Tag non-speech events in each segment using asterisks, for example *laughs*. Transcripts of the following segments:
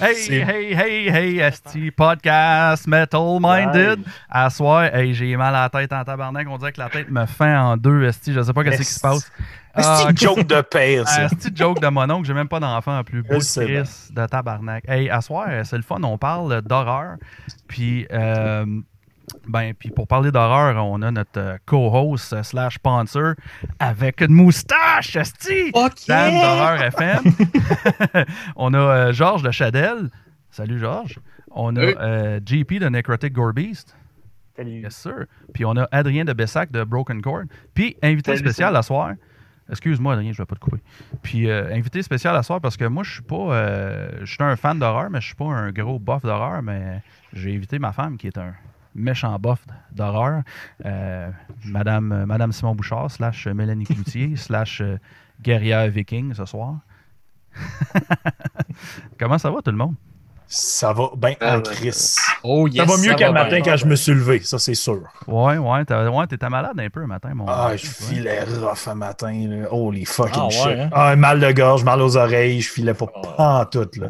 Hey, hey, hey, hey, Esti, podcast Metal Minded. À soir, hey, j'ai mal à la tête en tabarnak. On dirait que la tête me fend en deux, Esti. Je sais pas qu'est-ce qui se passe. Euh, C'est une joke de père, ça. Esti, joke de mon oncle. J'ai même pas d'enfant en plus. Beau sais bien. Chris de tabarnak. Hey, à soir, c'est le fun. On parle d'horreur. Puis, euh, ben, puis pour parler d'horreur, on a notre euh, co-host euh, slash sponsor avec une moustache, Esti. Fuck Dan yeah! d'Horreur FM. *laughs* on a euh, Georges de Chadel. Salut Georges. On a Salut. euh, JP de Necrotic Gore Beast. Salut. Ah, Bien sûr. Puis on a Adrien de Bessac de Broken Cord. Puis invité Salut, spécial à soir. Excuse-moi, Adrien, je vais pas te couper. Puis euh, invité spécial à soir parce que moi, je suis pas. euh, je suis un fan d'horreur, mais je suis pas un gros bof d'horreur. Mais j'ai invité ma femme qui est un méchant bof d'horreur. Euh, Madame, euh, Madame Simon Bouchard, slash euh, Mélanie *laughs* Cloutier, slash euh, guerrière viking ce soir. *laughs* Comment ça va tout le monde? Ça va bien hein, Ah, en ouais. crise. Oh, yes, ça va mieux qu'à va matin bien. quand je me suis levé, ça c'est sûr. Ouais, ouais, t'as- ouais, t'étais malade un peu le matin, mon Ah, je Ouais. filais rough à matin. Là. Holy fucking Ah, ouais, shit. hein? Ah, mal de gorge, mal aux oreilles, je filais pas Ah. pantoute. Là.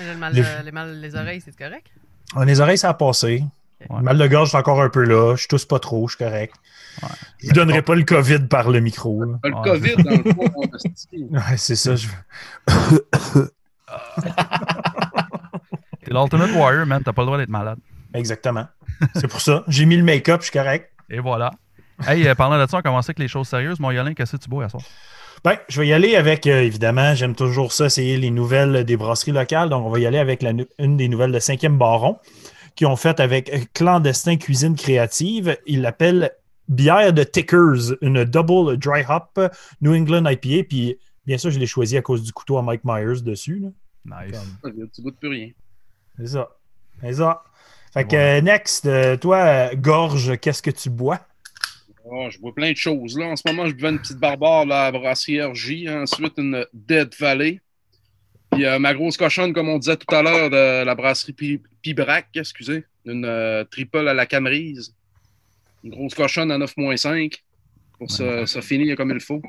Mais le mal, Les- euh, les mal les oreilles, c'est correct? Ah, les oreilles, ça a passé. Ouais. Mal de gorge, c'est encore un peu là. Je tousse pas trop, je suis correct. Ouais. Je vous donnerai pas le COVID par le micro. là. Le Ouais. COVID, dans le fond, on hostie. Ouais, c'est ça. Je... T'es l'Ultimate Warrior, man. T'as pas le droit d'être malade. Exactement. c'est pour ça. J'ai mis le make-up, je suis correct. Et voilà. Hey, euh, parlant de ça, on commence avec les choses sérieuses. Mon Yolin, qu'est-ce que tu bois à soir? Ben, je vais y aller avec, euh, évidemment, j'aime toujours ça, essayer les nouvelles des brasseries locales. Donc, on va y aller avec la nu- une des nouvelles de 5e Baron, qui ont fait avec euh, Clandestin Cuisine Créative. Ils l'appellent Bière de Tickers, une double dry hop New England IPA. Puis, bien sûr, je l'ai choisi à cause du couteau à Mike Myers dessus. là. Nice. Comme- Tu goûtes plus rien. C'est ça. C'est ça. Fait que, Ouais. euh, next, euh, toi, euh, Gorge, qu'est-ce que tu bois? Oh, je vois plein de choses. Là, en ce moment, je buvais une petite barbare là, à la brassière J, ensuite une Dead Valley. Puis euh, ma grosse cochonne, comme on disait tout à l'heure, de la brasserie Pi- Pibrac, excusez, une euh, triple à la Camerise. Une grosse cochonne à 9,5 pour se, se finir comme il faut.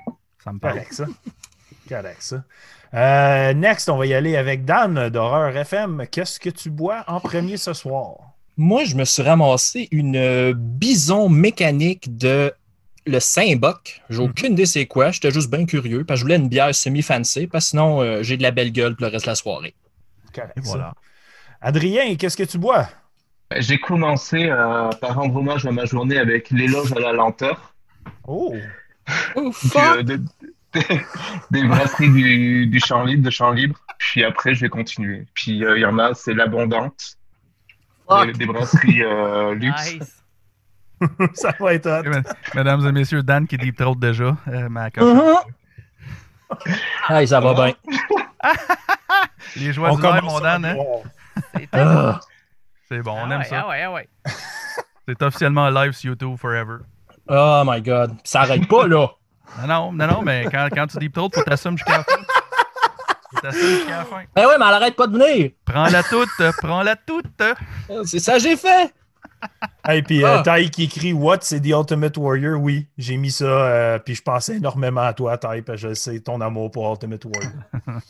Ça me parle. Correct, ça. Correct, ça. Euh, next, on va y aller avec Dan d'Horreur FM. Qu'est-ce que tu bois en premier ce soir? Moi, je me suis ramassé une euh, bison mécanique de le Saint-Boc. J'ai Mhm. aucune idée c'est quoi. J'étais juste bien curieux parce que je voulais une bière semi-fancy parce que sinon euh, j'ai de la belle gueule pour le reste de la soirée. Correct, Et voilà. ça. Adrien, qu'est-ce que tu bois? J'ai commencé euh, par rendre hommage à ma journée avec l'éloge à la lenteur Oh! *laughs* du, euh, de- *laughs* des brasseries du, du champ libre, de champ libre. Puis après, je vais continuer. Puis euh, il y en a, c'est l'abondante, des, des brasseries euh, luxe. Nice. ça Uh-huh. va être hot. Eh ben, Mesdames et messieurs, Dan qui dit trop déjà. Euh, ma coche. Ah, ça va bien. Les joies du live, mon Dan, hein? on- C'est top. Ah, C'est bon, on Ah aime ouais, ça. Ah ouais, ah ouais. C'est officiellement live sur YouTube forever. oh my God. Ça arrête pas là. Non, non, non, non, mais quand, quand tu dis trop, faut t'assumer jusqu'à la fin. Faut t'assumer jusqu'à la fin. Eh ouais, mais elle arrête pas de venir. Prends-la toute, euh, prends-la toute. euh. Euh, C'est ça que j'ai fait. Hey, puis euh, Ah. Ty qui écrit What? C'est The Ultimate Warrior. Oui, j'ai mis ça. euh, puis je pensais énormément à toi, Ty, parce que je sais ton amour pour Ultimate *laughs* Warrior.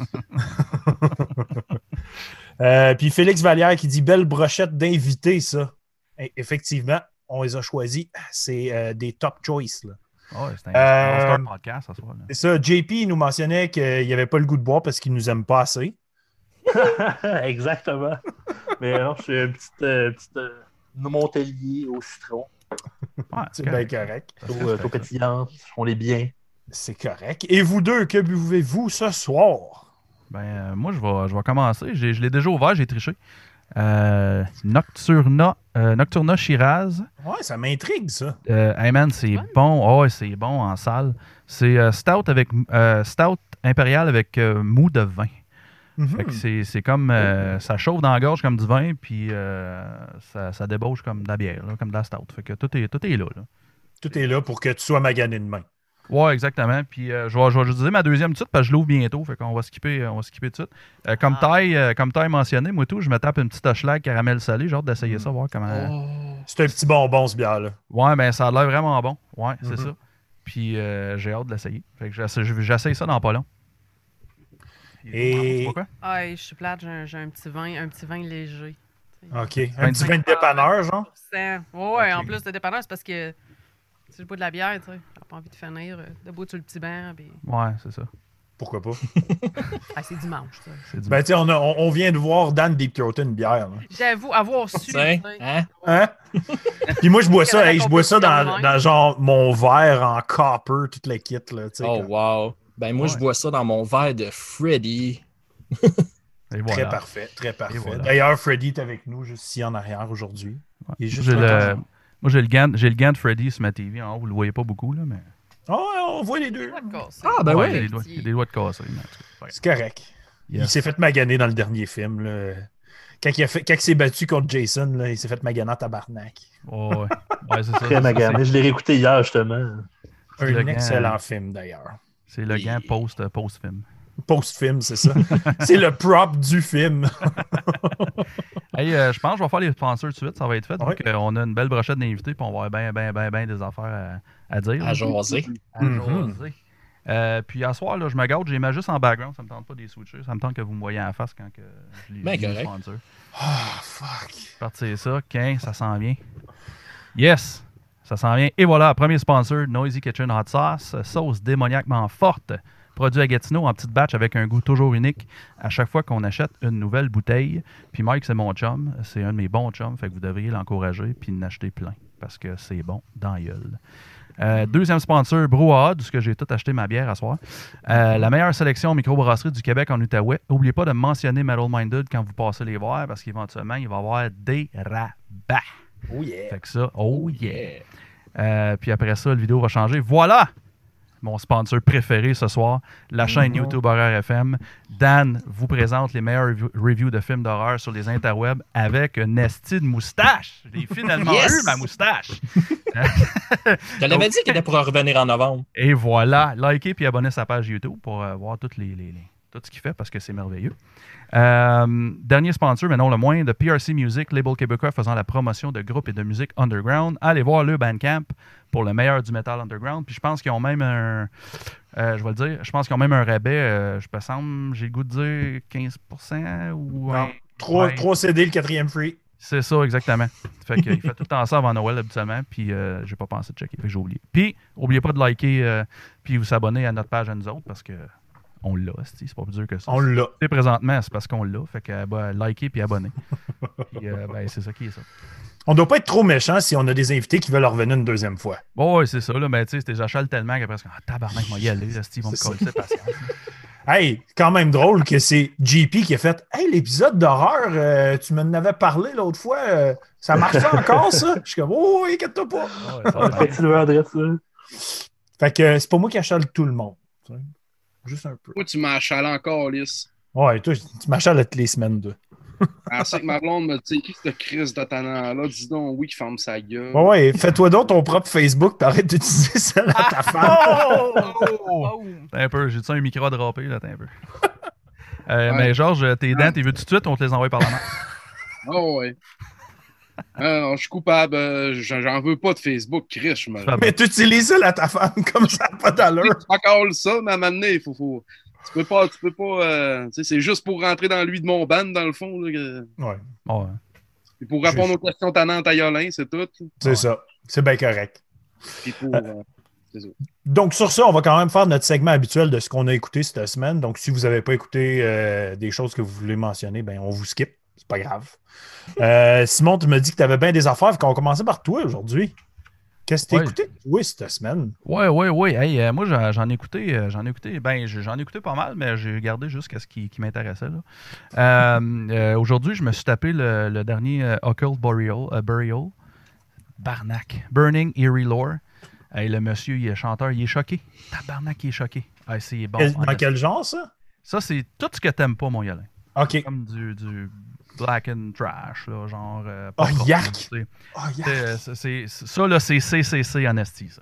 Euh, puis Félix Vallière qui dit Belle brochette d'invités, ça. Et- effectivement, on les a choisis. C'est euh, des top choice. là. Oh, c'est un Euh, c'est un podcast ce soir. là. C'est ça. JP il nous mentionnait qu'il avait pas le goût de boire parce qu'il nous aime pas assez. Exactement. Mais alors, je suis une petite, euh, petite euh, Montpellier au citron. Ouais, c'est C'est bien correct. correct. Ça se Trop, euh, respecte, trop ça. pétillante. On est bien. C'est correct. Et vous deux, que buvez-vous ce soir? Ben, euh, moi, je vais, je vais commencer. J'ai- Je l'ai déjà ouvert, j'ai triché. Euh, Nocturna, euh, Nocturna Shiraz. Ouais, ça m'intrigue, ça. Euh, hey man, c'est bon. Oh, ouais, c'est bon en salle. C'est euh, stout avec euh, stout impérial avec euh, mou de vin. Fait que Mhm. c'est- c'est comme euh, ça chauffe dans la gorge comme du vin, puis euh, ça, ça débauche comme de la bière, là, comme de la stout. Fait que tout est, tout est là, là. Tout est là pour que tu sois magané de main. Ouais, exactement. Puis euh, je vais je vais juste dire ma deuxième titre parce que je l'ouvre bientôt. Fait qu'on va skipper, on va skipper tout de suite. Euh, comme Ah. taille, comme taille mentionné, moi tout, je me tape une petite hochelag caramel salé. J'ai hâte Mm. d'essayer ça, voir comment. Oh. C'est un petit bonbon, ce bière-là. Ouais, ben ça a l'air vraiment bon. Ouais, c'est Mhm. ça. Puis euh, j'ai hâte de l'essayer. Fait que j'essa- j'essaye ça dans pas long. Puis, Et- on rembourse pas quoi? Ah, je suis plate, j'ai un, j'ai un petit vin, un petit vin léger. OK. Ben, Un petit vin de dépanneur, genre. Ouais, ouais, Ok. en plus de dépanneur, c'est parce que si je bois de la bière, tu sais, j'ai pas envie de finir euh, debout sur le petit banc. Puis... Ouais, c'est ça. Pourquoi pas? Ah, c'est dimanche, ça. C'est du Ben, tu sais, on, a- on- on vient de voir Dan Deep Throat une bière. là. J'avoue avoir su. tu sais. Tiens, Ah. hein? Hein? *laughs* Puis moi, je bois ça, hey, je bois ça dans, Compétition de dans genre mon verre en copper, toute la kit. Là, tu sais, Oh, comme wow. Ben, moi, je hein. Ouais. bois ça dans mon verre de Freddy. Et Très voilà. parfait, très parfait. voilà. D'ailleurs, Freddy est avec nous, juste ici en arrière aujourd'hui. Ouais. Il est juste J'ai là. le- Moi, j'ai le, gant, j'ai le gant de Freddy sur ma TV en haut. Vous le voyez pas beaucoup, là, mais. Oh, ouais, on voit les deux. Pas de casse. Ah, ben ouais, il y a ouais. des doigts- Il y a des doigts de cassé. mais en tout cas, ouais. C'est correct. Il Yes. s'est fait maganer dans le dernier film. là. Quand il, a fait- quand il s'est battu contre Jason, là, il s'est fait maganer en tabarnak. Ouais, ouais. Ouais, c'est ça. Très Ah, ça, ça, magané. c'est- Je l'ai réécouté hier, justement. Un Le gant. excellent film, d'ailleurs. C'est le gant post- euh, post-film. Post-film, c'est ça. c'est le prop du film. Hey, euh, je pense que je vais faire les sponsors tout de suite, ça va être fait. Ouais. Donc, euh, on a une belle brochette d'invités, puis on va avoir ben, bien, bien, bien, bien des affaires à, à dire. À jaser. À Mhm. jaser. Euh, puis à soir, là, je me garde, j'ai ma juste en background, ça me tente pas des switchers, ça me tente que vous me voyez en face quand que je les, Ben, je les correct. sponsors. Ah, fuck. Partir ça, 15, ça s'en vient. Yes, ça s'en vient. Et voilà, premier sponsor, Noisy Kitchen Hot Sauce, sauce démoniaquement forte, produit à Gatineau en petite batch avec un goût toujours unique à chaque fois qu'on achète une nouvelle bouteille. Puis Mike, c'est mon chum, c'est un de mes bons chums, fait que vous devriez l'encourager puis en acheter plein parce que c'est bon dans la gueule. Euh, deuxième sponsor, Brouhaha, de ce que j'ai tout acheté ma bière à soir. Euh, la meilleure sélection microbrasserie du Québec en Outaouais. N'oubliez pas de mentionner Metal Minded quand vous passez les voir parce qu'éventuellement, il va y avoir des rabats. Oh yeah. Fait que ça, oh yeah! Yeah. Euh, puis après ça, la vidéo va changer. Voilà mon sponsor préféré ce soir, la chaîne YouTube Horreur FM. Dan vous présente les meilleures rev- reviews de films d'horreur sur les interwebs avec une esti de moustache. J'ai finalement Yes! eu ma moustache. Je l'avais dit qu'il était pour revenir en novembre. Et voilà, likez puis abonnez sa page YouTube pour euh, voir toutes les, les- les- tout ce qu'il fait parce que c'est merveilleux. Euh, dernier sponsor, mais non le moins, de PRC Music, label québécois faisant la promotion de groupes et de musique underground. Allez voir le Bandcamp pour le meilleur du metal underground. Puis je pense qu'ils ont même un, euh, je vais le dire, je pense qu'ils ont même un rabais, euh, je me semble, j'ai le goût de dire 15% ou un- Non. Trois, Ouais. trois CD, le quatrième free. c'est ça, exactement. Fait qu'il fait tout le temps ça avant Noël, habituellement, puis euh, j'ai pas pensé de checker, fait que j'ai oublié. Puis, oubliez pas de liker, euh, puis vous abonner à notre page à nous autres, parce que on l'a, c'est c'est pas plus dur que ça. On l'a. C'est présentement, c'est parce qu'on l'a, fait que euh, bah, likez puis abonnez. Puis, euh, ben, c'est ça qui est ça. On doit pas être trop méchant si on a des invités qui veulent revenir une deuxième fois. Bon, ouais, c'est ça, là, mais tu sais, c'était j'achale tellement qu'après, c'est comme, ah, tabarnak, moi, y aller, là, Steve, on me C'est colle ça, patience. Hey, c'est quand même drôle que c'est JP qui a fait Hey, l'épisode d'horreur, euh, tu m'en avais parlé l'autre fois, euh, ça marche ça encore, ça? Je suis comme Oh, inquiète-toi pas. Ah, ouais, ça va bien. Continuez à adresser ça. Fait que euh, c'est pas moi qui achale tout le monde. tu sais. Juste un peu. Moi, tu m'achales encore, Lys. Ouais, toi, tu m'achales toutes les semaines, deux. Assez Ah, que ma blonde me dit, qui ce Chris de talent-là? Dis donc, oui, qui ferme sa gueule. Ouais, ouais, fais-toi donc ton propre Facebook, t'arrêtes d'utiliser celle à ta femme. Oh! Oh! T'as un peu, j'ai dit ça, un micro à draper, là, t'as un peu. Euh, Ouais. Mais Georges, euh, tes dents, t'es vu tout de suite, on te les envoie par la main. Oh, ouais. Ah, non, je suis coupable. euh, j'en- J'en veux pas de Facebook, Chris. Je me. Fab- Mais t'utilises celle à ta femme comme ça, pas d'allure. Tu m'accoles ça, mais à un moment donné, il faut. faut... Tu peux pas. Tu peux pas euh, tu sais, c'est juste pour rentrer dans lui de mon band, dans le fond. là, que- Ouais, Ouais. Puis pour répondre aux questions tannantes à Yolin, c'est tout. c'est ça. C'est bien correct. Puis pour. euh, Donc, sur ça, on va quand même faire notre segment habituel de ce qu'on a écouté cette semaine. Donc, si vous n'avez pas écouté euh, des choses que vous voulez mentionner, ben, on vous skip. C'est pas grave. Euh, Simon, tu me dis que tu avais bien des affaires. qu'on commençait par toi aujourd'hui. Qu'est-ce que tu as Ouais. écouté? Oui, cette semaine. Ouais, ouais, ouais. Hey, euh, moi, j'en j'en ai écouté, euh, j'en ai écouté, ben, j'ai- j'en ai écouté pas mal, mais j'ai gardé jusqu'à ce qui, qui m'intéressait. là. Euh, *laughs* euh, Aujourd'hui, je me suis tapé le, le dernier euh, Occult Burial, euh, Burial. Barnac, Burning Eerie Lore. Hey, le monsieur, il est chanteur, il est choqué. Tabarnak, il est choqué. Hey, c'est bon. Quel- en dans quel genre, ça? Ça, c'est tout ce que t'aimes pas, mon Yolin. OK. Comme du, du black and trash, là, genre. euh, Oh, pas propre, yark! tu sais. Ah, yeah. C'est- c'est- c'est- Ça, là, c'est CCC en esti, ça.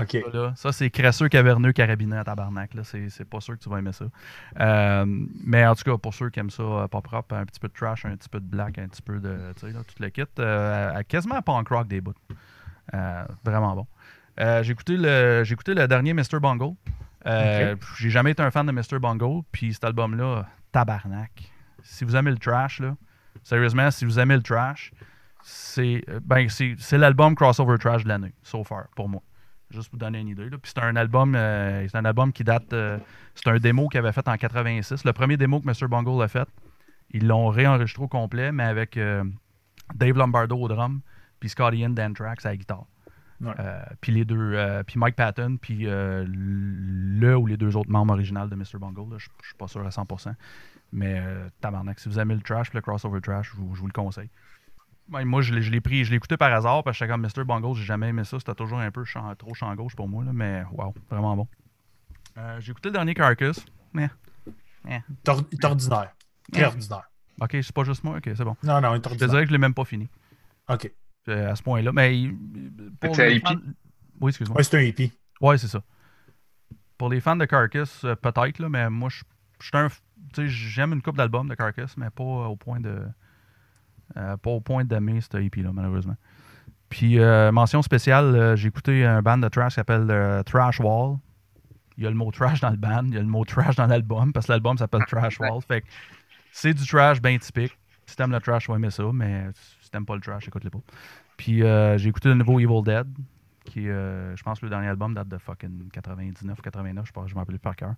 OK. Ça, là, ça, c'est crasseux, caverneux, carabiné à tabarnak. Là. C'est, c'est pas sûr que tu vas aimer ça. Euh, mais en tout cas, pour ceux qui aiment ça euh, pas propre, un petit peu de trash, un petit peu de black, un petit peu de. Tu sais, là, tout le kit. euh, à- à quasiment punk rock des bouts. Euh, vraiment bon. Euh, j'ai, écouté le, j'ai écouté le dernier Mr. Bungle. Euh, J'ai jamais été un fan de Mr. Bungle, puis cet album-là, tabarnak. Si vous aimez le trash, là, sérieusement, si vous aimez le trash, c'est euh, ben, c'est c'est l'album crossover trash de l'année, so far, pour moi. Juste pour vous donner une idée. là. Puis c'est un album euh, c'est un album qui date. euh, c'est un démo qu'il avait fait en 86. Le premier démo que Mr. Bungle a fait, ils l'ont réenregistré au complet, mais avec euh, Dave Lombardo au drum, puis Scotty Ian Dantrax à la guitare. Ouais. Euh, puis les deux, euh, puis Mike Patton, puis euh, le ou les deux autres membres originaux de Mr. Bungle, là, je je suis pas sûr à 100%. Mais euh, tabarnak, si vous aimez le trash, puis le crossover trash, je vous, je vous le conseille. Ouais, Ben, moi, je l'ai je l'ai pris, je l'ai écouté par hasard parce que j'étais comme Mr. Bungle, j'ai jamais aimé ça, c'était toujours un peu champ- trop champ gauche pour moi, là, mais wow, vraiment bon. Euh, j'ai écouté le dernier Carcass. T'es or- t'es ordinaire. Très ordinaire. Ok, c'est pas juste moi, ok, c'est bon. Non, non, il est Je te ordinaire. dirais que je l'ai même pas fini OK. euh, à ce point-là. Mais il- pour C'était les hippie. fans- Oui, excuse-moi. Ouais, c'est un hippie. Ouais, c'est ça. Pour les fans de Carcass, euh, peut-être, là, mais moi, je je suis un. f- tu sais, j'aime une coupe d'albums de Carcass, mais pas euh, au point de. euh, pas au point d'aimer cette EP-là, malheureusement. Puis, euh, mention spéciale, euh, j'ai écouté un band de trash qui s'appelle euh, Trash Wall. Il y a le mot trash dans le band, il y a le mot trash dans l'album, parce que l'album s'appelle Trash Wall. Fait que c'est du trash bien typique. Si t'aimes le trash, tu vas aimer ça, mais si t'aimes pas le trash, écoute-le pas. Puis, euh, j'ai écouté le nouveau Evil Dead qui, euh, je pense, que le dernier album date de fucking 99 ou 89, je pense, je m'en rappelle plus par cœur.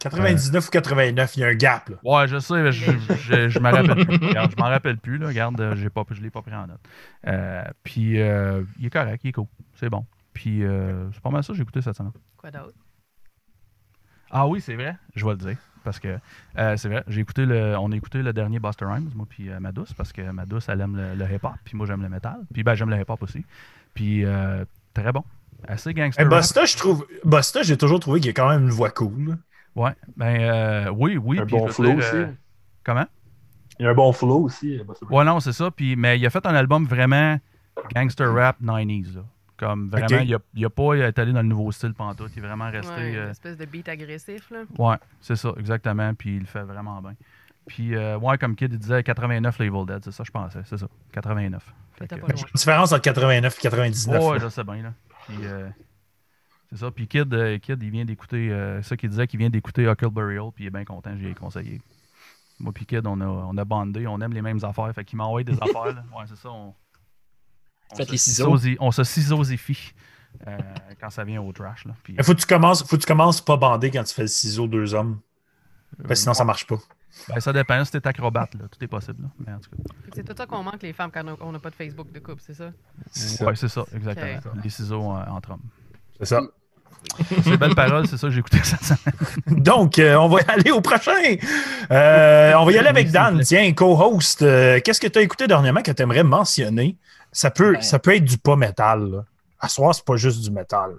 99 ou 89, il y a un gap, là. Ouais, je sais, mais je, je, je m'en rappelle plus. Regarde, je m'en rappelle plus, là. Regarde, euh, j'ai pas, je l'ai pas pris en note. Euh, puis, euh, il est correct, il est cool. C'est bon. Puis, euh, c'est pas mal ça que j'ai écouté cette semaine. Quoi d'autre? Ah oui, c'est vrai. Je vais le dire. Parce que euh, c'est vrai, j'ai écouté le, on a écouté le dernier Buster Rhymes, moi puis euh, ma douce, parce que ma douce, elle aime le, le hip-hop, puis moi j'aime le métal, puis ben j'aime le hip-hop aussi. Puis euh, très bon, assez Eh, gangster. rap. Busta, je trouve. Busta, j'ai toujours trouvé qu'il y a quand même une voix cool. Ouais, ben euh, oui, oui. Un puis bon je veux flow dire, aussi. euh, comment? Il y a un bon flow aussi. bah, c'est- Ouais, non, c'est ça. Puis, mais il a fait un album vraiment gangster rap 90s. Là. Comme vraiment, Ok. il, a, il a pas été allé dans le nouveau style pantoute. Il est vraiment resté. Ouais, une euh, espèce de beat agressif, là. Ouais, c'est ça, exactement. Puis il le fait vraiment bien. Puis, euh, ouais, comme Kid, il disait 89 les Evil Dead, c'est ça, je pensais, c'est ça, 89. Fait T'étais que- pas loin. Une différence entre 89 et 99. Ouais, là. je sais bien, là. Puis, euh, c'est ça. Puis Kid, euh, Kid il vient d'écouter, euh, ça qu'il disait, qu'il vient d'écouter Huckleberry Hall, puis il est bien content, j'ai conseillé. Moi, puis Kid, on a, on a bandé, on aime les mêmes affaires, fait qu'il m'envoie des affaires, là. Ouais, c'est ça, on. on Faites se les ciseaux. ciseausi- On se ciseausifie euh, quand ça vient au trash, là. *laughs* Puis, Mais faut que tu commences, faut que tu commences pas bandé quand tu fais le ciseau deux hommes. Parce que sinon, ça marche pas. ben, ça dépend, si t'es acrobate, là. Tout est possible, là. Mais en tout cas, Fait que C'est tout ça qu'on manque, les femmes, quand on- on n'a pas de Facebook de couple, c'est ça? ouais, c'est ça, exactement. Les ciseaux euh, entre hommes. C'est ça. C'est belle parole, c'est ça que j'ai écouté cette semaine. Donc, euh, on va y aller au prochain. Euh, on va y aller avec *laughs* Dan. Tiens, co-host, euh, qu'est-ce que tu as écouté dernièrement que tu aimerais mentionner? Ça peut, Ben. ça peut être du pas métal. là. À soir, c'est pas juste du métal.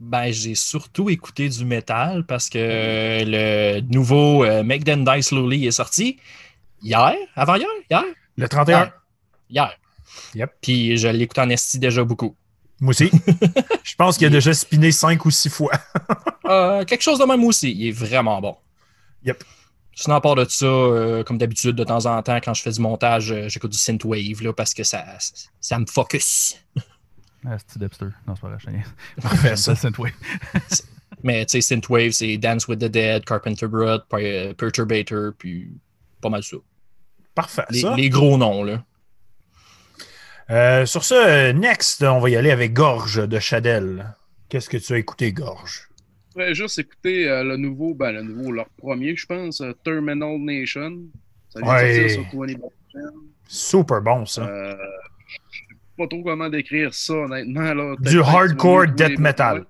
Ben, j'ai surtout écouté du métal parce que euh, le nouveau euh, Make Them Die Slowly est sorti hier, avant-hier, hier, Le 31, Ouais. hier. Yep. Puis je l'écoute en esti déjà beaucoup. moi *laughs* aussi. Je pense qu'il a déjà spiné cinq ou six fois. Euh, quelque chose de même aussi. Il est vraiment bon. Yep. Sinon, à part de ça, euh, comme d'habitude, de temps en temps, quand je fais du montage, euh, j'écoute du synthwave là, parce que ça, ça me focus. Ah, c'est-tu Debster? Non, c'est pas vrai, je te niaise. *laughs* Parfait, ça. C'est Synthwave. Mais tu sais, synthwave, c'est Dance with the Dead, Carpenter Brut, Par- euh, Perturbator, puis pas mal ça. Parfait, Ah, Les, ça. les gros noms, là. Euh, sur ce, euh, next, on va y aller avec Gorge de Chadel. Qu'est-ce que tu as écouté, Gorge? pourrais juste écouter euh, le nouveau, ben le nouveau, leur premier, je pense, euh, Terminal Nation. Ça vient de Ouais. sortir sur 20 Bucks. Super bon, ça. Euh, je sais pas trop comment décrire ça, honnêtement. Là. Du Peut-être que tu vas hardcore mieux trouver death les metal. mots.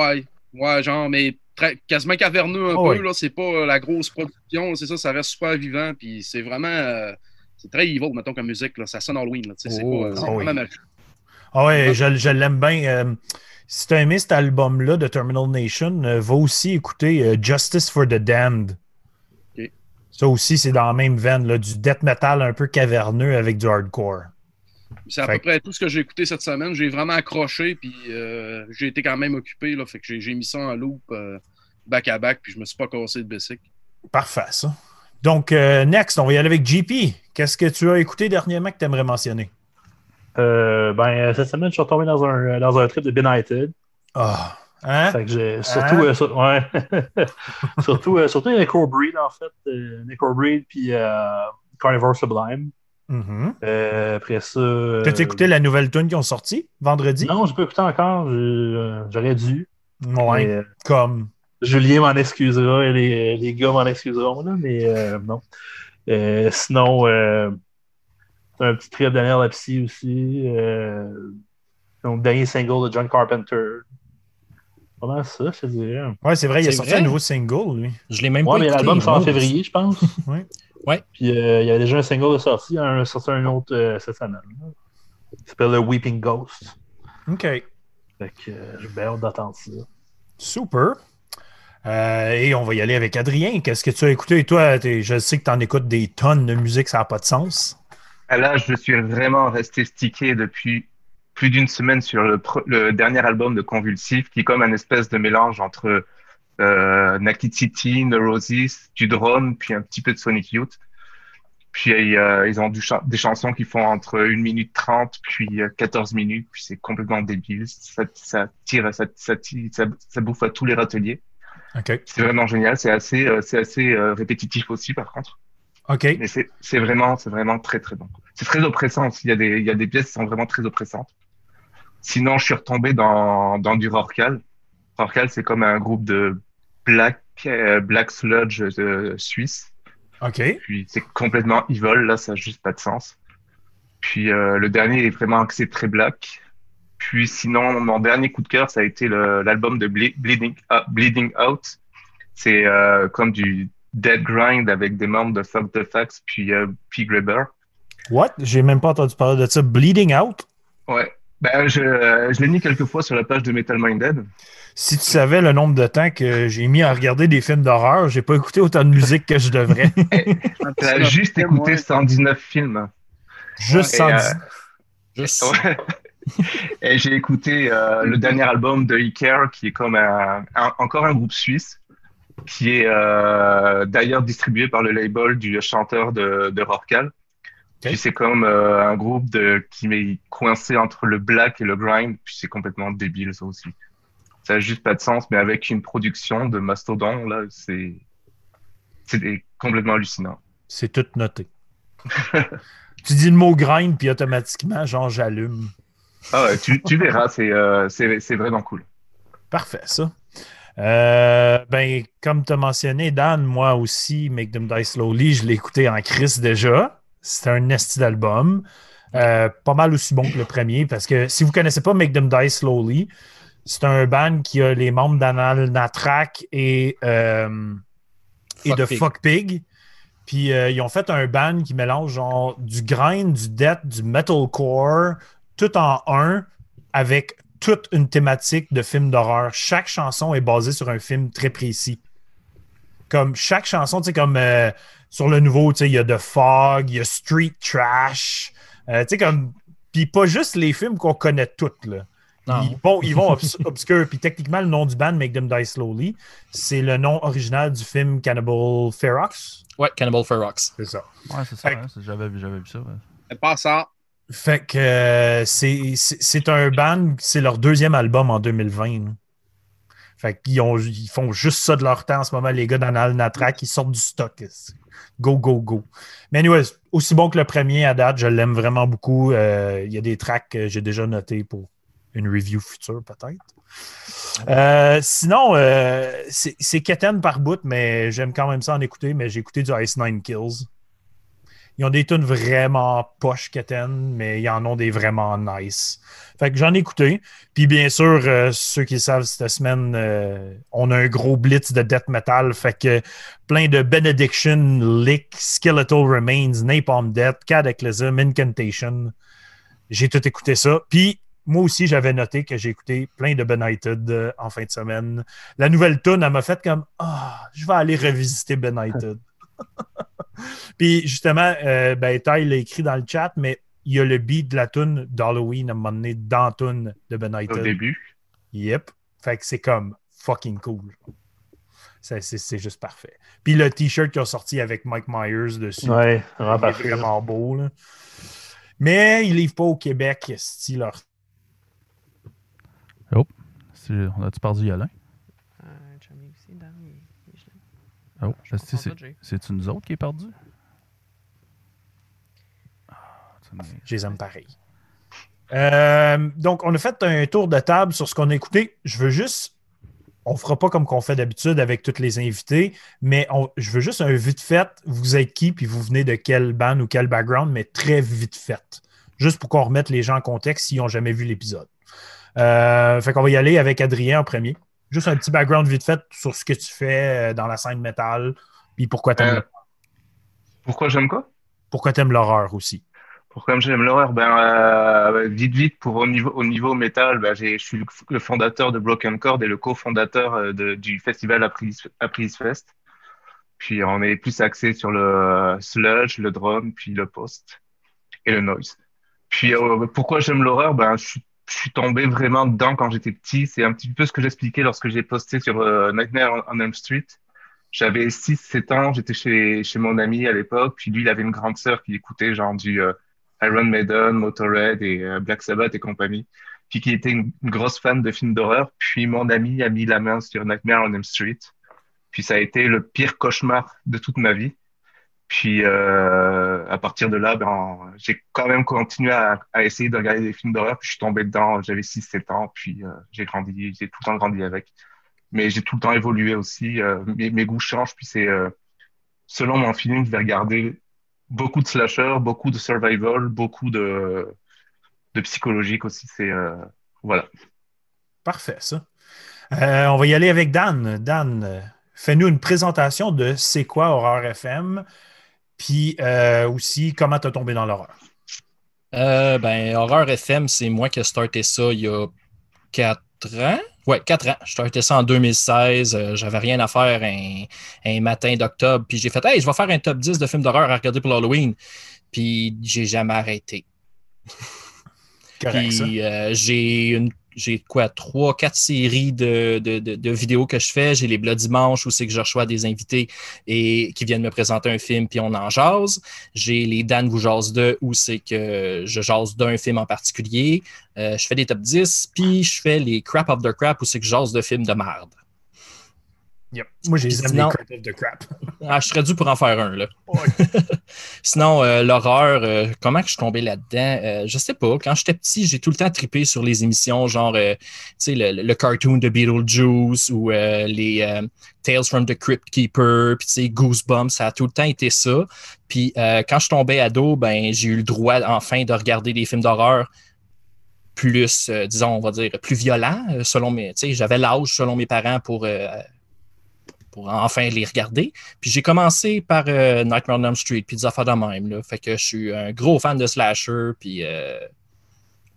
Ouais, ouais, genre, mais très- quasiment caverneux un Oh peu. oui. là. C'est pas euh, la grosse production, c'est ça, ça reste super vivant. Puis c'est vraiment. euh, c'est très evil, mettons, comme musique. Là. Ça sonne Halloween. Là, tu sais, c'est Oh, pas, c'est ah oui. vraiment magique. Ah ouais, je, je l'aime bien. Euh, si t'as aimé cet album-là de Terminal Nation, euh, va aussi écouter euh, Justice for the Damned. Ok. Ça aussi, c'est dans la même veine, là, du death metal un peu caverneux avec du hardcore. C'est à Fait peu près tout ce que j'ai écouté cette semaine. J'ai vraiment accroché, puis euh, j'ai été quand même occupé. Là, fait que j'ai- j'ai mis ça en loop euh, back à back, puis je me suis pas cassé de basic. Parfait, ça. Donc, euh, next, on va y aller avec JP. Qu'est-ce que tu as écouté dernièrement que t'aimerais mentionner? Euh, ben, cette semaine, je suis retombé dans un, dans un trip de Benighted. Ah, Hein? Ben Fait que j'ai- surtout, Hein? euh, sur- ouais. *laughs* surtout, euh, surtout Necro Breed, en fait. Euh, Necro Breed, puis euh, Carnivore Sublime. Mhm. Euh, après ça. euh, T'as-tu écouté la nouvelle tune qu'ils ont sortie vendredi? Non, j'ai pas écouté encore. j'ai- euh, J'aurais dû. Ouais, Mais, euh, comme. Julien m'en excusera et les, les gars m'en excuseront, là, mais euh, non. Euh, sinon, euh, un petit trip derrière la psy aussi. euh, donc, dernier single de John Carpenter. Voilà ça, je te dirais. Ouais, c'est vrai, il a C'est sorti vrai? un nouveau single, lui. Je l'ai même Ouais, pas mais écouté. l'album sort en non. février, je pense. Ouais. *laughs* Ouais. Puis euh, il y avait déjà un single de sortie, un sorti un autre euh, cette semaine. là. Il s'appelle The Weeping Ghost. OK. Fait que euh, j'ai bien hâte d'attendre ça. Super. Euh, et on va y aller avec Adrien. Qu'est-ce que tu as écouté? Et toi, t'es- je sais que tu en écoutes des tonnes de musique, ça n'a pas de sens. Ah Là, je suis vraiment resté stické depuis plus d'une semaine sur le, pre- le dernier album de Convulsif, qui est comme un espèce de mélange entre euh, Naked City, Neurosis, du drone, puis un petit peu de Sonic Youth. Puis euh, ils ont du cha- des chansons qui font entre 1 minute 30 puis euh, 14 minutes, puis c'est complètement débile. Ça, ça tire, ça, ça, tire- ça, ça bouffe à tous les râteliers. OK. C'est vraiment génial, c'est assez, euh, c'est assez euh, répétitif aussi par contre. OK. Mais c'est c'est vraiment, c'est vraiment très très bon. C'est très oppressant. aussi. Il y a des, il y a des pièces qui sont vraiment très oppressantes. Sinon, je suis retombé dans, dans du Rorcal. Rorcal, c'est comme un groupe de black, euh, black sludge euh, suisse. OK. Puis c'est complètement evil. Là, ça n'a juste pas de sens. Puis euh, le dernier est vraiment axé très black. Puis sinon, mon dernier coup de cœur, ça a été le- l'album de Ble- Bleeding, Ah, Bleeding Out. C'est euh, comme du dead grind avec des membres de Fuck the Facts puis euh, P. Graber. What? J'ai même pas entendu parler de ça. Bleeding Out? Ouais. Ben, je, euh, je l'ai mis quelques fois sur la page de Metal Minded. Si tu savais le nombre de temps que j'ai mis à regarder des films d'horreur, j'ai pas écouté autant de musique que je devrais. Ah, Ah, T'as juste écouté 119 films. Juste Et, sans euh, Juste- Ouais. Et j'ai écouté euh, le dernier album de Iker, qui est comme un, un- encore un groupe suisse, qui est euh, d'ailleurs distribué par le label du chanteur de, de Rorcal. Puis c'est comme euh, un groupe de, qui m'est coincé entre le black et le grind, puis c'est complètement débile ça aussi. Ça n'a juste pas de sens, mais avec une production de mastodon, là, c'est c'est des- complètement hallucinant. C'est tout noté. *laughs* tu dis le mot grind, puis automatiquement, genre, j'allume. Ah ouais, tu, tu verras, c'est euh, c'est- c'est vraiment cool. Parfait, ça. Euh, ben, comme tu as mentionné, Dan, moi aussi, Make Them Die Slowly, je l'ai écouté en crise déjà. C'est un esti d'album. Euh, pas mal aussi bon que le premier, parce que si vous ne connaissez pas Make Them Die Slowly, c'est un band qui a les membres d'Anal Natrak et, euh, et Fuck de Pig. Fuck Pig. Puis euh, ils ont fait un band qui mélange genre du grind, du death, du metalcore, tout en un, avec toute une thématique de film d'horreur. Chaque chanson est basée sur un film très précis. Comme chaque chanson, tu sais, comme euh, sur le nouveau, tu sais, il y a The Fog, il y a Street Trash, euh, tu sais, comme. Puis pas juste les films qu'on connaît toutes, là. Non. Ils vont, ils vont obs- *laughs* obscur. Puis techniquement, le nom du band, Make Them Die Slowly, c'est le nom original du film Cannibal Ferox. Ouais, Cannibal Ferox. C'est ça. Ouais, c'est ça. Fait que- hein, c'est- J'avais vu j'avais vu ça. ouais. C'est pas ça. Fait que euh, c'est- c'est c'est un band, c'est leur deuxième album en 2020. là. Fait qu'ils ont- ils font juste ça de leur temps en ce moment, les gars d'Anal Natrak, ils sortent du stock. c'est- Go, go, go. Mais anyways, aussi bon que le premier à date, je l'aime vraiment beaucoup. Euh, Il y a des tracks que j'ai déjà notés pour une review future, peut-être. Euh, sinon, euh, c'est c'est quétaine par bout, mais j'aime quand même ça en écouter, mais j'ai écouté du Ice Nine Kills. Ils ont des tunes vraiment poche quétaine, mais ils en ont des vraiment nice. Fait que j'en ai écouté. Puis bien sûr, euh, ceux qui le savent, cette semaine, euh, on a un gros blitz de death metal. Fait que plein de Benediction, Lick, Skeletal Remains, Napalm Death, Cataclysm, Incantation. J'ai tout écouté ça. Puis moi aussi, j'avais noté que j'ai écouté plein de Benighted euh, en fin de semaine. La nouvelle tune, elle m'a fait comme Ah, je vais aller revisiter Benighted. *laughs* Puis justement, euh, ben, Ty l'a écrit dans le chat, mais il y a le beat de la tune d'Halloween à un moment donné dans la tune de Au Benighted. début. Yep. Fait que c'est comme fucking cool. Ça, C'est c'est juste parfait. Puis le t-shirt qu'ils ont sorti avec Mike Myers dessus, Ouais, il est vraiment parfait. vraiment beau. là. Mais ils livrent pas au Québec, style leur Si c'est- on a-tu parlé du Yolin? Euh, Un chummy aussi, Dan, il- il est gelé. Oh, Je est-ce que comprends c'est- pas, Jay. c'est-tu nous autres qui est perdu? Ah, tu me- Je les aime pareil. Euh, donc, on a fait un tour de table sur ce qu'on a écouté. Je veux juste. On fera pas comme qu'on fait d'habitude avec tous les invités, mais on- je veux juste un vite fait. Vous êtes qui, puis vous venez de quelle band ou quel background, mais très vite fait. Juste pour qu'on remette les gens en contexte s'ils n'ont jamais vu l'épisode. Euh, fait qu'on va y aller avec Adrien en premier. Juste un petit background vite fait sur ce que tu fais euh, dans la scène métal, puis pourquoi t'aimes Euh, pourquoi j'aime quoi? pourquoi t'aimes l'horreur aussi. Pourquoi j'aime l'horreur? Ben, euh, vite, vite, pour au niveau, au niveau métal, ben, j'ai, je suis le, le fondateur de Broken Chord et le cofondateur euh, de- du festival Aprilis, Aprilis Fest. Puis on est plus axé sur le euh, sludge, le drum, puis le post et le noise. Puis euh, pourquoi j'aime l'horreur? Ben, je suis, je suis tombé vraiment dedans quand j'étais petit. C'est un petit peu ce que j'expliquais lorsque j'ai posté sur euh, Nightmare on Elm Street. J'avais 6-7 ans, j'étais chez, chez mon ami à l'époque, puis lui, il avait une grande sœur qui écoutait genre du, euh, Iron Maiden, Motorhead et euh, Black Sabbath et compagnie, puis qui était une, une grosse fan de films d'horreur. Puis mon ami a mis la main sur Nightmare on Elm Street. Puis ça a été le pire cauchemar de toute ma vie. Puis euh, à partir de là, ben, j'ai quand même continué à, à essayer de regarder des films d'horreur. Puis je suis tombé dedans, j'avais 6-7 ans, puis euh, j'ai grandi, j'ai tout le temps grandi avec. Mais j'ai tout le temps évolué aussi. euh, mes, mes goûts changent, puis c'est euh, selon mon feeling, je vais regarder beaucoup de slasher, beaucoup de survival, beaucoup de, de psychologique aussi. C'est euh, voilà. Parfait, ça. Euh, on va y aller avec Dan. Dan, euh, fais-nous une présentation de c'est quoi Horreur FM, puis euh, aussi comment t'as tombé dans l'horreur. Euh, ben, Horreur FM, c'est moi qui ai starté ça il y a 4 ans. Ouais, 4 ans. J'ai starté ça en 2016. Euh, J'avais rien à faire un, un matin d'octobre. Puis j'ai fait, hey, je vais faire un top 10 de films d'horreur à regarder pour Halloween. Puis j'ai jamais arrêté. Correct, ça. Puis euh, j'ai une j'ai quoi, trois, quatre séries de, de- de- de vidéos que je fais. J'ai les Blood Dimanche où c'est que je reçois des invités et qui viennent me présenter un film puis on en jase. J'ai les Dan vous jase 2 où c'est que je jase d'un film en particulier. Euh, je fais des top 10 puis je fais les Crap of the Crap où c'est que je jase de films de merde. Yep. Moi, j'ai les aime, Sinon- les Crypt of the Crap. Ah, je serais dû pour en faire un, là. Ouais. *laughs* Sinon, euh, l'horreur, euh, comment que je suis tombé là-dedans? Euh, je sais pas. Quand j'étais petit, j'ai tout le temps trippé sur les émissions, genre, euh, tu sais, le, le cartoon de Beetlejuice ou euh, les euh, Tales from the Crypt Keeper, puis tu sais, Goosebumps, ça a tout le temps été ça. Puis euh, quand je tombais ado, ben, j'ai eu le droit, enfin, de regarder des films d'horreur plus, euh, disons, on va dire, plus violents, euh, selon mes, tu sais, j'avais l'âge, selon mes parents, pour... euh, pour enfin les regarder. Puis j'ai commencé par euh, Nightmare on Elm Street, puis des affaires de même. Là. Fait que je suis un gros fan de slasher, puis euh,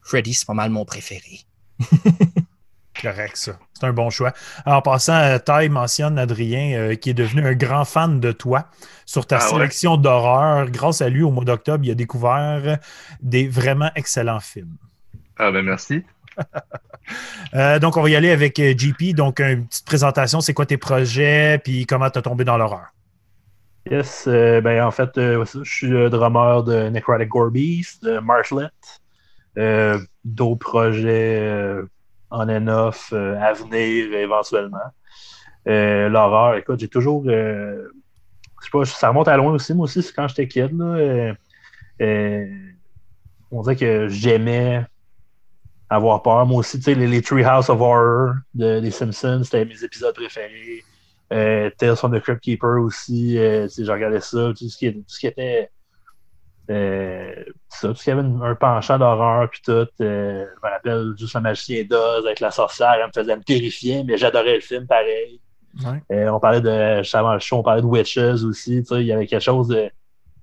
Freddy, c'est pas mal mon préféré. Correct, ça. C'est un bon choix. En passant, euh, Ty mentionne Adrien, euh, qui est devenu un grand fan de toi sur ta Ah ouais? sélection d'horreur. Grâce à lui, au mois d'octobre, il a découvert des vraiment excellents films. Ah ben merci. Euh, donc, on va y aller avec euh, JP. Donc, une petite présentation. C'est quoi tes projets? Puis, comment t'as tombé dans l'horreur? Yes, euh, ben en fait, euh, je suis le drummer de Necrotic Gore Beast, de Marshlet, euh, d'autres projets euh, on and off, euh, à venir éventuellement. Euh, L'horreur, écoute, j'ai toujours. euh, je sais pas, ça remonte à loin aussi. Moi aussi, c'est quand j'étais kid. Là, euh, euh, on dirait que j'aimais avoir peur. Moi aussi, tu sais, les, les Treehouse of Horror de, des Simpsons, c'était mes épisodes préférés. Euh, Tales from the Crypt Keeper aussi, euh, tu sais, je regardais ça, tout ce qui, tout ce qui était. euh, ça, tout ce qui avait une- un penchant d'horreur, puis tout. euh, je me rappelle juste le magicien d'Oz avec la sorcière, elle me faisait me terrifier, mais j'adorais le film pareil. Ouais. Euh, on parlait de, juste avant le show, on parlait de Witches aussi, tu sais, il y avait quelque chose de. Tu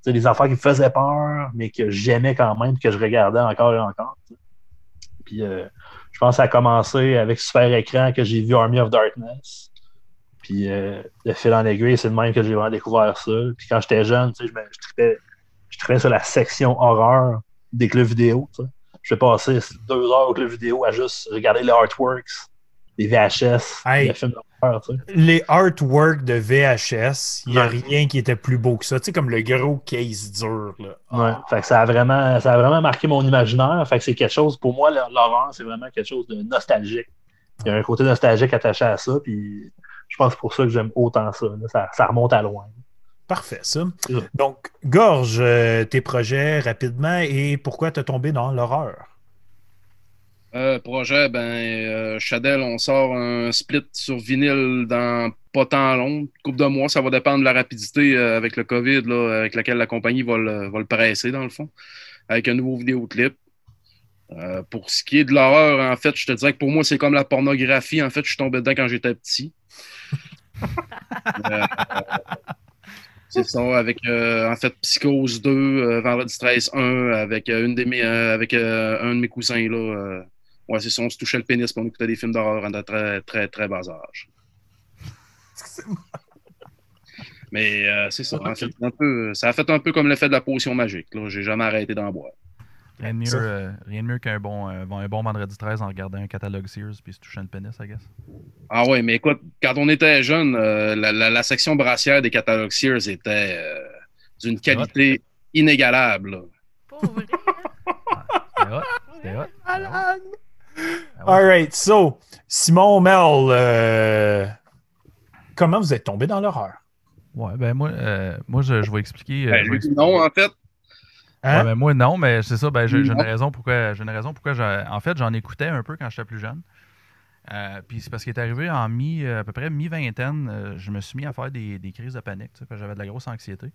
sais, des affaires qui me faisaient peur, mais que j'aimais quand même, que je regardais encore et encore. tu sais. Puis, euh, je pense que ça a commencé avec Super Écran que j'ai vu Army of Darkness. Puis euh, de fil en aiguille, c'est le même que j'ai vraiment découvert ça. Puis quand j'étais jeune, tu sais, je, me- je, tripais, je tripais sur la section horreur des clubs vidéo. tu sais. Je passais deux heures au club vidéo à juste regarder les artworks, les VHS, Hey. les films d'horreur. tu sais. Les artworks de VHS, il n'y a Ouais. rien qui était plus beau que ça. Tu sais, comme le gros case dur. Là. Ouais. Fait que ça a vraiment, ça a vraiment marqué mon imaginaire. Fait que c'est quelque chose, pour moi, l'horreur, c'est vraiment quelque chose de nostalgique. il y a un côté nostalgique attaché à ça, puis je pense que c'est pour ça que j'aime autant ça, là. ça. ça remonte à loin. Parfait, ça. Donc, Gorge, euh, tes projets rapidement et pourquoi t'es tombé dans l'horreur? Euh, projet, ben, euh, Chadel, on sort un split sur vinyle dans pas tant long, coupe de mois, ça va dépendre de la rapidité euh, avec le COVID, là, avec laquelle la compagnie va le, va le presser, dans le fond, avec un nouveau vidéoclip. Euh, pour ce qui est de l'horreur, en fait, je te dirais que pour moi, c'est comme la pornographie. En fait, je suis tombé dedans quand j'étais petit. Euh, c'est ça, avec euh, en fait Psychose 2, euh, Vendredi 13 1, avec euh, une des mes- euh, avec euh, un de mes cousins là. euh, ouais, c'est ça, on se touchait le pénis pour on écoutait des films d'horreur en très très très bas *laughs* âge. Mais euh, c'est ça, en fait, un peu, ça a fait un peu comme l'effet de la potion magique. Là, j'ai jamais arrêté d'en boire. Rien de mieux, Ça. euh, rien de mieux qu'un bon, euh, un bon vendredi 13 en regardant un catalogue Sears puis se touchant le pénis, I guess. Ah ouais, mais écoute, quand on était jeune, euh, la, la- la section brassière des catalogues Sears était euh, d'une qualité inégalable. là. Pour *laughs* vrai. C'était hot, c'était hot. c'était hot. Ah ouais. All right, so, Simon Mel, euh, comment vous êtes tombé dans l'horreur? Ouais, ben moi, euh, moi je, je vais expliquer. euh, Ben, je vais lui, expliquer. non, en fait. Ouais, Hein? ben moi, non, mais c'est ça. Ben, j'ai j'ai une Non. raison pourquoi. J'ai une raison pourquoi. j'ai- En fait, j'en écoutais un peu quand j'étais plus jeune. Euh, Puis c'est parce qu'il est arrivé en mi, euh, à peu près mi-vingtaine, euh, je me suis mis à faire des, des crises de panique, tu sais, parce que j'avais de la grosse anxiété.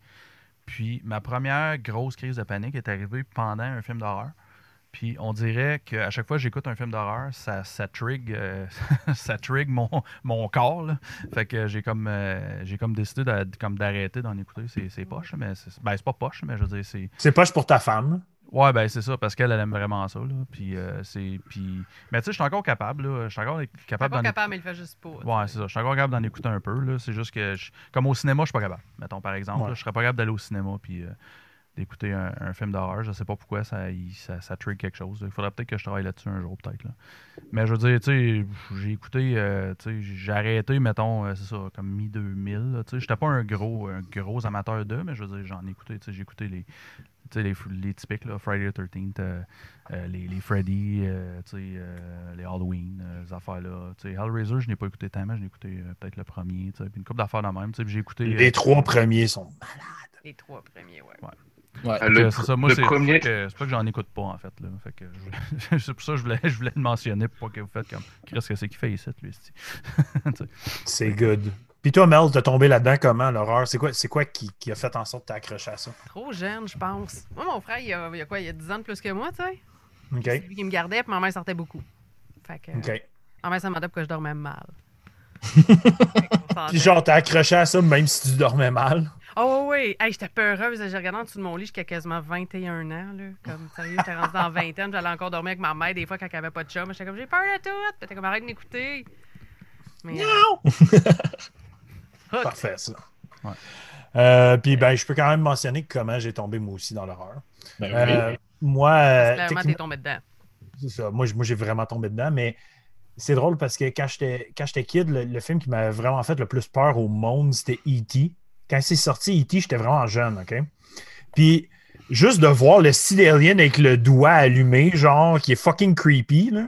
Puis ma première grosse crise de panique est arrivée pendant un film d'horreur. Puis on dirait qu'à chaque fois que j'écoute un film d'horreur, ça, ça trigger euh, *laughs* ça trigger mon, mon corps. là. Fait que j'ai comme euh, j'ai comme décidé d'a- comme d'arrêter d'en écouter. C'est c'est poche, mais c'est ben, c'est pas poche, mais je veux dire, c'est. C'est poche pour ta femme. Ouais, ben c'est ça, parce qu'elle, elle aime vraiment ça. Là. Puis, euh, c'est, puis... Mais tu sais, je suis encore capable. Là. Je suis encore Pas capable d'en capable, mais il le fait juste pas. tu Ouais, sais. c'est ça. Je suis encore capable d'en écouter un peu. Là. C'est juste que, je- comme au cinéma, je suis pas capable. Mettons, par exemple, Ouais. là, je serais pas capable d'aller au cinéma puis euh, d'écouter un, un film d'horreur. Je sais pas pourquoi ça, il- ça, ça trigger quelque chose. Il faudrait peut-être que je travaille là-dessus un jour, peut-être. là. Mais je veux dire, tu sais, j'ai écouté, euh, tu sais, j'ai arrêté, mettons, euh, c'est ça, comme mi-2000. là, tu sais. J'étais pas un gros, un gros amateur d'eux, mais je veux dire, j'en ai écouté. tu sais, J'ai écouté les, tu sais, les, les typiques, là, Friday the 13th. euh, euh, les, les Freddy, euh, tu sais, euh, les Halloween, euh, les affaires-là. Tu sais, Hellraiser, je n'ai pas écouté tellement, je l'ai écouté euh, peut-être le premier, tu sais, puis une couple d'affaires de même. tu sais, puis J'ai écouté. euh, Les trois premiers sont. Les trois premiers, ouais. Ouais. Euh, le que c'est ça, moi, le c'est c'est premier- pour ça que- c'est pour ça que j'en écoute pas, en fait. là. Fait que je- *laughs* c'est pour ça que je voulais, je voulais le mentionner pour pas que vous faites comme. Qu'est-ce que c'est qu'il fait ici, lui, c'ti? *laughs* Tu sais. C'est good. Puis toi, Mel, t'es tombé là-dedans comment, l'horreur? C'est quoi, c'est quoi qui, qui a fait en sorte que t'as accroché à ça? Trop jeune, je pense. Moi, mon frère, il y a, il y a quoi, il y a 10 ans de plus que moi, tu sais? OK. C'est lui qui me gardait, puis ma mère sortait beaucoup. Fait que, OK. ma mère, ça m'a demandait pourquoi je dormais mal. *laughs* Puis genre, t'as accroché à ça même si tu dormais mal. Oh oui, hey, j'étais peureuse. J'ai regardé en dessous de mon lit jusqu'à quasiment 21 ans. Là. Comme, sérieux, j'étais rendue dans vingtaine. J'allais encore dormir avec ma mère des fois quand elle avait pas de chum. J'étais comme, j'ai peur de tout. Puis t'es comme, arrête de m'écouter. Mais, euh, hook. Parfait, ça. Ouais. Euh, puis ben, je peux quand même mentionner comment j'ai tombé moi aussi dans l'horreur. Ben oui. Euh, moi, euh, Clairement, techniquement- t'es tombé dedans. c'est ça. Moi, j- moi, j'ai vraiment tombé dedans, mais c'est drôle parce que quand j'étais quand j'étais kid, le, le film qui m'avait vraiment fait le plus peur au monde, c'était E.T. Quand c'est sorti, E.T., j'étais vraiment jeune, OK? Puis juste de voir le Sidérien avec le doigt allumé, genre, qui est fucking creepy, là,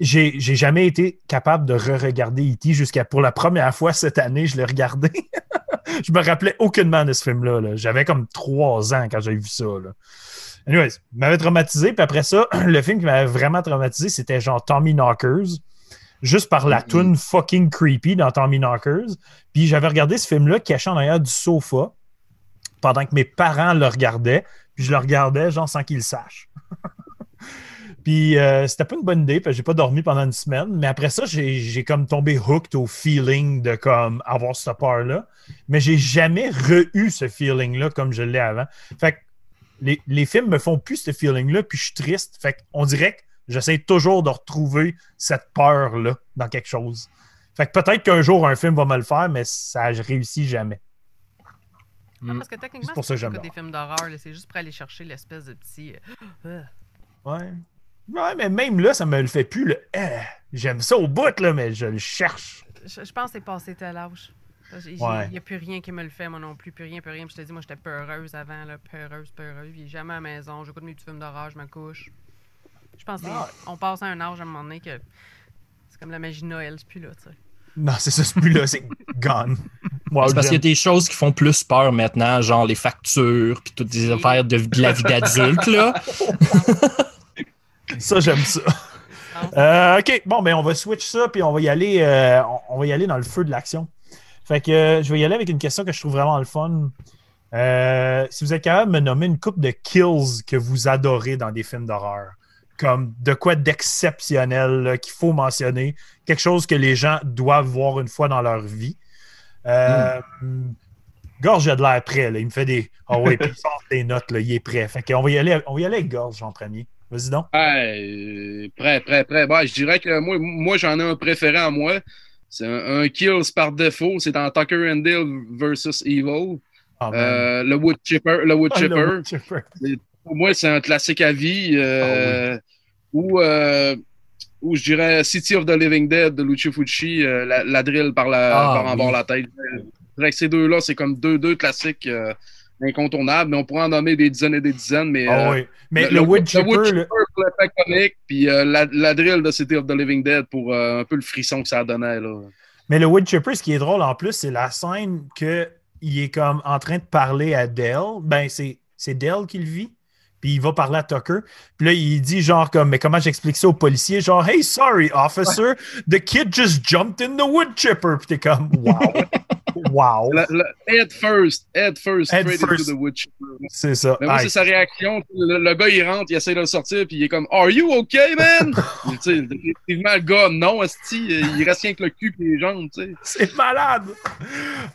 j'ai j'ai jamais été capable de re-regarder E.T. jusqu'à pour la première fois cette année, je l'ai regardé. *laughs* je me rappelais aucunement de ce film-là. là. J'avais comme trois ans quand j'avais vu ça. Là. Anyways, il m'avait traumatisé. Puis après ça, *clears throat* le film qui m'avait vraiment traumatisé, c'était genre Tommy Knockers. Juste par la Mhm. toune fucking creepy dans Tommy Knockers. Puis j'avais regardé ce film-là caché en arrière du sofa pendant que mes parents le regardaient. Puis je le regardais genre sans qu'ils le sachent. *laughs* Puis euh, c'était pas une bonne idée parce que j'ai pas dormi pendant une semaine. Mais après ça, j'ai j'ai comme tombé hooked au feeling de comme avoir cette peur-là. Mais j'ai jamais re-eu ce feeling-là comme je l'ai avant. Fait que les, les films me font plus ce feeling-là, puis je suis triste. Fait qu'on dirait que j'essaie toujours de retrouver cette peur-là dans quelque chose. Fait que peut-être qu'un jour un film va me le faire, mais ça je réussis jamais. Ah, parce que techniquement, Hmm. C'est pour ça que si j'aime t'écoutes des films d'horreur, là, c'est juste pour aller chercher l'espèce de petit. euh, *gasps* Ouais. Ouais, mais même là, ça me le fait plus. le Eh, J'aime ça au bout, là, mais je le cherche. Je, je pense que c'est passé tel âge. Il Ouais. n'y a plus rien qui me le fait, moi non plus. Plus rien, plus rien. Puis je te dis, moi, j'étais peureuse avant, là, peureuse, peureuse. Puis jamais à la maison. J'écoute mes petits films d'horreur, je me couche. Je pense Ah ouais. qu'on passe à un âge à un moment donné que. c'est C'est comme la magie de Noël, c'est plus là, tu sais. Non, c'est ça, c'est plus là, c'est gone. Wow, c'est parce qu'il y a j'aime. des choses qui font plus peur maintenant, genre les factures, puis toutes des affaires de, de la vie *laughs* d'adulte, là. Ça, j'aime ça. Euh, OK, bon, ben on va switch ça, puis on va y aller, euh, on- on va y aller dans le feu de l'action. Fait que euh, je vais y aller avec une question que je trouve vraiment le fun. Euh, si vous êtes capable de me nommer une coupe de kills que vous adorez dans des films d'horreur, comme de quoi d'exceptionnel là, qu'il faut mentionner, quelque chose que les gens doivent voir une fois dans leur vie. Euh, Gorge a de l'air prêt, là. il me fait des. Ah ouais, puis il sort des notes, là. il est prêt. Fait que on va y aller, on va y aller avec Gorge en premier. Vas-y donc. Hey, euh, prêt, prêt, prêt. Bon, je dirais que moi, moi j'en ai un préféré à moi. C'est un, un kills par défaut. C'est dans Tucker and Dale versus Evil. Ah, ben. Euh, le Wood Chipper. Le Wood Ah, le Chipper. wood chipper. Pour moi, c'est un classique à vie. Ah, euh, Ou, euh, ou je dirais City of the Living Dead de Lucio Fucci, euh, la, la drill par, la, Ah, par en bas oui. la tête. Je dirais que ces deux-là, c'est comme deux, deux classiques euh, incontournables. Mais on pourrait en nommer des dizaines et des dizaines. Mais, Ah euh, oui. Mais le, wood chipper, le- pour l'effet comique, puis euh, la, la drill de City of the Living Dead pour euh, un peu le frisson que ça donnait. Là. mais le wood chipper, ce qui est drôle en plus, c'est la scène que il est comme en train de parler à Dell. Ben, c'est c'est Dell qui le vit. Puis il va parler à Tucker. Puis là, il dit genre comme, mais comment j'explique ça au policier? Genre, hey, sorry, officer, the kid just jumped in the wood chipper. Puis t'es comme, *laughs* wow. wow. La- la- head first, head first, Head straight into first. the wood chipper. C'est ça. Mais moi, c'est Aïe. sa réaction. Le, le gars, il rentre, il essaie de le sortir, puis il est comme Are you okay, man? *laughs* tu sais, définitivement, le gars, non, esti, il reste rien que le cul et les jambes, tu sais. C'est malade. Ouais,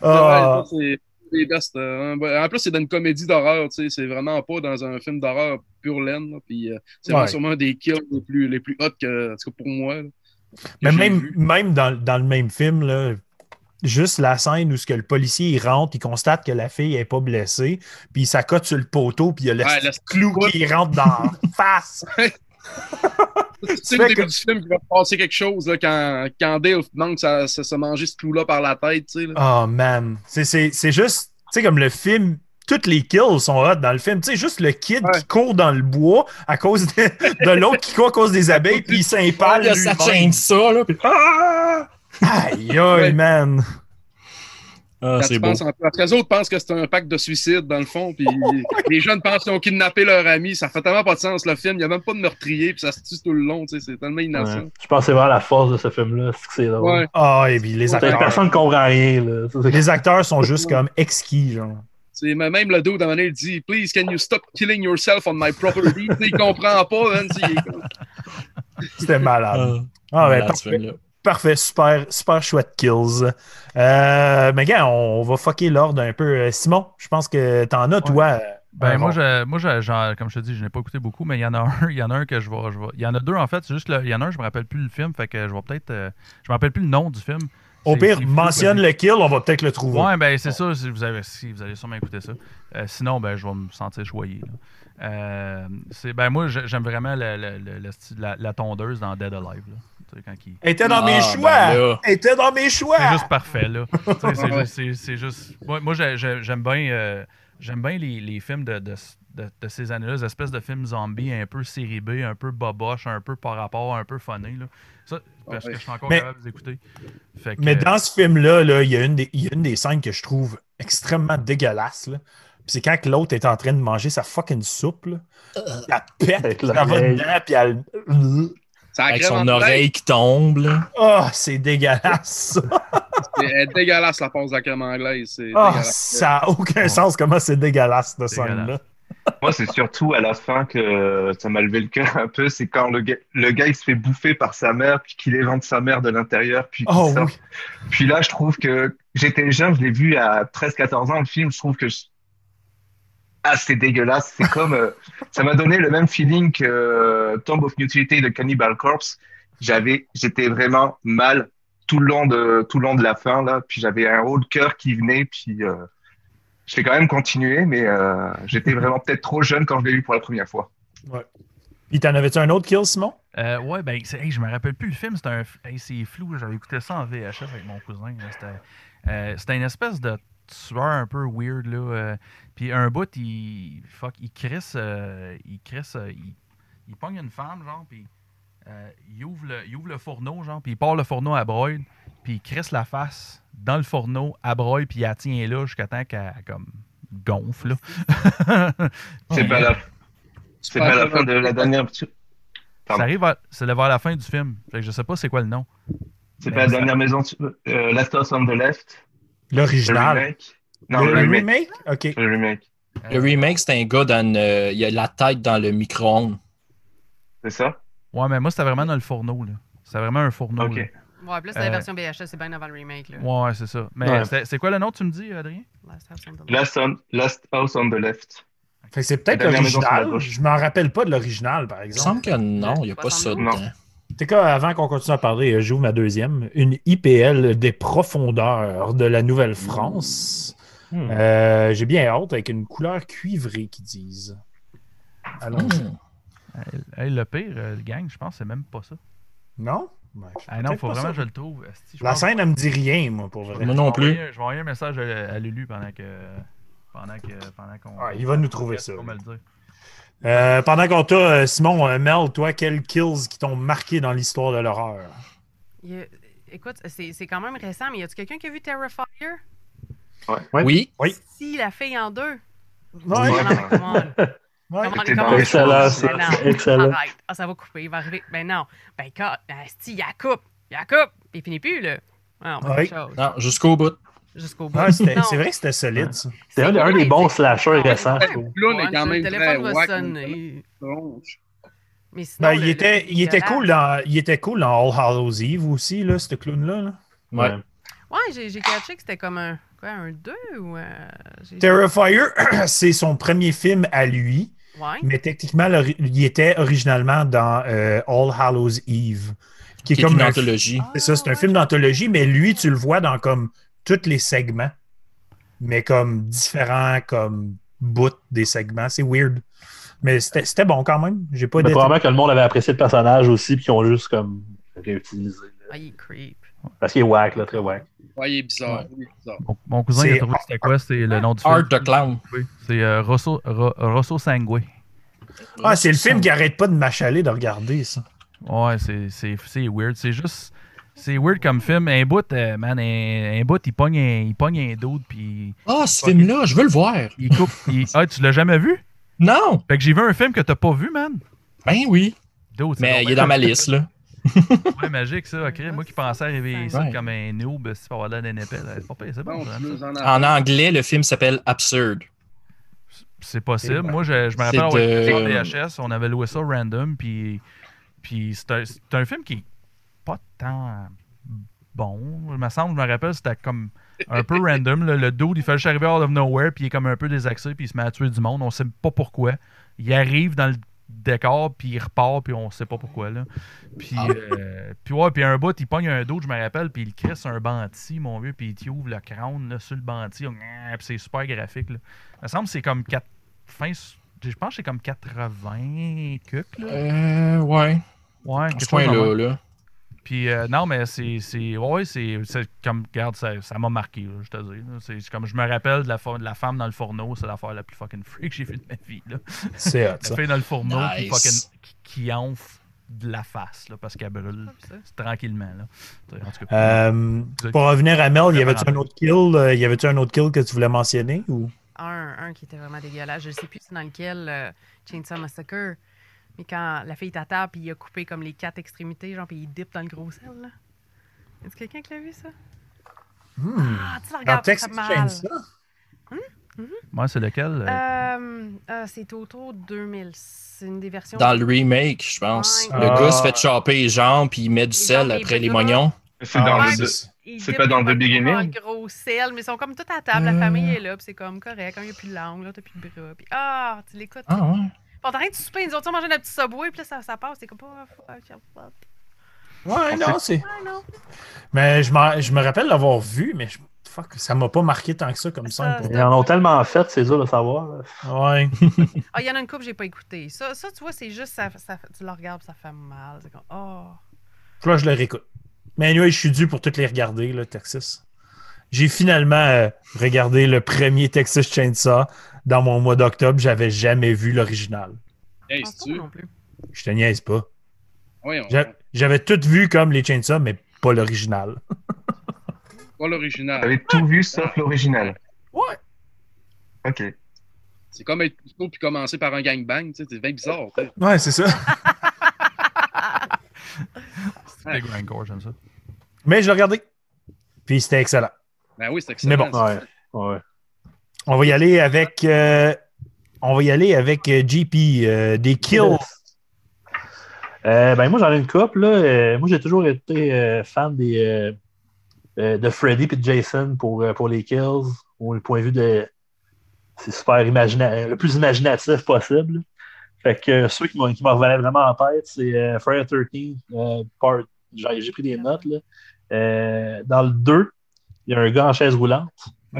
ça, Ah, c'est c'est les best, euh, hein. En plus, c'est dans une comédie d'horreur, tu sais. C'est vraiment pas dans un film d'horreur pure laine, là, puis euh, c'est Ouais. vraiment sûrement un des kills les plus, les plus hot que, en tout cas pour moi. là, que mais j'ai même, vu. même dans, dans le même film, là, juste la scène où ce que le policier il rentre, il constate que la fille n'est pas blessée, puis il s'accote sur le poteau, puis il y a le Ouais, le clou *laughs* qui rentre dans *laughs* la face. Tu sais, Fait au début que- du film, qu'il va se passer quelque chose, là, quand, quand Dale manque ça, ça, ça manger ce clou-là par la tête, tu sais. là. Oh man, c'est, c'est, c'est juste, tu sais, comme le film, toutes les kills sont hot dans le film. Tu sais, juste le kid Ouais. qui court dans le bois à cause de, de l'autre qui court à cause des abeilles, puis il s'impale. Là, ça lui-même. change ça, là. puis- Ah! Aïe, aïe, Ouais. man. Ah, Quand c'est tu beau. penses en- Parce que les autres pensent que c'est un pacte de suicide, dans le fond, *laughs* puis les jeunes pensent qu'ils ont kidnappé leur ami. Ça fait tellement pas de sens, le film. Il n'y a même pas de meurtrier, puis ça se tue tout le long, tu sais. C'est tellement innocent. Ouais. Je pense que c'est vraiment la force de ce film-là. C'est que c'est drôle. Ouais, Ah, et puis les T'as- acteurs. Personne ne comprend rien. Là. Ça, c'est- Les acteurs sont juste comme exquis, genre. c'est même le dos d'un moment donné, il dit Please, can you stop killing yourself on my property? Tu sais, il comprend pas, hein, tu sais, il est comme- C'était malade. Ah, Ah, ouais, malade, ce parfait, film-là. parfait, super, super chouette kills. Euh, mais gars, on va fucker l'ordre un peu. Euh, Simon, je pense que t'en as, toi. euh, Ben, un moi, rond. je, moi je- genre, comme je te dis, je n'ai pas écouté beaucoup, mais il y en a un, il y en a un que je vais, je vais- Il y en a deux, en fait. c'est juste le- Il y en a un, je me rappelle plus le film, fait que je vais peut-être. euh, je me rappelle plus le nom du film. Au C'est- pire, c'est fou, mentionne parce le kill, on va peut-être le que- trouver. Ouais, ben, c'est ça, si vous, avez, si vous allez sûrement écouter ça. Euh, sinon, ben, je vais me sentir choyé. là. Euh, c'est- ben, moi, j'ai- j'aime vraiment le- le- le- le style- la, la tondeuse dans Dead Alive. là. Tu sais, quand il- Elle était dans mes Ah, choix. ben là. Elle était dans mes C'est choix. juste parfait, *laughs* là. Tu sais, c'est Ouais. juste- c'est- c'est juste. Moi, moi, j'ai- j'ai- j'aime bien, euh, j'aime bien les, les films de, de, de- de ces années-là, des espèces de films zombies un peu série B, un peu boboche, un peu par rapport, un peu funny, là. Ça, parce Ouais. que je suis encore Ah Mais- capable d'écouter. Fait que, Mais euh, dans ce film-là, là, il y, a une des- il y a une des scènes que je trouve extrêmement dégueulasse. là. Puis C'est quand que l'autre est en train de manger sa fucking soupe. là. Elle *laughs* pète, Avec puis elle va l'oreille. dedans, puis elle. Ça Avec crève en son tête. oreille qui tombe, là. Ah, c'est dégueulasse. ça. C'est elle est dégueulasse, la pause de la crème anglaise. C'est Ah, dégueulasse. ça n'a aucun sens comment c'est dégueulasse de scène-là. Dégueulasse. Moi, c'est surtout à la fin que euh, ça m'a levé le cœur un peu. C'est quand le gars, le gars, il se fait bouffer par sa mère, puis qu'il évente sa mère de l'intérieur, puis qu'il Oh sort. oui. Puis là, je trouve que j'étais jeune, je l'ai vu à 13-14 ans, le film. Je trouve que. je- Ah, c'est dégueulasse. C'est comme. euh, ça m'a donné le même feeling que euh, Tomb of Mutilité de Cannibal Corpse. J'avais, j'étais vraiment mal tout le long de, tout le long de la fin, là. Puis j'avais un haut le cœur qui venait, puis. euh, je vais quand même continuer, mais euh, j'étais vraiment peut-être trop jeune quand je l'ai vu pour la première fois. Puis t'en avais-tu un autre kill, Simon? euh, ouais, ben, c'est- hey, je me rappelle plus le film, c'est un. hey, c'est flou, j'avais écouté ça en VHS avec mon cousin. là, C'était euh, c'était une espèce de tueur un peu weird, là. euh, Puis un bout, il. Fuck, il crisse. euh, il crisse. euh, il, il pogne une femme, genre, puis Euh, il, ouvre le, il ouvre le fourneau, genre, puis il part le fourneau à broil, puis il crisse la face dans le fourneau à broil, puis il la tient là jusqu'à temps qu'elle comme, gonfle. là. *laughs* C'est pas la, c'est pas la fin de la dernière maison. ça arrive à- c'est vers la fin du film. Fait que je sais pas c'est quoi le nom. C'est pas la dernière maison. Euh, Last House on the Left. Le L'original. remake. Non, le, le, le remake? remake. OK. Le remake. Ah. Le remake, c'est un gars dans une- euh, il a la tête dans le micro-ondes. C'est ça? Ouais, mais moi, c'était vraiment dans le fourneau. là. C'était vraiment un fourneau. Ok. là. Ouais, plus la Euh, version VHS, c'est bien avant le remake. Là. Ouais, ouais, c'est ça. Mais Ouais. c'était- c'est quoi le nom, tu me dis, Adrien Last House on the Left. Last, on- Last House on the Left. Fait que c'est peut-être La dernière maison sur la l'original. gauche. Je m'en rappelle pas de l'original, par Il me semble exemple. que non, il n'y a pas ça Non. dedans. En tout cas, avant qu'on continue à parler, euh, j'ouvre ma deuxième. Une IPL des profondeurs de la Nouvelle-France. Hmm. Euh, J'ai bien hâte avec une couleur cuivrée qu'ils disent. Allons. Hmm. Hey, Le pire, euh, le gang, je pense, c'est même pas ça. Non? Ouais, je- Ah non, peut-être faut pas vraiment que ça. je le trouve. Esti, je La pense- scène, elle me dit rien, moi, pour vrai. Moi je vais non plus. envoyer- Je vais envoyer un message à, à Lulu pendant que. Pendant que. Pendant qu'on. Ah, il va nous trouver Qu'est-ce ça. qu'on va le dire. Euh, pendant qu'on t'a, euh, Simon, euh, Mel, toi, quels kills qui t'ont marqué dans l'histoire de l'horreur? Il y a- Écoute, c'est c'est quand même récent, mais y a-tu quelqu'un qui a vu Terrifier? Ouais. Oui, Si, la fille en deux. Ouais, Non, mais come on. ouais. Comment- C'était comment- dans les Excellent, choses. ça. Mais non. Excellent. Arrête. Ah, ça va couper, il va arriver. Ben non. Ben, quand, Asti, il la coupe. Il la coupe. Il finit plus, là. Ah, on va Ouais. faire autre chose. non, jusqu'au bout. Jusqu'au bout. Ouais, c'était- Non. c'est vrai que c'était solide, ça. C'est un, un des bons slashers récents, je trouve. Le clown Ah, Ouais, est quand même Le très téléphone va wack. sonner. Mais sinon, Ben, le- il, le- était, il, était dégueulasse. cool dans, il était cool dans All Hallows Eve aussi, là, ce clown-là. là. Ouais. Ouais, j'ai j'ai catché que c'était comme un. Quoi, un 2 ou. euh, j'ai- Terrifier, *clears throat* c'est son premier film à lui, Ouais. mais techniquement, l'ori- il était originalement dans euh, All Hallows Eve, qui est, Qui est comme une un- anthologie. C'est ça, c'est un film d'anthologie, mais lui, tu le vois dans comme tous les segments, mais comme différents, comme bouts des segments. C'est weird. Mais c'était c'était bon quand même. J'ai pas Mais de. Ben, probablement que le monde avait apprécié le personnage aussi, puis qu'ils ont juste comme réutilisé. là. Ah, il est creep. Parce qu'il est whack, là, très whack. Ouais, il est bizarre. il est bizarre. Mon, mon cousin, il C'est- a trouvé c'était quoi C'est le nom du film. Art the Clown. Oui, C'est euh, Rosso, Ro- Rosso Sangue. Ah, c'est le film qui arrête pas de m'achaler de regarder ça. Ouais, c'est- c'est c'est weird. C'est juste. C'est weird comme film. Un bout, euh, man, un, un bout, il pogne un, il pogne un dude, puis Ah, ce film-là, je veux le voir. il coupe. *laughs* il- Ah, tu l'as jamais vu? Non! Fait que j'ai vu un film que t'as pas vu, man. Ben oui. Dude, c'est Mais donc il est bien- dans ma liste, là. Ouais, magique, ça. ok. Moi qui pensais arriver ici Ouais. comme un noob, si tu avoir l'air d'un épais, là, c'est pas pire, c'est bon. hein. Non, j'aime tu ça. nous en Ah. as- En anglais, le film s'appelle Absurd. C'est possible. Moi, je, je me rappelle C'est avoir de- écouté en VHS, on avait loué ça random, puis, puis c'est un, c'est un film qui est pas tant bon. Il me semble, je me rappelle, c'était comme un peu random. là. Le dude, il fait juste arriver out of nowhere, puis il est comme un peu désaxé, puis il se met à tuer du monde. On sait pas pourquoi. Il arrive dans le décor, puis il repart, puis on sait pas pourquoi. Là. Puis, Ah. euh, puis ouais, puis un bout, il pogne un dude, je me rappelle, puis il crisse un banti, mon vieux, puis il t'y ouvre le crâne là, sur le banti. on- ah, puis c'est super graphique. Là. Il me semble que c'est comme 4 fin, je pense que c'est comme 80 cuc, là. Euh, ouais. Ouais, À quelque ce chose dans le point-là, même. là. Puis euh, non, mais c'est, c'est, ouais, c'est, c'est comme, regarde, ça, ça m'a marqué, là, je te dis. là. C'est, c'est comme, je me rappelle de la, fo- de la femme dans le fourneau, c'est l'affaire la plus fucking freak que j'ai vue de ma vie, là. C'est hot, ça. La fille dans le fourneau qui Nice. fucking, qui, qui enfle de la face, là, parce qu'elle brûle tranquillement, là. Tu sais, En tout cas, Euh, pour revenir à Mel, y avait-tu un autre kill? euh, Y avait-tu un autre kill que tu voulais mentionner? Ou... Un, un qui était vraiment dégueulasse. Je sais plus c'est dans lequel euh, Chainsaw Massacre. Mais quand la fille est à table, puis il a coupé comme les quatre extrémités, genre, puis il dip dans le gros sel, là. Est-ce quelqu'un qui l'a vu, ça? Hmm. Ah, tu la Dans regardes, Texas ça fait mal. Chainsaw? moi, c'est lequel? euh, Euh, euh, c'est autour de 2000. C'est une des versions. Dans le remake, je pense. Ouais. Le Ah. gars se fait choper les jambes, puis il met du Les sel jambes, après il les fait moignons. C'est dans Ah, le ouais. deux. Ils C'est dip pas dans les The Beginning? dans le gros sel, mais ils sont comme tout à table. La Euh. famille est là, puis c'est comme correct. Quand il n'y a plus de langue, là, t'as plus de bras. Puis ah, tu l'écoutes. Ah, ouais. On t'arrête de souper, nous autres, on mangeait notre petit subway, puis là, ça, ça passe. C'est comme pas. Ouais, non, c'est. Ah non. Mais je, m'en- je me rappelle l'avoir vu, mais je... fuck, ça m'a pas marqué tant que ça comme Ça, ça. c'est- Ils en ont tellement fait, c'est dur de savoir. là. Ouais. Ah, il y en a une coupe que j'ai pas écouté. Ça, ça, tu vois, c'est juste. Ça, ça- tu la regardes, puis ça fait mal. C'est comme. Oh. Puis là, je le réécoute. Mais anyway, je suis dû pour toutes les regarder, là, Texas. J'ai finalement euh, regardé le premier Texas Chainsaw dans mon mois d'octobre. J'avais jamais vu l'original. Hey, Je pense c'est-tu? pas non plus. Je te niaise pas. Voyons. J'a- J'avais tout vu comme les Chainsaw, mais pas l'original. Pas l'original. T'avais tout vu sauf l'original. Ouais. Ok. C'est comme être plutôt puis commencer par un gangbang, tu sais, c'est bien bizarre. tu sais. Ouais, c'est ça. C'est Big Rancor, j'aime ça. Mais je l'ai regardé. Puis c'était excellent. Ben oui, c'est Mais excellent. bon, ça. Ouais. Ouais. On va y aller avec. euh, on va y aller avec euh, GP, euh, des kills. Euh, ben, moi, j'en ai une couple. Là. Euh, moi, j'ai toujours été euh, fan des, euh, euh, de Freddy et de Jason pour, euh, pour les kills. Au point de vue de. C'est super imaginaire, le plus imaginatif possible. Fait que euh, ceux qui m'ont- qui m'en revenaient vraiment en tête, c'est euh, Friday 13, euh, part. J'ai j'ai pris des notes. Là. Euh, dans le 2, il y a un gars en chaise roulante.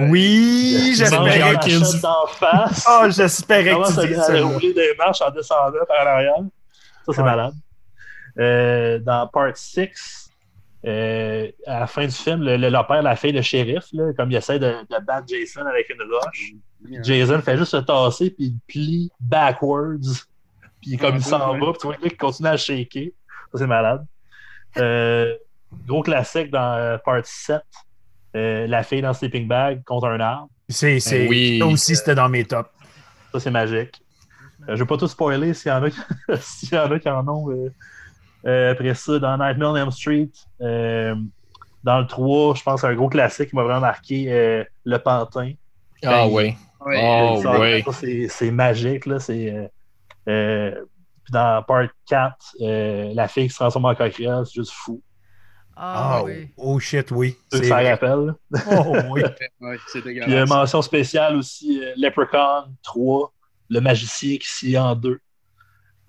Oui, Il mange j'espérais la que, Kills. chatte d'en face. Ah, j'espérais commence que à, tu dises ça. à rouler des marches en descendant par l'arrière. Ça, c'est Ouais. malade. Euh, dans Part 6, euh, à la fin du film, le, le- leur père, la fille, le shérif, là, comme il essaie de, de battre Jason avec une roche, Jason fait juste se tasser, puis il plie backwards. Puis comme Ah, il s'en ouais. va, puis tu vois que là, il continue à shaker. Ça, c'est malade. Euh, gros classique dans euh, Part 7, euh, la fille dans Sleeping Bag contre un arbre. C'est, c'est, Oui. ça aussi, c'était dans mes tops. Ça, c'est magique. Euh, je ne vais pas tout spoiler s'il y en a qui, *laughs* s'il y en, a qui en ont. euh, euh, après ça, dans Nightmare on Elm Street, euh, dans le 3, je pense à un gros classique qui m'a vraiment marqué, euh, Le Pantin. Ah oui. Ouais. Oh Ça, oui. ça, c'est, c'est magique. Là, c'est, euh, euh, puis dans Part 4, euh, la fille qui se transforme en coquerelle, c'est juste fou. Ah Ah, oui. oh shit, oui. Ça C'est- s'en rappelle. Oh, oui. Ouais, c'est Puis euh, dégueulasse. mention spéciale aussi, euh, Leprechaun 3, Le Magicien qui s'y est en deux.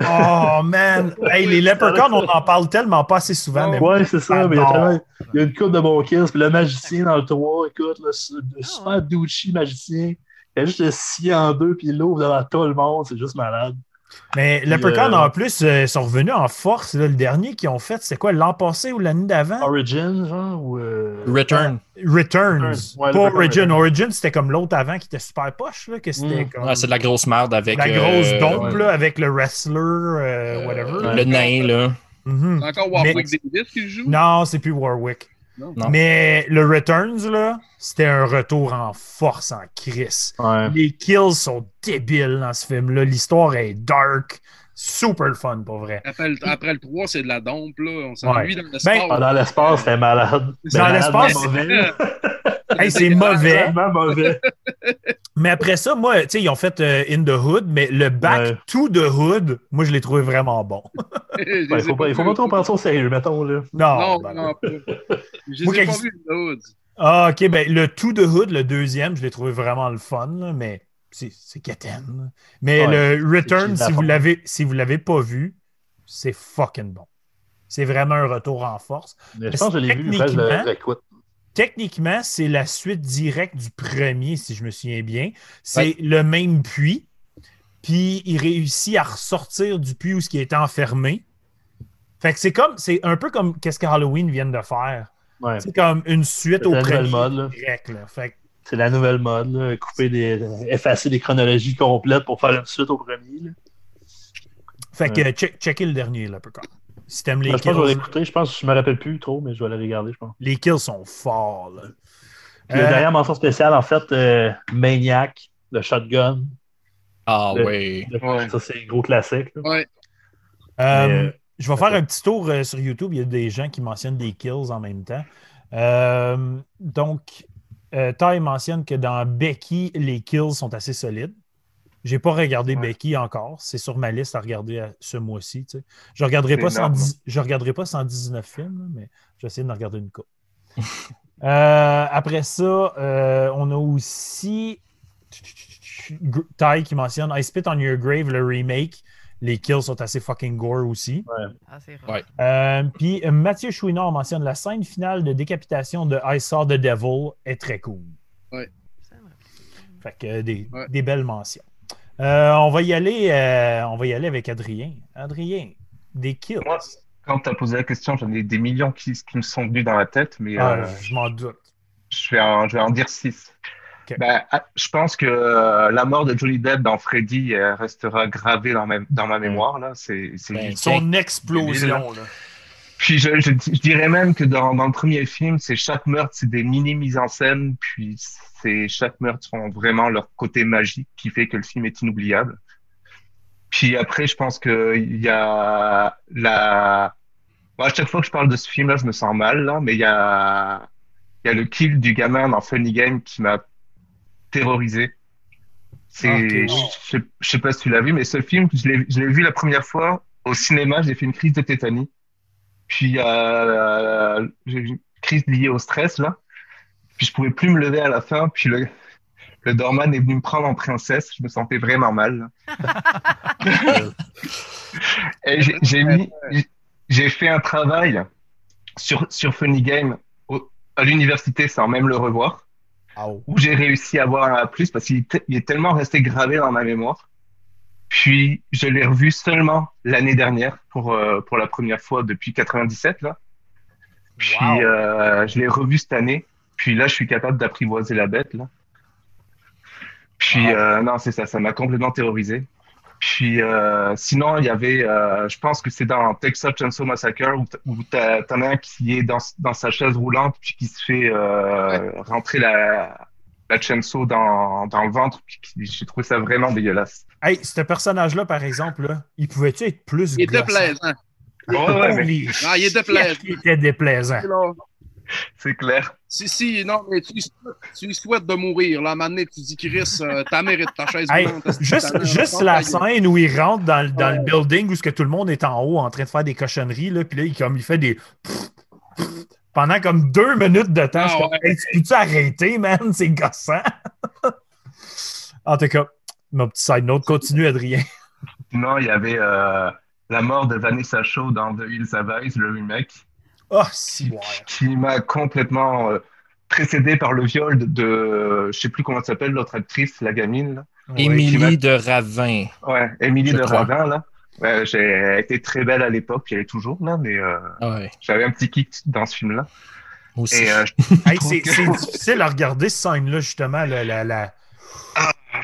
Oh, man. Hey, les leprechauns, on en parle tellement pas assez souvent. mais- Ouais, c'est ça, mais il y a Pardon. tellement- il y a une coupe de bons kills. Puis le magicien dans le 3, écoute, le, su- le super douchi magicien, il a juste le scié en deux, puis il l'ouvre devant tout le monde, c'est juste malade. Mais Puis, leprechauns, euh, en plus, euh, sont revenus en force. là. le dernier qu'ils ont fait, c'est quoi, l'an passé ou l'année d'avant? Origin, genre, ou. euh, Return. Returns. Ouais, pas Leprechaun, Origin. Origin, c'était comme l'autre avant qui était super poche, là, que c'était Mm. comme Ouais, c'est de Ah. la grosse merde avec. la grosse euh, dompe, ouais. là, avec le wrestler, euh, euh, whatever. Le nain, là. Mhm. C'est encore Warwick Mais- Davis qui joue? Non, c'est plus Warwick. Non. Non. Mais le Returns, là, c'était un retour en force, en crise. Ouais. Les kills sont débiles dans ce film-là. L'histoire est dark. Super le fun, pour vrai. Après le, après le 3, c'est de la dompe, là. On s'ennuie Ben, dans le Ah, sport. dans l'espace, c'était malade. Dans C'était malade, l'espace, mais mauvais. Hey, c'est *laughs* mauvais. *laughs* Vraiment mauvais. Mais après ça, moi, tu sais, ils ont fait euh, In the Hood, mais le Ouais. back to the hood, moi, je l'ai trouvé vraiment bon. *laughs* Il Ouais, faut pas- Il faut pas trop prendre ça au sérieux, mettons, là. Non. Non, ben- non, pas. *laughs* Je Moi, les ai quand pas il- vus, les autres. Ah, ok, ben le to the hood, le deuxième, je l'ai trouvé vraiment le fun, là, mais c'est c'est quétaine. Mais Ouais, le Return, cheap à si vous fond. l'avez si vous l'avez pas vu, c'est fucking bon. C'est vraiment un retour en force. Mais je pense que je l'ai vu, mais je Techniquement, le- je le quitte. Techniquement, c'est la suite directe du premier, si je me souviens bien. C'est le même puits, puis il réussit à ressortir du puits où ce qui était enfermé. Fait que c'est comme c'est un peu comme qu'est-ce que Halloween vient de faire. Ouais. C'est comme une suite C'est au la nouvelle premier mode, là. direct. là. Fait que C'est la nouvelle mode, là. Couper des, effacer des chronologies complètes pour faire une suite au premier. là. Fait que Ouais. euh, check, checkez le dernier Leprechaun. Si t'aimes les Moi, je pense que je vais kills, l'écouter. Je pense que je me rappelle plus trop, mais je vais aller regarder, je pense. les kills sont forts. là. Puis Euh, la dernière mention spéciale, en fait, euh, Maniac, le shotgun. Ah Le- oui. Ouais. Ça, c'est un gros classique. là. Ouais. euh, Mais, euh, je vais faire un petit tour euh, sur YouTube. Il y a des gens qui mentionnent des kills en même temps. Euh, donc, euh, Ty mentionne que dans Becky, les kills sont assez solides. J'ai pas regardé Ouais. Becky encore. C'est sur ma liste à regarder à- ce mois-ci. tu sais. Je regarderai C'est pas, 110 énorme. je regarderai pas 119 films, là, mais je vais essayer de en regarder une coupe. *laughs* Euh, après ça, euh, on a aussi Gr- Ty qui mentionne I Spit on Your Grave, le remake. Les kills sont assez fucking gore aussi. Ah, c'est rough. Ouais. Euh, Puis euh, Mathieu Chouinard mentionne la scène finale de décapitation de I Saw the Devil est très cool. Ça me rappelle. Fait que euh, des, Ouais. des belles mentions. Euh, on, va y aller, euh, on va y aller avec Adrien. Adrien, des kills. Moi, quand t'as posé la question, j'en ai des millions qui, qui me sont venus dans la tête, mais Ah, euh, je m'en doute. je, vais en, je vais en dire 6. Ok. Ben, ah, je pense que euh, la mort de Johnny Depp dans Freddy euh, restera gravée dans ma, dans ma mémoire. Là. C'est, c'est Ben, juste- Son explosion, là. Puis je, je, je dirais même que dans, dans le premier film, c'est chaque meurtre, c'est des mini mises en scène, puis c'est chaque meurtre ont vraiment leur côté magique qui fait que le film est inoubliable. Puis après, je pense que il y a la. Bon, à chaque fois que je parle de ce film-là, je me sens mal là, mais il y a il y a le kill du gamin dans Funny Game qui m'a terrorisé. C'est, Ok. je, je- je sais pas si tu l'as vu, mais ce film, je l'ai, je l'ai vu la première fois au cinéma, j'ai fait une crise de tétanie. Puis euh, j'ai eu une crise liée au stress là. Puis je pouvais plus me lever à la fin. Puis le, le doorman est venu me prendre en princesse. Je me sentais vraiment mal. là. Et j'ai- j'ai mis, j'ai fait un travail sur sur Funny Game au- à l'université sans même le revoir, où j'ai réussi à avoir un A+ parce qu'il te- il est tellement resté gravé dans ma mémoire. Puis je l'ai revu seulement l'année dernière pour euh, pour la première fois depuis 97 là. Puis Wow. euh, je l'ai revu cette année. Puis là, je suis capable d'apprivoiser la bête là. Puis euh, non, c'est ça, ça m'a complètement terrorisé. Puis euh, sinon, il y avait, euh, je pense que c'est dans Texas Chainsaw Massacre où t- où t'as- t'en as un qui est dans, dans sa chaise roulante puis qui se fait euh, rentrer la, la chainsaw dans, dans le ventre. Puis, qui- j'ai trouvé ça vraiment dégueulasse. Hey, ce personnage-là, par exemple, là, il pouvait-tu être plus Il était gossant? plaisant. Ouais, *laughs* ouais, mais Holy Ah, il était shit, plaisant. Il était déplaisant. Là, c'est clair. Si, si, non, mais tu, lui souhaites- tu lui souhaites de mourir. Là, à un moment donné, tu dis, Chris, euh, ta mère est de ta chaise Hey, roulante, est-ce que t'as juste l'air juste de la ta gueule? scène où il rentre dans, le- dans le Ouais. building où ce que tout le monde est en haut en train de faire des cochonneries, là, puis là, il, comme, il fait des... pfff, pfff Pendant comme deux minutes de temps, Ah je suis comme, ouais. Hey, tu peux-tu arrêter, man? C'est gossant. en tout cas, mon petit side note, continue, Adrien. Sinon, il y avait euh, la mort de Vanessa Shaw dans The Hills Have Eyes, le remake. Oh, si, qui, qui m'a complètement euh, précédé par le viol de, de- je sais plus comment elle s'appelle l'autre actrice, la gamine. Là. ouais. Ouais. tu vas- Émilie de Ravin. Ouais, Émilie Je de crois. Ravin là. Ouais, j'ai elle était très belle à l'époque, puis elle est toujours là, mais euh, Ah, Ouais, j'avais un petit kick dans ce film-là. moi aussi. Et euh, je- Hey, trouve c'est que- c'est difficile à regarder ce scène-là, justement. La, la, la-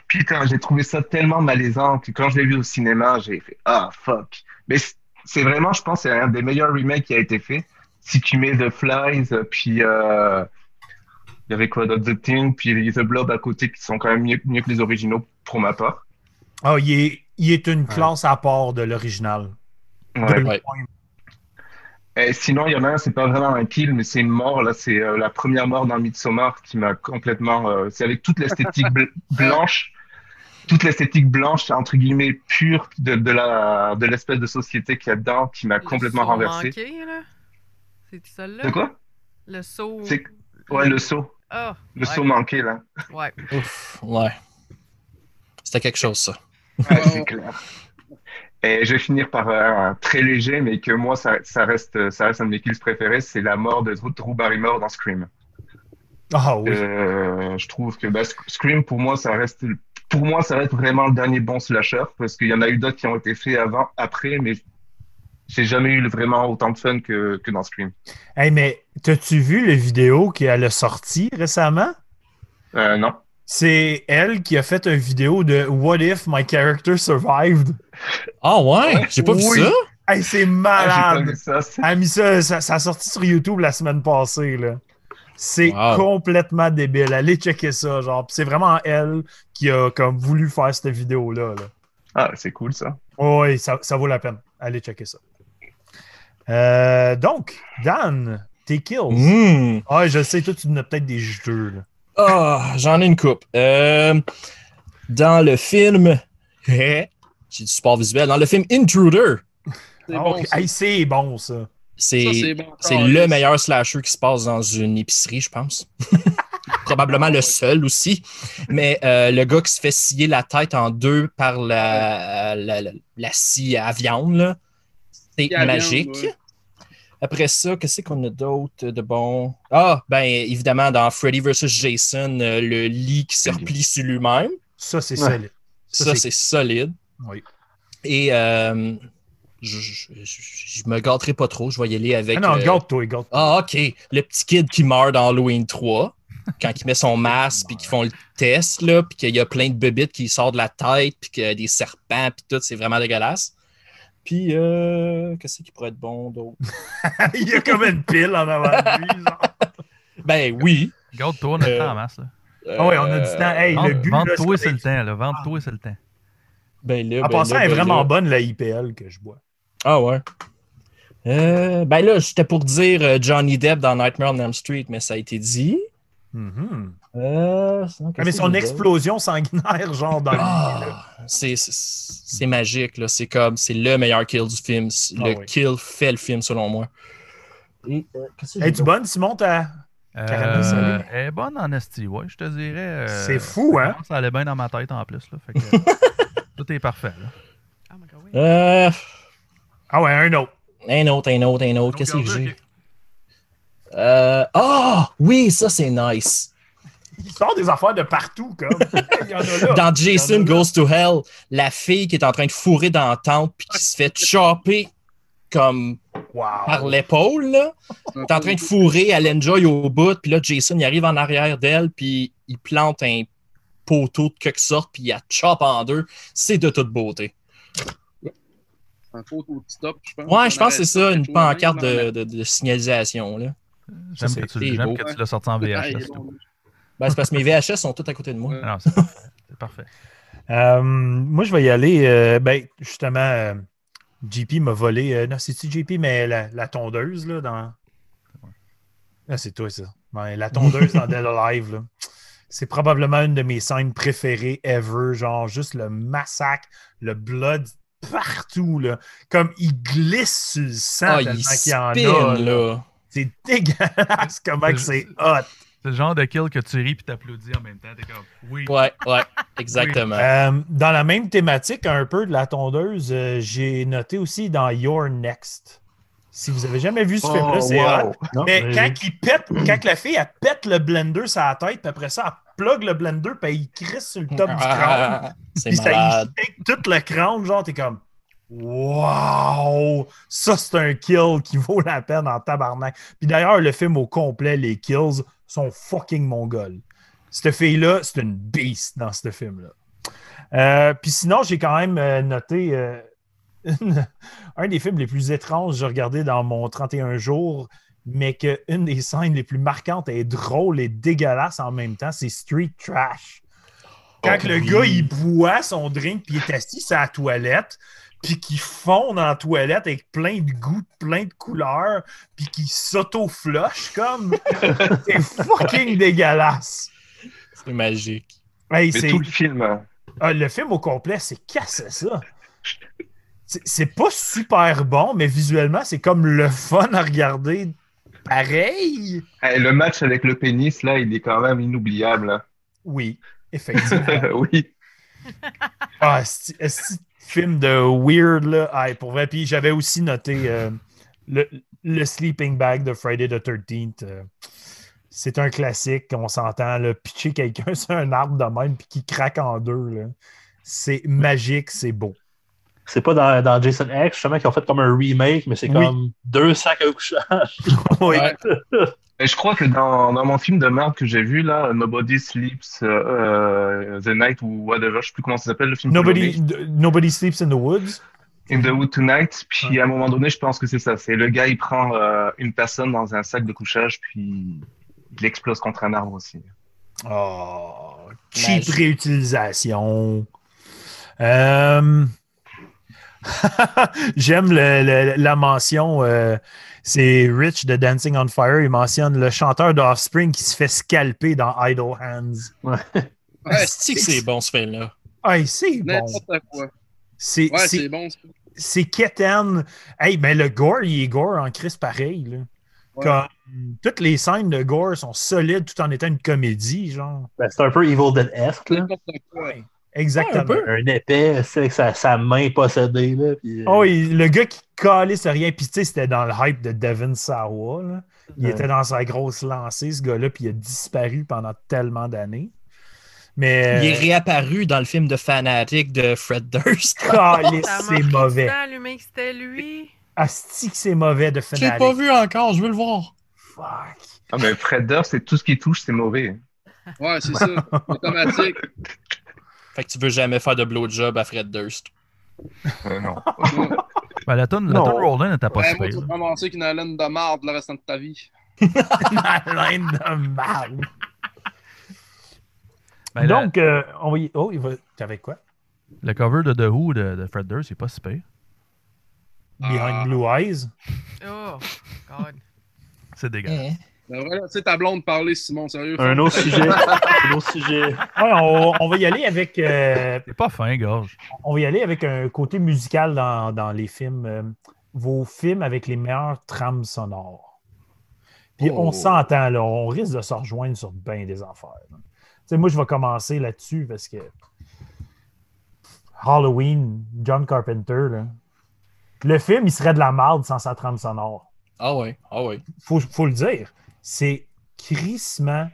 putain, j'ai trouvé ça tellement malaisant que quand je l'ai vu au cinéma, j'ai fait ah fuck. Mais c- c'est vraiment, je pense, c'est un des meilleurs remakes qui a été fait. Si tu mets The Flies, euh, puis euh, il y avait quoi d'autre, The Thing, puis The Blob à côté, qui sont quand même mieux- mieux que les originaux pour ma part. Ah, il, est, il est une classe à part de l'original. Ouais. De Ouais. loin. Et sinon, il y en a un, c'est pas vraiment un kill, mais c'est une mort. Là, c'est euh, la première mort dans Midsommar qui m'a complètement. euh, c'est avec toute *laughs* l'esthétique bl- blanche, toute l'esthétique blanche entre guillemets pure de, de la de l'espèce de société qu'il y a dedans, qui m'a complètement Le saut renversé. manqué, là. C'est celle-là? De quoi Le saut. C'est- Ouais, le saut, Ah! le ouais, saut manqué là. Ouais. Ouf, ouais. C'était quelque chose, ça. Ouais, Ouais. Oh. c'est clair. Et je vais finir par un très léger, mais que moi, ça, ça reste, ça reste un de mes kills préférés, c'est la mort de Drew Drew Barrymore dans Scream. Ah oui. Euh, je trouve que bah, Sc- Scream, pour moi, ça reste, pour moi, ça reste vraiment le dernier bon slasher parce qu'il y en a eu d'autres qui ont été faits avant, après, mais j'ai jamais eu vraiment autant de fun que, que dans Scream. Hey, mais t'as-tu vu la vidéo qu'elle a sortie récemment? Euh, non. C'est elle qui a fait une vidéo de What if my character survived? Ah ouais? J'ai pas Oui. vu ça? Hey, c'est Ah, j'ai pas malade! vu ça. c'est- Elle a mis ça, ça, ça a sorti sur YouTube la semaine passée, là. C'est Wow. complètement débile. Allez checker ça, genre. Puis c'est vraiment elle qui a comme voulu faire cette vidéo-là. là. Oh, Ah, c'est cool ça. Oui, ça, ça vaut la peine. Allez checker ça. Euh, donc, Dan, tes kills. Hmm. Ah, je sais, toi, tu donnes peut-être des jeux, là. Ah, j'en ai une coupe. Euh, dans le film. J'ai du support visuel. Dans le film Intruder, C'est Ah, bon, ok. ça. Hey, c'est bon, ça. Ça, c'est. c'est bon. C'est Ah, le yes. meilleur slasher qui se passe dans une épicerie, je pense. *laughs* Probablement le seul aussi. Mais euh, le gars qui se fait scier la tête en deux par la, la, la- la scie à viande, là, c'est Scie à viande, magique. ouais. Après ça, qu'est-ce qu'on a d'autre de bon? Ah, ben évidemment, dans Freddy vs. Jason, euh, le lit qui se replie sur lui-même. Ça, c'est Ouais. solide. Ça, Ça, c'est- c'est solide. Oui. Et euh, je, je- je- je me gâterai pas trop. Je vais y aller avec. Ah non, euh, garde-toi, garde-toi. ah, ok. Le petit kid qui meurt dans Halloween 3. quand il met son masque, puis qu'ils font le test, là, puis qu'il y a plein de bébites qui sortent de la tête, puis qu'il y a des serpents, puis tout, c'est vraiment dégueulasse. Puis, euh, qu'est-ce qui pourrait être bon d'autre? Il y a comme une pile en avant de lui. Ah, genre. Ben oui. Garde-toi, on a le Euh, temps en masse. Là. Ah ouais, on a du temps. Hey, le Vente- but, là, Vente-toi, c'est- c'est le temps. là. Vente-toi, c'est le temps. Ben là, En ben passant, là, elle est ben vraiment là. bonne, la IPL que je bois. Ah ouais. Euh, ben là, j'étais pour dire euh, Johnny Depp dans Nightmare on Elm Street, mais ça a été dit. Mhm. Euh, sinon, Ah, qu'est-ce mais que son j'ai explosion sanguinaire, genre, dans le- Ah, c'est c'est- c'est magique, là. C'est comme, c'est le meilleur kill du film. C'est- Ah Le oui. kill fait le film, selon moi. Et, euh, qu'est-ce que j'ai Es-tu d'autre? bonne, Simon? t'as- Caramel Euh, salé. elle est bonne en esti, ouais, je te dirais. euh, C'est fou, hein? Ça allait bien dans ma tête en plus. Là, fait *laughs* que, euh, tout est parfait. Là. Oh my God, oui. Euh, Ah ouais, un autre. un autre, un autre, un autre. Qu'est-ce que Donc, j'ai? ok. Euh, Ah, oui, ça, c'est nice. Il sort des affaires de partout, comme. *laughs* Il y en a là. Dans Il y en a Jason là. Goes to Hell, la fille qui est en train de fourrer dans la tempe puis qui se fait chopper comme par Wow. l'épaule, là. T'es en train de fourrer, elle enjoy au bout, puis là, Jason, il arrive en arrière d'elle, puis il plante un poteau de quelque sorte, puis il la chope en deux. C'est de toute beauté. Un photo de stop, je pense. Ouais, je pense que c'est ça, une Ouais, pancarte de, ouais. de- de signalisation, là. J'aime Ça, que tu, c'est j'aime beau. hein? que tu l'as sorti en VHS. Ah, il est c'est bon. tout. Ben, c'est parce que mes VHS sont tous à côté de moi. Ouais. Ah non, c'est parfait. C'est *laughs* parfait. Euh, moi, je vais y aller. euh, ben, justement, euh, JP m'a volé. euh, non, c'est-tu JP, mais la, la tondeuse, là, dans. Ah, c'est toi, ça. Ouais, la tondeuse dans Dead Alive, là. C'est probablement une de mes scènes préférées ever. Genre, juste le massacre, le blood partout, là. Comme il glisse sur le sang Ah, tellement il qu'il y en a. spin, là. là. C'est dégueulasse comment que c'est hot. C'est le genre de kill que tu ris puis t'applaudis en même temps. T'es comme, oui. Ouais, ouais, exactement. Euh, dans la même thématique, un peu de la tondeuse, euh, j'ai noté aussi dans Your Next. Si vous avez jamais Oh, vu ce film-là, c'est hot. Ah, Non, Mais mais- quand, il pète, quand la fille, elle pète le blender sur la tête, puis après ça, elle plug le blender, puis il crisse sur le top du crâne. Ah, c'est Puis ça y malade. shake tout le crâne, genre, t'es comme Wow! Ça, c'est un kill qui vaut la peine en tabarnak. Puis d'ailleurs, le film au complet, les kills sont fucking mongols. Cette fille-là, c'est une beast dans ce film-là. Euh, puis sinon, j'ai quand même euh, noté euh, *laughs* une- un des films les plus étranges que j'ai regardé dans mon 31 jours, mais qu'une des scènes les plus marquantes est drôle et dégueulasse en même temps, c'est Street Trash. Quand Oh, le oui. gars, il boit son drink, puis il est assis à la toilette, puis qu'il fond dans la toilette avec plein de goûts, plein de couleurs, puis qu'il s'auto-flush *laughs* comme... c'est fucking dégueulasse! C'est magique. Hey, Mais c'est- tout le film. hein. ah, le film au complet, c'est cassé ça. C'est- C'est pas super bon, mais visuellement, c'est comme le fun à regarder. Pareil. Eh, le match avec le pénis, là, il est quand même *laughs* inoubliable. *laughs* hein. Oui, effectivement. oui. ah, c'est film de weird, là. Ah, pour vrai. Puis j'avais aussi noté euh, le, le Sleeping Bag de Friday the 13th. euh, c'est un classique, on s'entend. Là, pitcher quelqu'un *laughs* sur un arbre de même, puis qui craque en deux. là. C'est magique, c'est beau. *laughs* C'est pas dans, dans Jason X, justement, qu'ils ont fait comme un remake, mais c'est Oui. comme deux sacs à *laughs* coucher. Oui. Ouais. Et je crois que dans, dans mon film de merde que j'ai vu, là, Nobody Sleeps euh, euh, The Night ou whatever, je sais plus comment ça s'appelle le film. Nobody, nobody sleeps in the woods. In the Wood Tonight. Puis à un moment donné, je pense que c'est ça. C'est le gars, il prend euh, une personne dans un sac de couchage, puis il explose contre un arbre aussi. Oh, Ben, cheap Magique. réutilisation. Euh, *laughs* J'aime le- le- la mention. euh, c'est Rich de Dancing on Fire. Il mentionne le chanteur de Offspring qui se fait scalper dans Idle Hands. Ouais, C'est que c'est bon, ce film-là. Hey, c'est bon. n'importe quoi. C'est Ouais, c'est- c'est bon. c'est- c'est quétaine. Hey, mais le gore, il est gore en crise pareil. là. Ouais. Comme, toutes les scènes de gore sont solides tout en étant une comédie, genre. Ben, c'est un peu Evil Dead-esque, là. N'importe quoi. Exactement. Un épais, c'est avec sa, sa main possédée, là. Puis, euh, Oh, il- le gars qui calait c'est rien. Puis tu sais, c'était dans le hype de Devin Sawa. là. Il Ouais. était dans sa grosse lancée, ce gars-là, puis il a disparu pendant tellement d'années. Mais. euh, Il *laughs* est réapparu dans le film de Fanatic de Fred Durst. calé, Ça a c'est marqué du mauvais. temps, lui, mec, c'était lui. Asti que c'est mauvais de Je l'ai *laughs* finale. pas vu encore, je veux le voir. Fuck. Ah, mais Fredder, c'est tout ce qui touche, c'est mauvais. Ouais, *laughs* c'est ça. Automatique. Fait que tu veux jamais faire de blowjob à Fred Durst. Euh, non. Ouais, Ben, la tonne Non. Rollin n'était pas Ouais, si moi, tu pire. vas te ramasser avec une haleine de marde le restant de ta vie. Malin de marde. Ben, la- Donc, euh, on va y- Oh, il va. T'es avec quoi? Le cover de The Who de, de Fred Durst, c'est pas si pire. Behind Ah. Blue Eyes. Oh, God. C'est Eh, dégueulasse. hein. Ben, voilà, tu sais, ta blonde parler, Simon, sérieux. Un autre sujet. *laughs* un autre sujet. *laughs* Ouais, on, on va y aller avec. Eh. euh, C'est pas fin, gorge. on va y aller avec un côté musical dans, dans les films. euh, vos films avec les meilleures trames sonores. Puis Oh. on s'entend, là. On risque de se rejoindre sur bien des affaires. là. Tu sais, moi, je vais commencer là-dessus parce que. Halloween, John Carpenter, là. Le film, il serait de la marde sans sa trame sonore. Ah ouais, ah ouais. faut, faut le dire, c'est crissement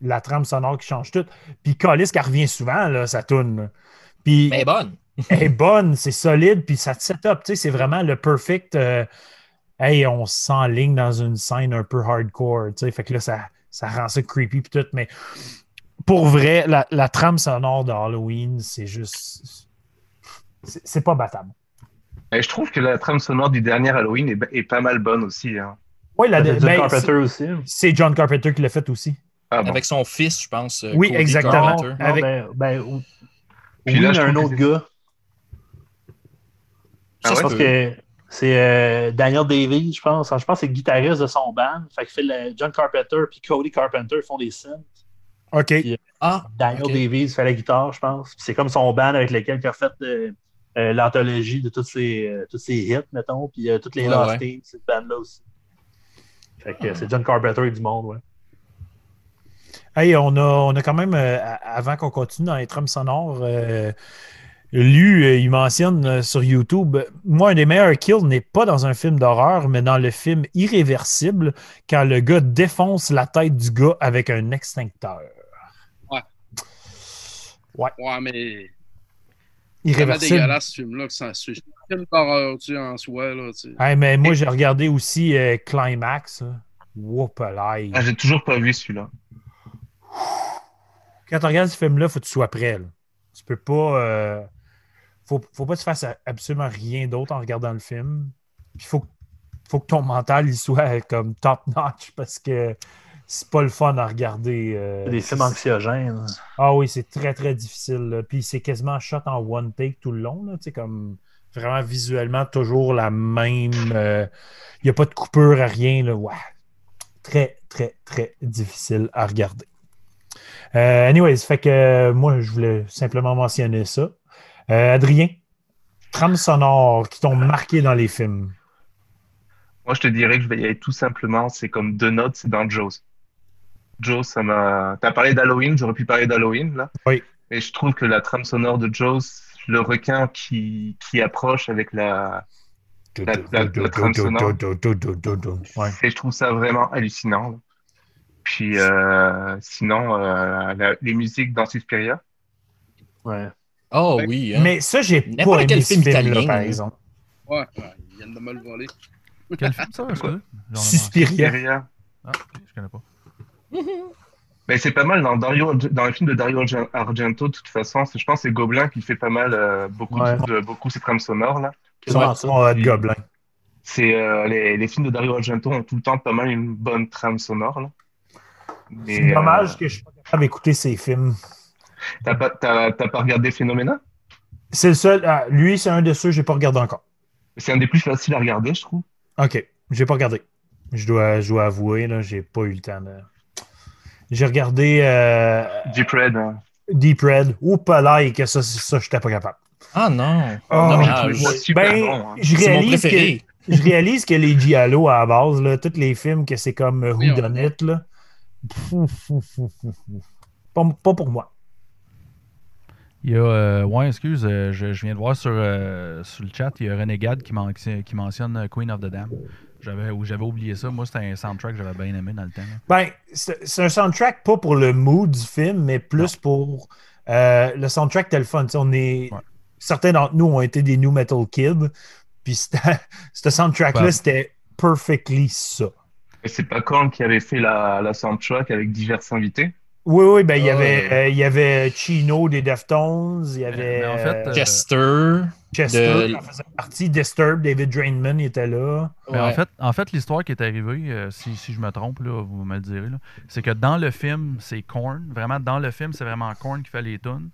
la trame sonore qui change tout. Puis Collis qui revient souvent, là, ça tourne. là. Puis Mais bonne. elle est bonne, c'est solide, puis ça te set up. tu sais, C'est vraiment le perfect. euh, hey, on s'enligne dans une scène un peu hardcore. tu sais, Fait que là, ça, ça rend ça creepy, puis tout. Mais pour vrai, la, la trame sonore de Halloween, c'est juste. c'est- C'est pas battable. *laughs* Et je trouve que la trame sonore du dernier Halloween est, est pas mal bonne aussi. hein. Oui, la, John ben, Carpenter c'est- aussi. c'est John Carpenter qui l'a fait aussi. Ah bon. Avec son fils, je pense. euh, Oui, Cody exactement. Ah, Carpenter. Non, Avec- ben, ben, ou- Puis oui, là, mais je un trouve autre que- gars. Ah Ça, se ouais? Je pense peut. que c'est euh, Daniel Davies, je pense. Je pense que c'est le guitariste de son band. Fait que fait le- John Carpenter puis Cody Carpenter font des synths. OK. Ah, Daniel Ok. Davies fait la guitare, je pense. Puis C'est comme son band avec lequel il a fait euh, euh, l'anthologie de tous ses, euh, tous ses hits, mettons, puis euh, toutes les Ouais, Lost ouais. Tapes, cette band-là aussi. Fait que euh, c'est John Carpenter et du monde, ouais. Hey, on a, on a quand même, euh, a- avant qu'on continue dans les trames sonores, euh, lu, euh, il mentionne euh, sur YouTube, moi, un des meilleurs kills n'est pas dans un film d'horreur, mais dans le film Irréversible, quand le gars défonce la tête du gars avec un extincteur. Ouais, mais. C'est vraiment Irréversible. dégueulasse, ce film-là, que ça suit. C'est un film d'horreur, tu sais, en soi, là, tu sais. Hey, mais moi, j'ai regardé aussi euh, Climax. là. Whoop-a-lay. Ah, j'ai toujours pas vu celui-là. Quand tu regardes ce film-là, faut que tu sois prêt. là. Tu peux pas. euh, faut, faut pas que tu fasses absolument rien d'autre en regardant le film. Il faut, faut que ton mental il soit comme top-notch parce que c'est pas le fun à regarder. euh, Des films anxiogènes. ah oui, c'est très, très difficile. là. Puis c'est quasiment shot en one take tout le long. là. Tu sais, comme vraiment visuellement, toujours la même. Il n'y a pas de coupure à rien. Là. Ouais. Très, très, très difficile à regarder. Euh, anyways, fait que euh, moi, je voulais simplement mentionner ça. Euh, Adrien, trames sonores qui t'ont marqué dans les films. Moi, je te dirais que je vais y aller tout simplement. C'est comme deux notes, c'est dans Jaws. Jaws, ça m'a. T'as parlé d'Halloween, j'aurais pu parler d'Halloween, là. Oui. Et je trouve que la trame sonore de Jaws, le requin qui, qui approche avec la. La- la- la trame sonore. Ouais. Et je trouve ça vraiment hallucinant. là. Puis, euh, sinon, euh, la- les musiques dans Suspiria. Ouais. Ah oui. hein. Mais ça, j'ai N'importe pas aimé quel ce film film-là, italien, par là. exemple. Ouais, ouais, ils viennent de me le voler. Quel film ça, excusez? Genre, *laughs* Suspiria. Suspiria. Ah, ok, je connais pas. Mais c'est pas mal dans, Dario, dans le film de Dario Argen- Argento, de toute façon. c'est- Je pense que c'est Gobelin qui fait pas mal, euh, beaucoup, Ouais. de, beaucoup ces trames sonores, là. Sûrement ça. ça, de Gobelin. c'est euh, les, les films de Dario Argento ont tout le temps pas mal une bonne trame sonore. là. Mais, C'est dommage euh, que je suis pas capable d'écouter ses films. T'as pas, t'as- t'as pas regardé Phénoména C'est le seul. ah, lui, c'est un de ceux que j'ai pas regardé encore. C'est un des plus faciles à regarder, je trouve. OK. J'ai pas regardé. Je dois, je dois avouer, là, j'ai pas eu le temps de. J'ai regardé euh, Deep Red. hein. Deep Red. Ou pas like, que ça, ça j'étais pas capable. Ah non. Oh, j'ai Dommage. trouvé ça super Ben, bon, hein. je, C'est mon réalise que, préféré. *laughs* je réalise que les Giallo à la base, là, tous les films que c'est comme euh, Oui, on- Who Done It, là. Fou, fou, fou, fou, fou. Pas, pas pour moi. Il y a, euh, ouais, excuse, euh, je, je viens de voir sur, euh, sur le chat, il y a Renegade qui, men- qui mentionne euh, Queen of the Dam. J'avais ou j'avais oublié ça. Moi, c'était un soundtrack que j'avais bien aimé dans le temps. là. Ben, c'est c'est un soundtrack pas pour le mood du film, mais plus pour euh, le soundtrack tel fun. Tu sais, on est... Ouais. Certains d'entre nous ont été des new metal kids, puis c'était- *laughs* ce soundtrack-là, Ouais. c'était perfectly ça. Et c'est pas Korn qui avait fait la, la soundtrack avec divers invités. Oui, oui, ben, il y Ah, avait, ouais. euh, il y avait Chino des Deftones, il y avait mais en fait, euh, euh, Chester. Chester de- qui en faisait partie, Disturbed, David Drainman il était là. Mais en Ouais. fait, en fait l'histoire qui est arrivée, euh, si, si je me trompe, là, vous me le direz, là, c'est que dans le film, c'est Korn. Vraiment, dans le film, c'est vraiment Korn qui fait les tunes.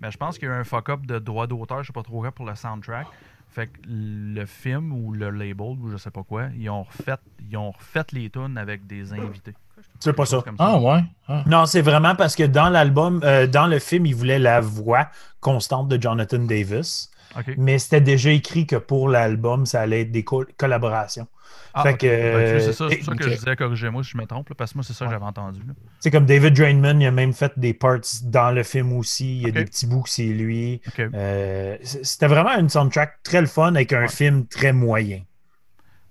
Mais je pense qu'il y a eu un fuck-up de droit d'auteur, je sais pas trop quoi, pour le soundtrack. Fait que le film ou le label ou je sais pas quoi, ils ont refait, ils ont refait les tunes avec des invités. C'est pas ça. Comme ça. Ah ouais. Ah. Non, c'est vraiment parce que dans l'album, euh, dans le film, il voulait la voix constante de Jonathan Davis, OK. mais c'était déjà écrit que pour l'album, ça allait être des co- collaborations. Ah, fait ok. que, Ben, tu sais, c'est ça, euh, c'est ça que ok. je disais, corrigez-moi si je me trompe, là, parce que moi, c'est ça que j'avais entendu. là. C'est comme David Drainman, il a même fait des parts dans le film aussi. Il y a Ok. des petits bouts que c'est lui. OK. Euh, c- c'était vraiment une soundtrack très le fun avec un film très moyen.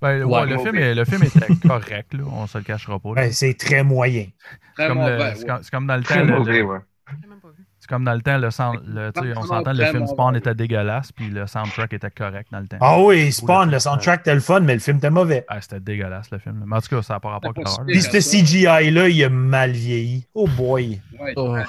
Ben, ouais, Ouais, le, mauvais. film, est- le film était correct, là, on se le cachera pas. là. Ouais, c'est très moyen. C'est Très comme, le- mauvais. c'est ouais. comme- c'est comme dans le temps, Très le- mauvais, ouais. J'ai même pas vu. C'est comme dans le temps, le sound- le- tu sais, on Vraiment s'entend, le film vraiment Spawn bon. était dégueulasse, puis le soundtrack était correct dans le temps. Ah oui, Ou Spawn, le- le soundtrack était le fun, mais le film était mauvais. Ah, c'était dégueulasse, le film. là. Mais en tout cas, ça n'a pas rapport avec C'était l'horreur. pas Puis là. si ce CGI-là, il a mal vieilli. Oh boy. Ouais. Oh, euh,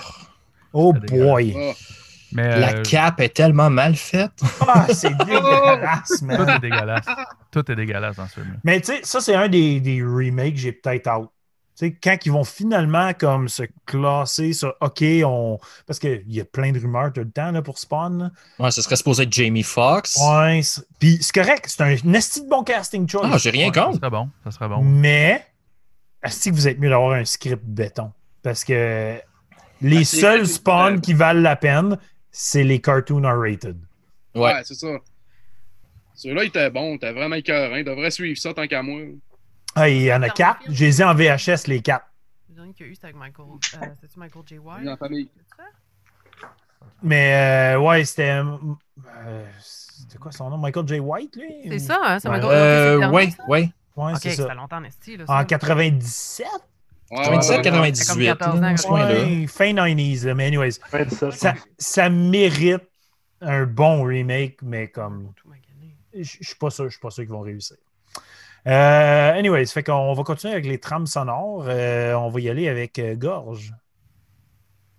Oh C'était dégueulasse. boy. Ah, Mais La euh, cape est tellement mal faite. Ah, c'est dégueulasse, tout man. est dégueulasse. Tout est dégueulasse dans ce film. là. Mais tu sais, ça, c'est un des, des remakes que j'ai peut-être out. Tu sais, quand ils vont finalement comme se classer sur OK, on. Parce qu'il y a plein de rumeurs tout le temps là, pour Spawn. là. Ouais, ce serait supposé être Jamie Foxx. Ouais, c'est- Puis c'est correct, c'est un nasty de bon casting choice. Ah, j'ai rien Ouais, Ça contre. Mm. serait bon. Ça serait bon. Mais, est-ce que vous êtes mieux d'avoir un script béton? Parce que les Ah, c'est- seuls c'est- spawns qui valent la peine, c'est les cartoons R-rated. Ouais. Ouais, c'est ça. Ceux-là, ils étaient bons, étaient vraiment écœurants. Ils devraient suivre ça tant qu'à moi. Ah, il y en a quatre. Je les ai en VHS, les quatre. Le dernier qu'il y a eu, c'était avec Michael. euh, C'était-tu Michael J. White? Dans la famille. C'est ça? Mais, euh, ouais, c'était. euh, euh, C'était quoi son nom? Michael J. White, lui? C'est ça, hein? C'est Ouais. Michael Euh, J. White. ouais, ouais. Ouais, Ok, c'est ça fait ça. longtemps en esti, là. En ça. 97? Ouais, 97, ouais, ouais. 98. Comme 14 ans, là, dans ce coin-là. Ouais, fin 90s, là. Mais, anyways, Ouais, c'est ça, je ça, pense. ça mérite un bon remake, mais comme. Tout magané. je je suis pas sûr, je suis pas sûr qu'ils vont réussir. Euh, anyways, fait qu'on va continuer avec les trames sonores. Euh, on va y aller avec euh, Gorge.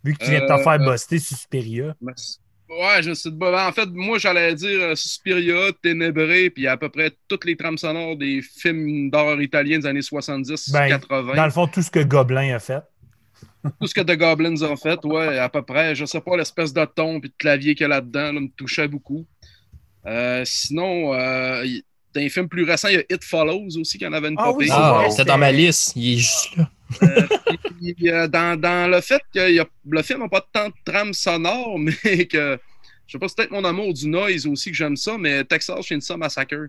Vu que tu viens de t'en Euh, faire euh, buster Suspiria. Mais- Ouais, je me suis dit, bah, en fait, moi, j'allais dire euh, Suspiria, Ténébré, puis à peu près toutes les trames sonores des films d'horreur italiens des années 70, Ben, 80. Dans le fond, tout ce que Gobelin a fait. Tout ce que The Goblins ont fait, ouais, à peu près. Je sais pas, l'espèce de ton puis de clavier qu'il y a là-dedans, là, me touchait beaucoup. Euh, sinon, euh, y- dans les films plus récents, il y a It Follows aussi, qui en avait une Ah oui, popée. Ah, Ouais, c'était c'était- dans ma liste. Il est juste là. Puis, euh, dans, dans le fait que y a- le film n'a pas tant de trame sonore, *laughs* mais que je sais pas, c'est peut-être mon amour du noise aussi que j'aime ça, mais Texas Chainsaw Massacre.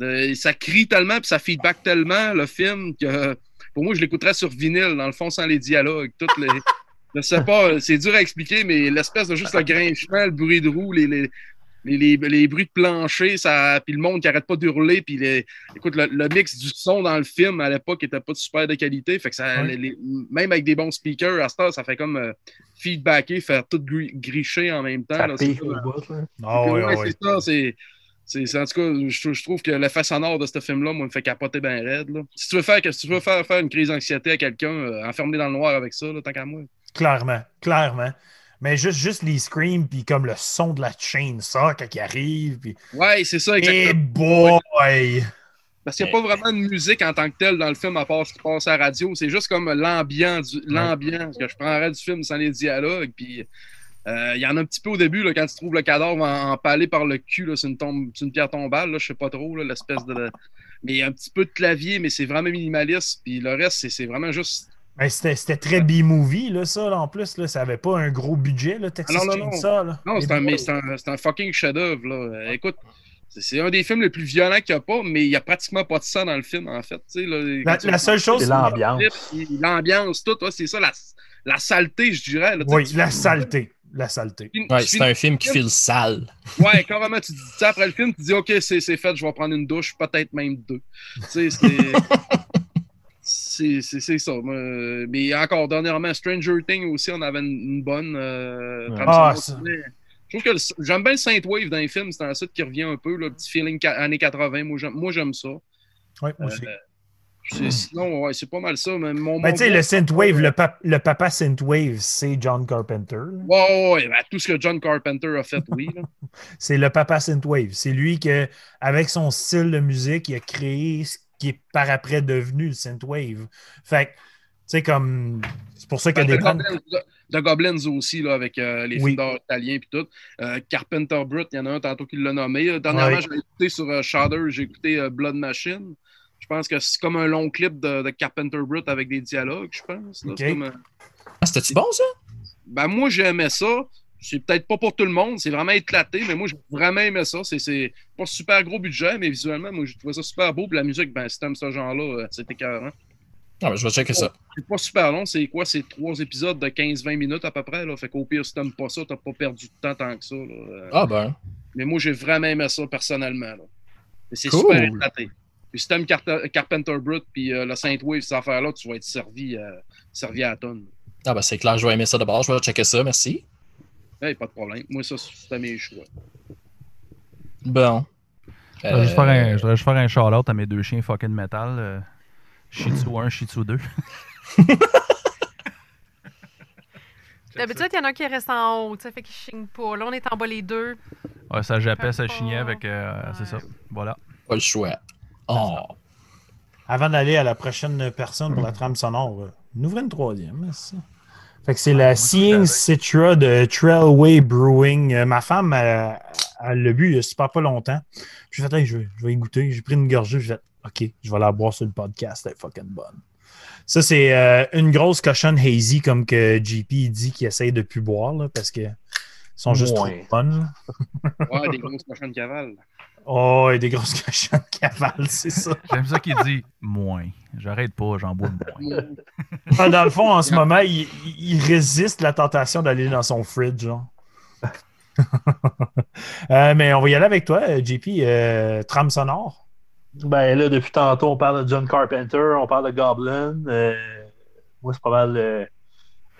Euh, ça crie tellement puis ça feedback tellement le film que pour moi je l'écouterais sur vinyle, dans le fond, sans les dialogues. Toutes les. Je sais pas, c'est dur à expliquer, mais l'espèce de juste le grinchement, le bruit de roue, les, les, les, les- les bruits de plancher, ça, puis le monde qui arrête pas d'hurler, puis les, écoute, le, le mix du son dans le film à l'époque était pas de super de qualité, fait que ça, Ouais. les- les- même avec des bons speakers, à ce temps, ça fait comme euh, feedbacker, faire tout gri- gricher en même temps. Ça là, c'est pique comme- au bout, là. Ah oui, Ouais, oui, c'est ça, c'est- c'est- c'est- en tout cas, je, trou- je trouve que l'effet sonore de ce film-là, moi, me fait capoter ben raide. là. Si tu veux faire, que- si tu veux faire, faire une crise d'anxiété à quelqu'un, euh, enfermer dans le noir avec ça, là, tant qu'à moi. Clairement, clairement. Mais juste, juste les screams, puis comme le son de la chainsaw quand il arrive. Puis... Ouais, c'est ça, exactement. Hey boy! Parce qu'il n'y a pas vraiment de musique en tant que telle dans le film à part ce qui passe à la radio. C'est juste comme l'ambiance, l'ambiance que je prendrais du film sans les dialogues. Puis euh, il y en a un petit peu au début là, quand tu trouves le cadavre en- empalé par le cul, là, c'est une tombe, c'est une pierre tombale, là, je sais pas trop, là, l'espèce de. Mais il y a un petit peu de clavier, mais c'est vraiment minimaliste. Puis le reste, c'est, c'est vraiment juste. Ben, C'était c'était très B-movie, là, ça, là, en plus. Là, ça avait pas un gros budget, là, Texas Ah non, non, non. Chainsaw, là. Non, c'est Hey un, mais boy. c'est un, c'est un fucking chef-d'œuvre. là. Euh, Écoute, c'est, c'est un des films les plus violents qu'il n'y a pas, mais il n'y a pratiquement pas de sang dans le film, en fait. tu sais, là, La, quand tu- la seule chose, C'est l'ambiance. Puis L'ambiance, tout, ouais, c'est ça, la, la saleté, je dirais. là, tu sais, Oui, tu- la saleté. La saleté. tu- tu Ouais, finis- c'est un film qui file sale. Ouais, quand vraiment tu dis ça après le film, tu dis OK, c'est c'est fait, je vais prendre une douche, peut-être même deux. *laughs* Tu sais, c'est. c'est- C'est c'est ça. Euh, Mais encore, dernièrement, Stranger Things aussi, on avait une, une bonne. euh, Ouais. trame Ah, sonore. Mais Je trouve que le- j'aime bien le Synthwave dans les films, c'est ensuite qui revient un peu, là, le petit feeling ca- années 80. Moi, j'aime- Moi, j'aime ça. Oui, moi aussi. C'est- Sinon, ouais, c'est pas mal ça. Mais mon, Hmm. Ben, mon euh, tu sais, gros- le synthwave, le, pap- le papa synthwave, c'est John Carpenter. là. Ouais, ouais, ouais, ben, tout ce que John Carpenter a fait, oui. là. C'est le papa synthwave. C'est lui que, avec son style de musique, il a créé ce qui est par après devenu le synthwave. Fait que, tu sais, comme. C'est pour ça *laughs* que des The, bandes. Goblins, The Goblins aussi, là, avec euh, les Oui. films d'or italiens et tout. Euh, Carpenter Brut, il y en a un tantôt qui l'a nommé. Euh, Dernièrement, Ouais. j'ai écouté sur euh, Shudder, j'ai écouté euh, Blood Machine. Je pense que c'est comme un long clip de, de Carpenter Brut avec des dialogues, je pense. là. Ok. C'est comme, euh, Ah, c'était-tu bon, ça? Ben, moi, j'aimais ça. C'est peut-être pas pour tout le monde, c'est vraiment éclaté, mais moi, j'ai vraiment aimé ça. C'est- C'est pas super gros budget, mais visuellement, moi, j'ai trouvé ça super beau. Puis la musique, ben, si t'aimes ce genre-là, euh, c'est écœurant. Ah, ben, je vais checker ça. C'est pas super long, c'est quoi? C'est trois épisodes de 15-20 minutes à peu près. Là. Fait qu'au pire, si t'aimes pas ça, t'as pas perdu de temps tant que ça. là. Euh, Ah, ben. Mais moi, j'ai vraiment aimé ça personnellement. Là. Mais c'est Cool. super éclaté. Puis si t'aimes Carta- Carpenter Brut puis euh, le Saint-Wave, ces affaires-là, tu vas être servi, euh, servi à la tonne. Ah, ben, c'est clair, je vais aimer ça d'abord. Je vais checker ça, merci. Hey, Eh, pas de problème. Moi, ça, c'était mes choix. Bon. Je voudrais juste faire Euh, un- je voudrais juste faire un shout-out à mes deux chiens fucking metal. euh, Shih Tzu 1, Shih Tzu 2. D'habitude, il y en a un qui reste en haut, tu sais, fait qu'il chigne pas. Là, on est en bas les deux. Ouais, ça jappait, ça Comme chignait pas. avec. euh, C'est ça. Ouais. Voilà. Pas le choix. Oh. Avant d'aller à la prochaine personne pour la trame sonore, euh, nous ouvrez une troisième. hein, c'est ça. Fait que c'est la Seeing Citra de Trailway Brewing. Euh, ma femme, elle, elle l'a bu il y a super pas longtemps. J'ai fait, Hey, je, vais- je vais y goûter. J'ai pris une gorgée. J'ai fait, OK, je vais la boire sur le podcast. Elle est fucking bonne. Ça, c'est euh, une grosse cochonne hazy, comme que JP dit qu'il essaye de plus boire, là, parce que ils sont juste Ouais. trop bonnes. là. Ouais, des grosses prochaines cavales. Oh, et des grosses *laughs* cochonnes cavales, c'est ça. J'aime ça qu'il dit moins. J'arrête pas, j'en bois moins. Ah, dans le fond, en *laughs* ce moment, il, il résiste la tentation d'aller dans son fridge. *laughs* genre. Euh, mais on va y aller avec toi, euh, JP. euh, trame sonore. Ben là, depuis tantôt, on parle de John Carpenter, on parle de Goblin. Euh, moi, c'est pas mal. euh,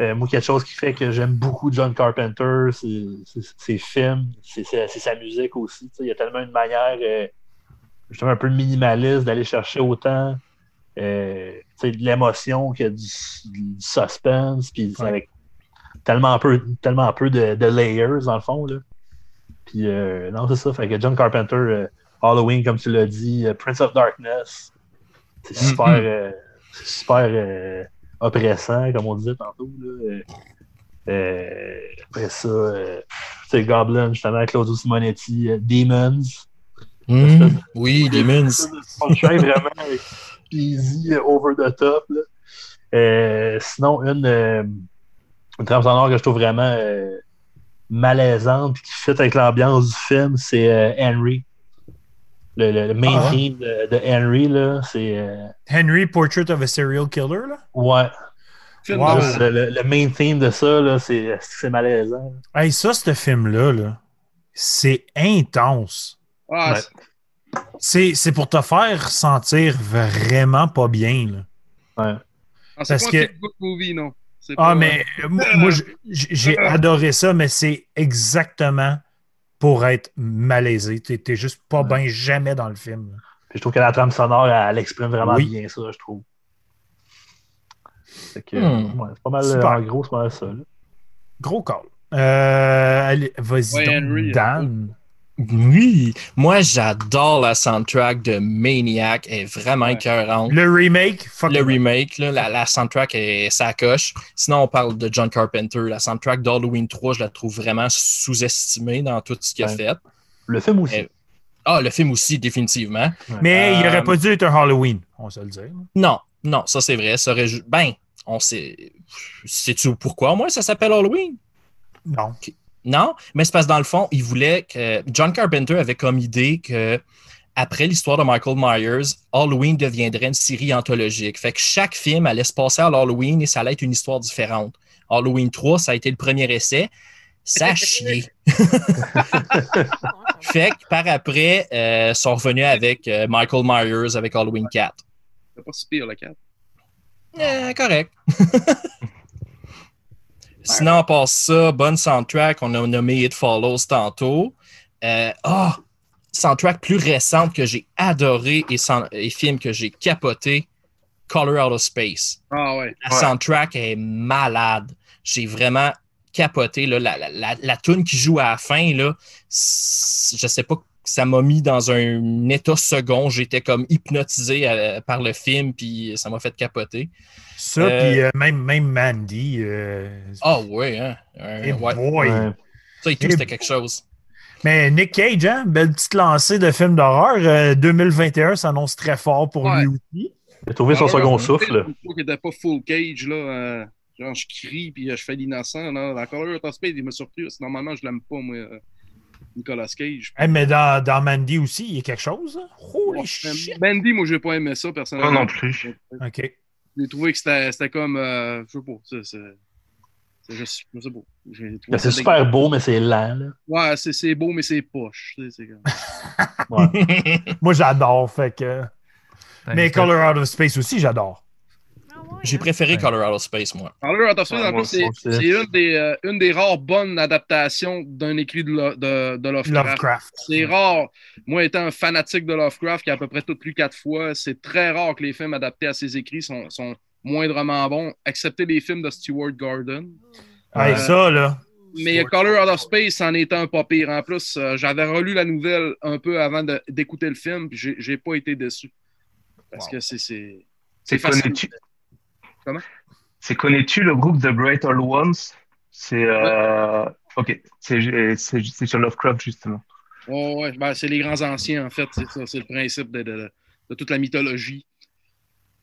euh, moi, quelque chose qui fait que j'aime beaucoup John Carpenter, c'est c'est- ses films, c'est c'est- c'est sa musique aussi. tu sais. Il y a tellement une manière, euh, justement, un peu minimaliste d'aller chercher autant euh, tu sais, de l'émotion que du, du suspense, puis c'est Ouais. avec tellement peu, tellement peu de, de layers, dans le fond. Là. Puis, euh, non, c'est ça. Fait que John Carpenter. euh, Halloween, comme tu l'as dit, euh, Prince of Darkness. C'est super, euh, c'est super euh, oppressant, comme on disait tantôt. là. Euh, euh, après ça, euh, tu sais, Goblin, justement, Claudio Simonetti, euh, Demons. Hmm, oui, Demons. Son chien, vraiment euh, easy, euh, over the top. là. Euh, sinon, une, euh, une trame sonore que je trouve vraiment euh, malaisante et qui fit avec l'ambiance du film, c'est euh, Henry. Le, le- le main Ah ouais? theme de, de Henry, là, c'est. euh, Henry, Portrait of a Serial Killer. Là. ouais, euh, Film Wow. de- le, le- le main theme de ça, là, c'est euh, c'est malaisant. Hey, ça, ce film-là, là, c'est intense. Ah, Ouais. c'est- C'est c'est pour te faire sentir vraiment pas bien. là. ah, c'est Parce pas que- un feel good movie, non. C'est Ah, pas- mais euh, moi, moi, j- j- j'ai adoré ça, mais c'est exactement pour être malaisé. T'es t'es juste pas bien jamais dans le film. là. Puis je trouve que la trame sonore, elle, elle exprime vraiment Oui. bien ça, je trouve. Fait que, Hmm. ouais, c'est pas mal, Super. en gros, c'est pas mal ça. là. Gros call. Euh, allez, vas-y Ouais, donc, Henry, euh, Dan. Oui. Moi, j'adore la soundtrack de Maniac. Elle est vraiment Ouais. écœurante. Le remake, fuck oh. le remake, là, la, la soundtrack est sacoche. Sinon, on parle de John Carpenter. La soundtrack d'Halloween 3, je la trouve vraiment sous-estimée dans tout ce qu'il a Ouais. fait. Le film aussi. Eh, Ah, le film aussi, définitivement. Mais il Euh, aurait pas dû être un Halloween, on se le dit. Non, non, ça c'est vrai. Ça aurait ju- Ben, on sait. Sais-tu pourquoi, moi, ça s'appelle Halloween? Non. Non, mais c'est parce que dans le fond, il voulait que. John Carpenter avait comme idée que. Après l'histoire de Michael Myers, Halloween deviendrait une série anthologique. Fait que chaque film allait se passer à l'Halloween et ça allait être une histoire différente. Halloween 3, ça a été le premier essai. Ça a chié. Fait que par après, euh, ils sont revenus avec euh, Michael Myers, avec Halloween 4. C'est pas si pire, le 4. Eh, correct. *laughs* Sinon, on passe ça, bonne soundtrack. On a nommé It Follows tantôt. Euh, Ah! soundtrack plus récente que j'ai adoré et, sans- et film que j'ai capoté Color Out of Space. Ah ouais. La soundtrack est malade. J'ai vraiment capoté. Là, la, la, la, la toune qui joue à la fin, là, c- je sais pas, ça m'a mis dans un état second. J'étais comme hypnotisé euh, par le film, puis ça m'a fait capoter. Ça, Euh, puis euh, même, même Mandy. euh, Ah ouais, hein? Euh, eh ouais. boy. Ouais. Ça et tout, Eh c'était boy. quelque chose. Mais Nick Cage, hein? Belle petite lancée de films d'horreur. Euh, 2021 s'annonce très fort pour Ouais. lui aussi. Il a Ah trouvé son second souffle. Moi qui n'étais pas full cage, là, euh, genre je crie puis euh, je fais l'innocent. là. Dans Color Out of Space, il m'a surpris. parce que Normalement, je l'aime pas, moi, euh, Nicolas Cage. Eh, mais dans, dans Mandy aussi, il y a quelque chose. hein? Holy Ouais, shit! Mandy, moi, j'ai pas aimé ça, Moi Ah, personnellement. non plus. OK. J'ai trouvé que c'était c'était comme. euh, je sais pas. c'est- C'est c'est juste. Je sais pas. J'ai trouvé Ben, C'est ça super beau, mais c'est lent. là. dégueu. Ouais, c'est- c'est beau, mais c'est poche. tu sais, c'est comme- Moi, j'adore. Fait que... Putain, Mais c'était- Color Out of Space aussi, j'adore. Ah ouais, J'ai hein? préféré Ouais. Colorado Space, moi. Parler Out of Space, Ouais, en moi, plus, c'est je pense que- c'est une, des, euh, une des rares bonnes adaptations d'un écrit de, Lo- de, de Lovecraft. Lovecraft. C'est rare. Moi, étant un fanatique de Lovecraft qui a à peu près tout lu quatre fois, c'est très rare que les films adaptés à ses écrits sont, sont moindrement bons, excepté les films de Stewart Gordon. Hey, Euh, ça, là. Mais Color Out of Space en était un pas pire. En plus, euh, j'avais relu la nouvelle un peu avant de- d'écouter le film, puis j'ai- j'ai pas été déçu. Parce que c'est- c'est. C'est facile. connais-tu Comment C'est connais-tu le groupe The Great All Ones C'est euh, ok, c'est c'est- c'est sur Lovecraft justement. Oh, ouais, ben, c'est les grands anciens, en fait. C'est ça, c'est le principe de, de- de toute la mythologie.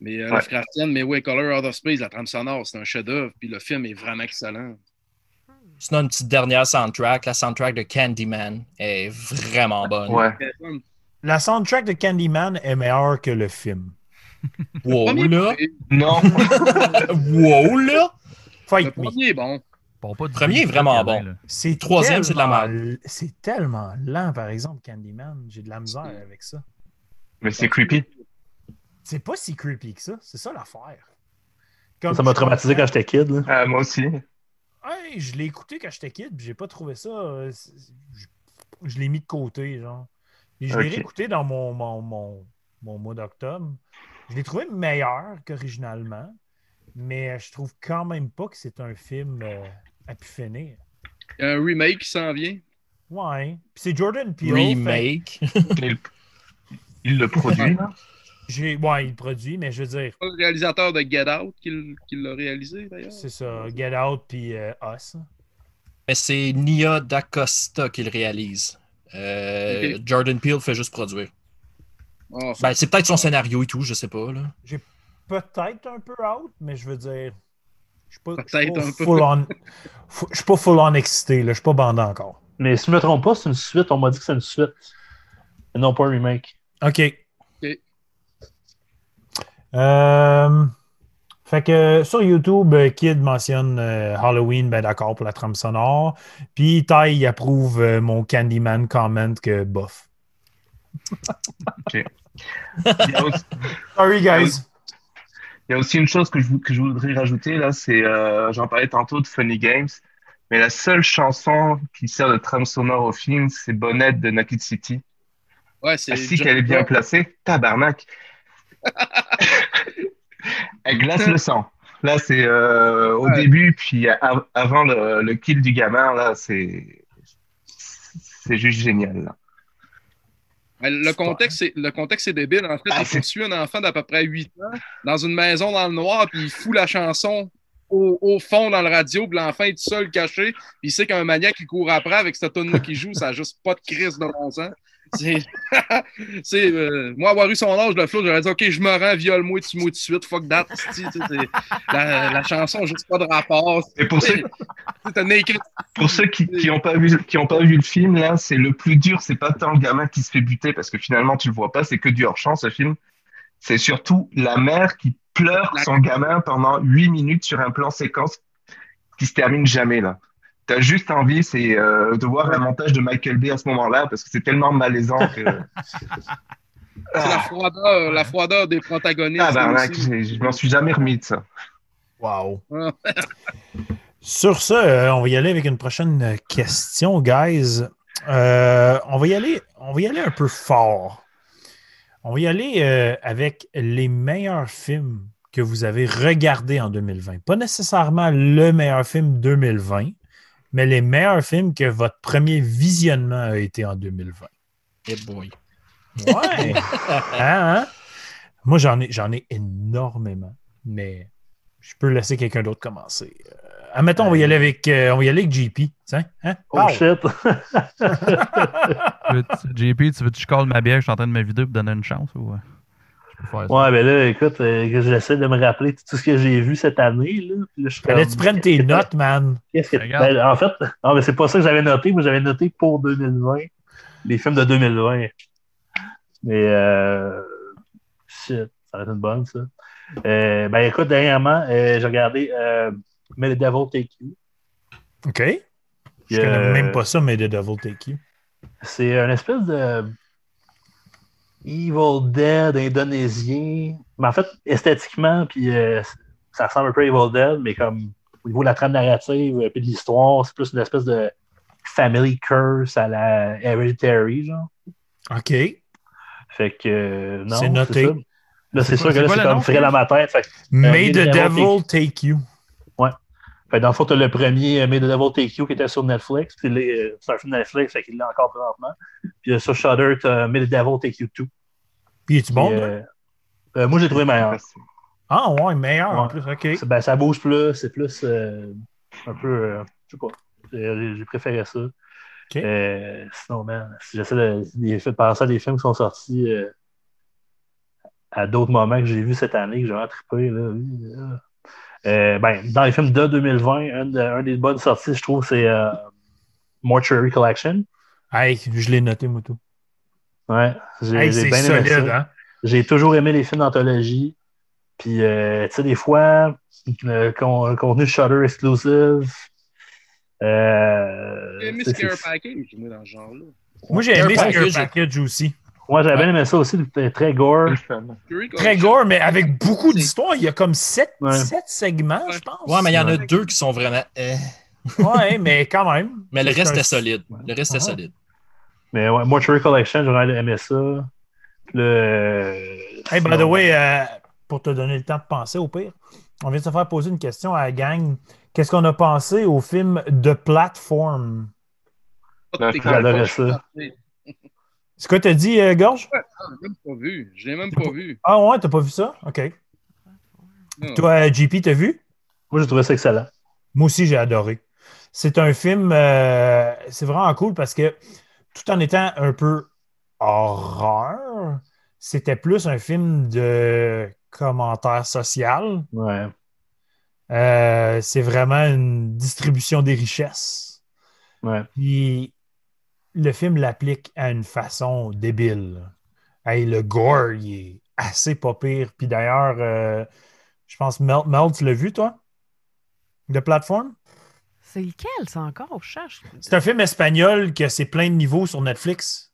Mais euh, Ouais. Lovecraftienne, mais ouais, Color Out of Space, la trame sonore, c'est un chef-d'œuvre, puis le film est vraiment excellent. Sinon, une petite dernière soundtrack, la soundtrack de Candyman est vraiment bonne. Ouais. Très fun. La soundtrack de Candyman est meilleure que le film. Wow, Premier- là! Non. wow, là! Le Fight me. premier est bon. Bon, pas du- Premier est vraiment bon. là. C'est Troisième, c'est de la tellement- merde. C'est tellement lent, par exemple, Candyman. J'ai de la misère avec ça. *laughs* Mais c'est creepy. C'est pas si creepy que ça. C'est ça l'affaire. Comme Ça m'a traumatisé quand j'étais kid. là. Ah, moi aussi. Hey, je l'ai écouté quand j'étais kid, puis j'ai pas trouvé ça. euh, c'est- Je, je l'ai mis de côté, genre. Et je l'ai Ok. réécouté dans mon, mon, mon, mon mois d'octobre. Je l'ai trouvé meilleur qu'originalement, mais je trouve quand même pas que c'est un film euh, à pu finir. Il y a un remake qui s'en vient. Ouais. Puis c'est Jordan Peele. fait- Remake. Il, il le produit. là. j'ai- Ouais, il produit, mais je veux dire, Pas Le réalisateur de Get Out qui, l- qui l'a réalisé, d'ailleurs. c'est ça, Get Out puis euh, Us. Mais c'est Nia D'Acosta qui le réalise. Euh, Ok. Jordan Peele fait juste produire. Ah, Ben, c'est peut-être son scénario et tout, je sais pas. Là. Peut-être un peu out, mais je veux dire, je suis pas, je suis Peut-être pas un peu. full on. fu- Je suis pas full on excité, là. Je suis pas bandé encore. Mais si je me trompe pas, c'est une suite. On m'a dit que c'est une suite. Et non pas un remake. OK. Euh, fait que sur YouTube, Kid mentionne euh, Halloween, ben d'accord pour la trame sonore. Puis Ty il approuve euh, mon Candyman comment que bof. Il y a aussi- Sorry Ah guys. guys. Il y a aussi une chose que je, vou- que je voudrais rajouter, là, c'est, euh, j'en parlais tantôt de Funny Games, mais la seule chanson qui sert de trame sonore au film, c'est Bonnette de Naked City. ouais, c'est Ah, si qu'elle est bien placée, tabarnak. elle glace le sang. Là, c'est euh, au Ouais. début, puis av- avant le, le kill du gamin, là, c'est c'est juste génial. là. Mais Le contexte, c'est, le contexte, c'est débile. En fait, Ben, Ah, il c'est- poursuit un enfant d'à peu près 8 ans dans une maison dans le noir, puis il fout la chanson au, au fond dans le radio, puis l'enfant est tout seul caché, puis il sait qu'un maniaque qui court après avec cette tonne qui joue, ça n'a juste pas de crise de bon sens. C'est, *laughs* c'est, euh, moi, avoir eu son âge, le flou, j'aurais dit Ok, je me rends, viole-moi, tu moi tout de suite, fuck that. esti, tu sais, c'est- la, la chanson, juste pas de rapport. Et pour ceux, C'est un naked Pour ceux qui n'ont pas vu qui ont pas vu le film là, c'est le plus dur, c'est pas tant le gamin qui se fait buter parce que finalement tu le vois pas, c'est que du hors champ ce film. C'est surtout la mère qui pleure son gamin pendant 8 minutes sur un plan séquence qui se termine jamais là. T'as juste envie c'est euh, de voir un montage de Michael Bay à ce moment-là parce que c'est tellement malaisant que C'est la Ah, froideur, la froideur des protagonistes. Ah, ben, tabarnak, aussi. Ah, j'ai- je m'en suis jamais remis de ça. Wow. Ah. Sur ce, euh, on va y aller avec une prochaine question, guys. Euh, on, va y aller, on va y aller un peu fort. On va y aller euh, avec les meilleurs films que vous avez regardé en 2020. Pas nécessairement le meilleur film 2020, mais les meilleurs films que votre premier visionnement a été en 2020. Eh boy. Ouais! *laughs* Hein, hein? Moi, j'en ai, j'en ai énormément, mais je peux laisser quelqu'un d'autre commencer. Euh, admettons, on va y aller avec, euh, on va y aller avec JP. Tiens, hein? Oh Parle. shit! *laughs* Tu veux- tu- JP, tu veux que je colle ma bière que je suis en train de me vider pour donner une chance ou. euh, je peux faire ça? Ouais, ben là, écoute, euh, que j'essaie de me rappeler tout ce que j'ai vu cette année. Là, Puis là, je suis Fallait que comme, tu prennes *laughs* tes notes, man. qu'est-ce que- Regarde. ben, en fait, *laughs* non, mais c'est pas ça que j'avais noté. Moi, j'avais noté pour 2020, les films de 2020. Mais, euh, shit, ça va être une bonne, ça. Euh, ben écoute, dernièrement, euh, j'ai regardé euh, May the Devil Take You. OK? Je Puis, connais euh, même pas ça, mais The Devil Take You. C'est un espèce de Evil Dead indonésien. Mais en fait, esthétiquement, puis euh, ça ressemble un peu à Evil Dead, mais comme au niveau de la trame narrative et de l'histoire, c'est plus une espèce de family curse à la Hereditary, genre. OK. Euh, Fait que euh, non, C'est noté. ça. Là, quoi- c'est sûr que c'est là, quoi c'est le comme nom, frais dans ma tête. Fait, que- May May the the Devil Take You. fait que dans le fond, t'as le premier euh, Made the Devil Take You qui était sur Netflix. Puis les- euh, c'est un film Netflix, fait qu'il l'a encore présentement. Puis euh, sur Shudder, t'as Made the Devil Take You 2. Puis es-tu bon? Puis, toi? euh, euh, moi, j'ai trouvé meilleur. Ah, ouais, meilleur en ouais. plus. OK. C'est- ben, ça bouge plus, c'est plus euh, un peu. euh, je sais pas. J'ai j'ai préféré ça. Euh, sinon, man, si j'essaie de, de penser à des films qui sont sortis euh, à d'autres moments que j'ai vus cette année, que j'ai vraiment trippé. Là, oui, là. Euh, ben, dans les films de 2020, un, de- un des bonnes sorties, je trouve, c'est euh, Mortuary Collection. Hey, je l'ai noté, Moutou. Ouais, j'ai Hey, j'ai c'est bien aimé solide, ça. hein? J'ai toujours aimé les films d'anthologie. Puis, euh, tu sais, des fois, le con- euh, contenu Shutter exclusive. euh, J'ai aimé c'est- Scare c'est- Package, moi, dans ce genre-là. Moi, j'ai Care aimé Scare Package. Package aussi. Moi, j'avais bien aimé ça aussi, c'était très gore. C'est le fun. Très gore, mais avec beaucoup d'histoires. Il y a comme sept, Ouais. sept segments, Ouais. je pense. Ouais, mais il y en a Ouais. deux qui sont vraiment. eh. Ouais, mais quand même. Mais le C'est reste un- est solide. Le reste Ah. est solide. Mais ouais, Mortuary Collection, j'aurais aimé ça. Le... Hey, by the sinon- way, euh, pour te donner le temps de penser, au pire, on vient de se faire poser une question à la gang. Qu'est-ce qu'on a pensé au film The Platform? Non, J'ai adoré ça. C'est quoi t'as dit, euh, Gorge? Je l'ai Ah, même pas vu. Je l'ai même pas vu. Ah ouais, t'as pas vu ça? OK. Non. Toi, JP, t'as vu? Moi, j'ai trouvé ça excellent. Moi aussi, j'ai adoré. C'est un film, euh, c'est vraiment cool parce que tout en étant un peu horreur, c'était plus un film de commentaire social. Ouais. Euh, c'est vraiment une distribution des richesses. Ouais. Puis le film l'applique à une façon débile. Hey, le gore, il est assez pas pire. Puis d'ailleurs, euh, je pense, Mel, Mel, tu l'as vu, toi? De plateforme? C'est lequel, ça encore? Je cherche. C'est un film espagnol que c'est plein de niveaux sur Netflix.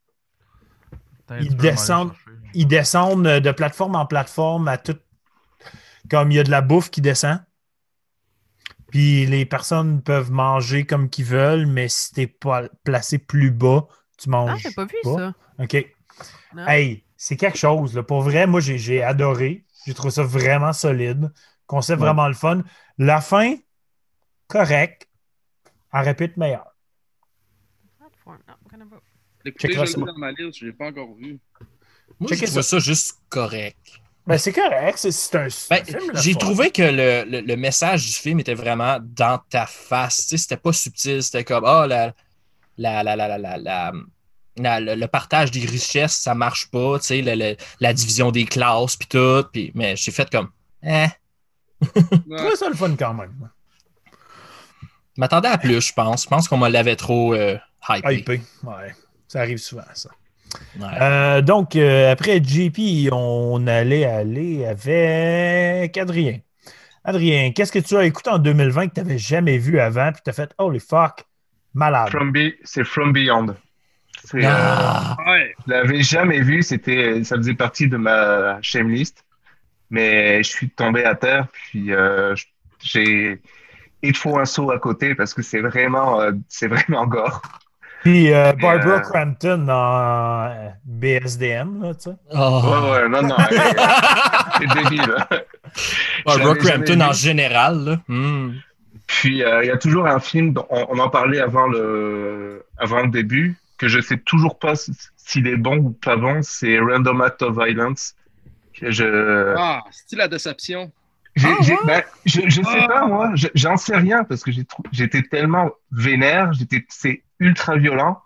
Putain, tu ils peux m'aller descendent. chercher. Ils descendent de plateforme en plateforme à tout. Comme il y a de la bouffe qui descend. Puis les personnes peuvent manger comme qu'ils veulent, mais si t'es pas placé plus bas, tu manges. Non, Ah, j'ai pas vu pas. ça. OK. Non. Hey, c'est quelque chose. Là. Pour vrai, moi, j'ai- j'ai adoré. J'ai trouvé ça vraiment solide. Concept Ouais. vraiment le fun. La fin, correct. En répète meilleur. Platform, non, on connaît pas. Écoutez, je Checkera l'ai ça. dans ma liste, je l'ai pas encore vu. Moi, Checker j'ai trouvé ça juste correct. Ben, c'est correct. C'est- C'est un, c'est un Ben, film. le j'ai fun. trouvé que le, le- le message du film était vraiment dans ta face. Tu sais, C'était pas subtil. C'était comme Ah, la, la, la, la, la, la, la- la- le, le partage des richesses, ça marche pas. Tu sais, le- le- la division des classes, puis tout. Puis, mais j'ai fait comme Eh, Je Ouais, trouvais ça le fun quand même. je m'attendais à plus, je pense. Je pense qu'on me l'avait trop euh, hypé. IP. Ouais. Ça arrive souvent, ça. Ouais. Euh, donc, euh, après JP, on allait aller avec Adrien. Adrien, qu'est-ce que tu as écouté en 2020 que tu n'avais jamais vu avant? Puis tu as fait, holy fuck, malade. From Be- C'est From Beyond. C'est, euh, Ah, ouais. Je l'avais jamais vu, c'était, ça faisait partie de ma shame list, mais je suis tombé à terre, puis euh, je- j'ai, il te faut un saut à côté parce que c'est vraiment, euh, c'est vraiment gore. Puis euh, Barbara Euh, Crampton dans euh, BSDM, là, tu sais. Ah. Ouais, ouais, non, non, elle- c'est débile. Ouais, Je l'avais Rockhampton jamais en vu. général. là. Hmm. Puis euh, il y a toujours un film, dont on, on en parlait avant le, avant le début, que je sais toujours pas s- s'il est bon ou pas bon, c'est Random Act of Violence. Que Je, Ah, c'est la déception. j'ai- Ah, j'ai- ouais? ben, je, je sais Ah. pas, moi, je- j'en sais rien parce que j'ai trou- j'étais tellement vénère, j'étais, c'est ultra violent,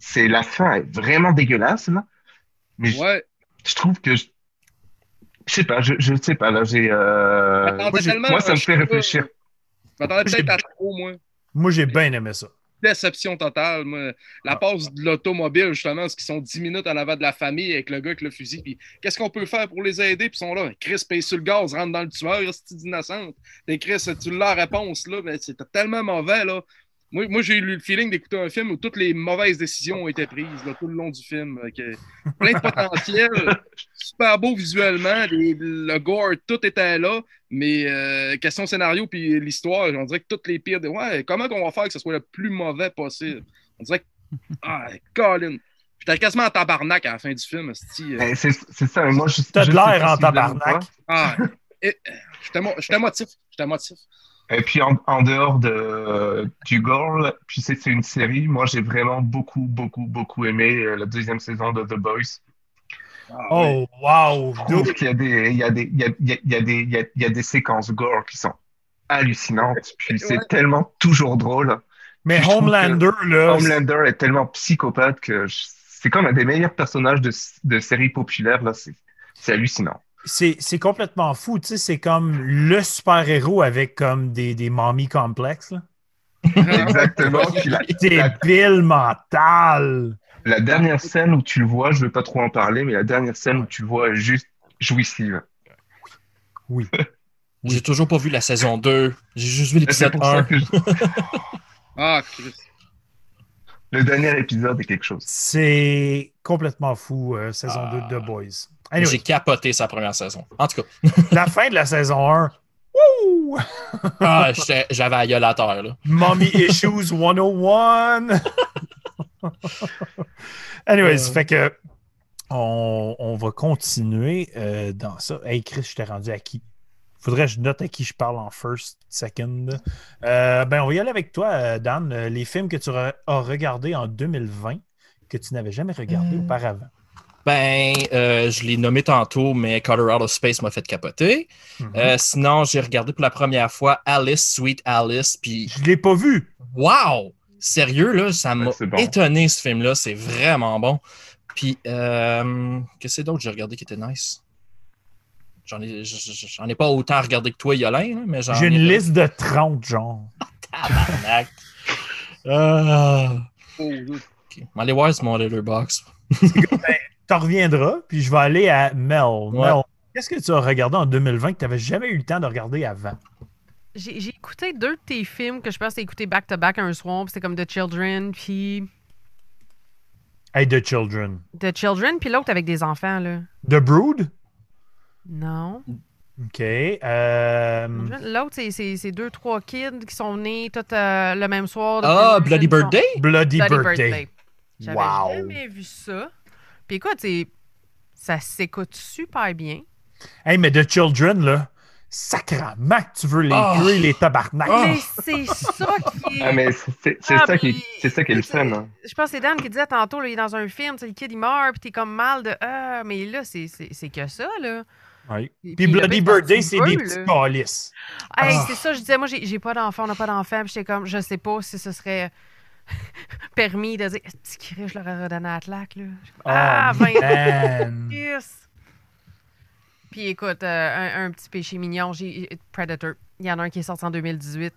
c'est la fin est vraiment dégueulasse, là. Mais je- Ouais. je trouve que je, je sais pas, je, je sais pas là, j'ai euh, Attends, moi, j'ai- tellement, moi, ça euh, me je fait peux- réfléchir. Je m'attendais peut-être J'ai- à trop, moi. Moi, j'ai bien aimé ça. Déception totale, moi. Ah. La passe de l'automobile, justement, ce qui sont 10 minutes en avant de la famille avec le gars avec le fusil. Puis qu'est-ce qu'on peut faire pour les aider? Puis ils sont là. Chris paye sur le gaz, rentre dans le tueur, c'est innocente. T'es Chris, tu l'as la réponse, là. Mais c'était tellement mauvais, là. Moi, moi, j'ai eu le feeling d'écouter un film où toutes les mauvaises décisions ont été prises là, tout le long du film. Fait que plein de potentiel, super beau visuellement, les- le gore, tout était là, mais euh, question scénario puis l'histoire, on dirait que toutes les pires. Ouais, comment qu'on va faire que ce soit le plus mauvais possible? On dirait que. Ah, Colin! J'étais quasiment en tabarnak à la fin du film, euh. esti. Eh, C'est c'est ça, mais moi je T'as je de l'air sais pas en si je l'aime ou tabarnak. pas. Ah, et- j'étais mo- j'étais motif, j'étais motif. Et puis en, en dehors de, du gore, puis c'est c'est une série, moi j'ai vraiment beaucoup, beaucoup, beaucoup aimé euh, la deuxième saison de The Boys. Ah, Oh, wow! Je Doug, trouve qu'il y a des, il y a des, il y a, il y a- il y a des, il y a, il y a des séquences gore qui sont hallucinantes, puis c'est Ouais. tellement toujours drôle. Mais Je trouve Homelander, là. Homelander est tellement psychopathe que je- c'est comme un des meilleurs personnages de, de série populaire, là, c'est c'est hallucinant. C'est c'est complètement fou, tu sais, c'est comme le super-héros avec comme des, des mamies complexes, là. Ah, Exactement. Puis la, Débile mental! la dernière scène où tu le vois, je ne vais pas trop en parler, mais la dernière scène où tu le vois est juste jouissive. J'ai toujours pas vu la saison 2. J'ai juste vu C'est l'épisode pour ça 1. que je- Ah, Chris. le dernier épisode est quelque chose. C'est complètement fou, euh, saison Ah. 2 de The Boys. J'ai Anyway, capoté sa première saison. En tout cas, la fin de la saison 1, wouh! ah, j'étais- j'avais la gueule à terre. Là. *laughs* Mommy Issues 101! *laughs* Anyways, Euh. fait que on, on va continuer euh, dans ça. Hey Chris, je t'ai rendu à qui? Faudrait que je note à qui je parle en first, second. Euh, ben, on va y aller avec toi, euh, Dan. Euh, Les films que tu re- as regardés en 2020 que tu n'avais jamais regardés Euh. auparavant. Ben, euh, je l'ai nommé tantôt, mais Colorado Space m'a fait capoter. Mhm. Euh, sinon, j'ai regardé pour la première fois Alice, Sweet Alice, puis Je l'ai pas vu. wow! Sérieux, là, ça m'a Ouais, c'est bon. étonné ce film-là, c'est vraiment bon. Puis, euh, qu'est-ce que c'est d'autre que j'ai regardé qui était nice? J'en ai, j- j- j'en ai pas autant regardé que toi, Yolin, là, mais j'en J'ai ai une liste de 30, genre. Tabarnak. Ah. Oh, Ok, on va aller voir sur mon Letterboxd. T'en reviendras, puis je vais aller à Mel. Ouais. Mel, qu'est-ce que tu as regardé en 2020 que tu n'avais jamais eu le temps de regarder avant? J'ai j'ai écouté deux de tes films que je pense que t'as écouté back-to-back un soir. puis C'était comme The Children, puis Hey, The Children. The Children, puis l'autre avec des enfants, là. The Brood? Non. Mm. OK. euh, L'autre, c'est- c'est c'est deux, trois kids qui sont nés tous euh, le même soir. Ah, Ils Bloody sont- Birthday? Bloody, Bloody Birthday. Birthday. J'avais Wow. jamais vu ça. Puis écoute, c'est- ça s'écoute super bien. Hey, mais The Children, là, sacrament que tu veux les Oh. tuer, les tabarnak. Oh. Mais c'est ça qui est... Ah, mais c'est c'est Ah, ça, qui puis- est- c'est ça qui est le fun. hein. Je pense que c'est Dan qui disait tantôt, là, il est dans un film, tu sais, le kid il meurt, puis t'es comme mal de Ah, mais là, c'est- c'est c'est que ça, là. Ouais. Puis, Puis le Bloody pire, quand Birthday, tu c'est veux, des là. petits calices. Hey, Ah. c'est ça, je disais, moi, j'ai j'ai pas d'enfant, on n'a pas d'enfant, puis j'étais comme, je sais pas si ce serait *laughs* permis de dire, petit cri, je l'aurais redonné à Tlac, là. Ah, Oh, man. ben, *laughs* Yes. Puis écoute, euh, un, un petit péché mignon, j'ai Predator. Il y en a un qui est sorti en 2018.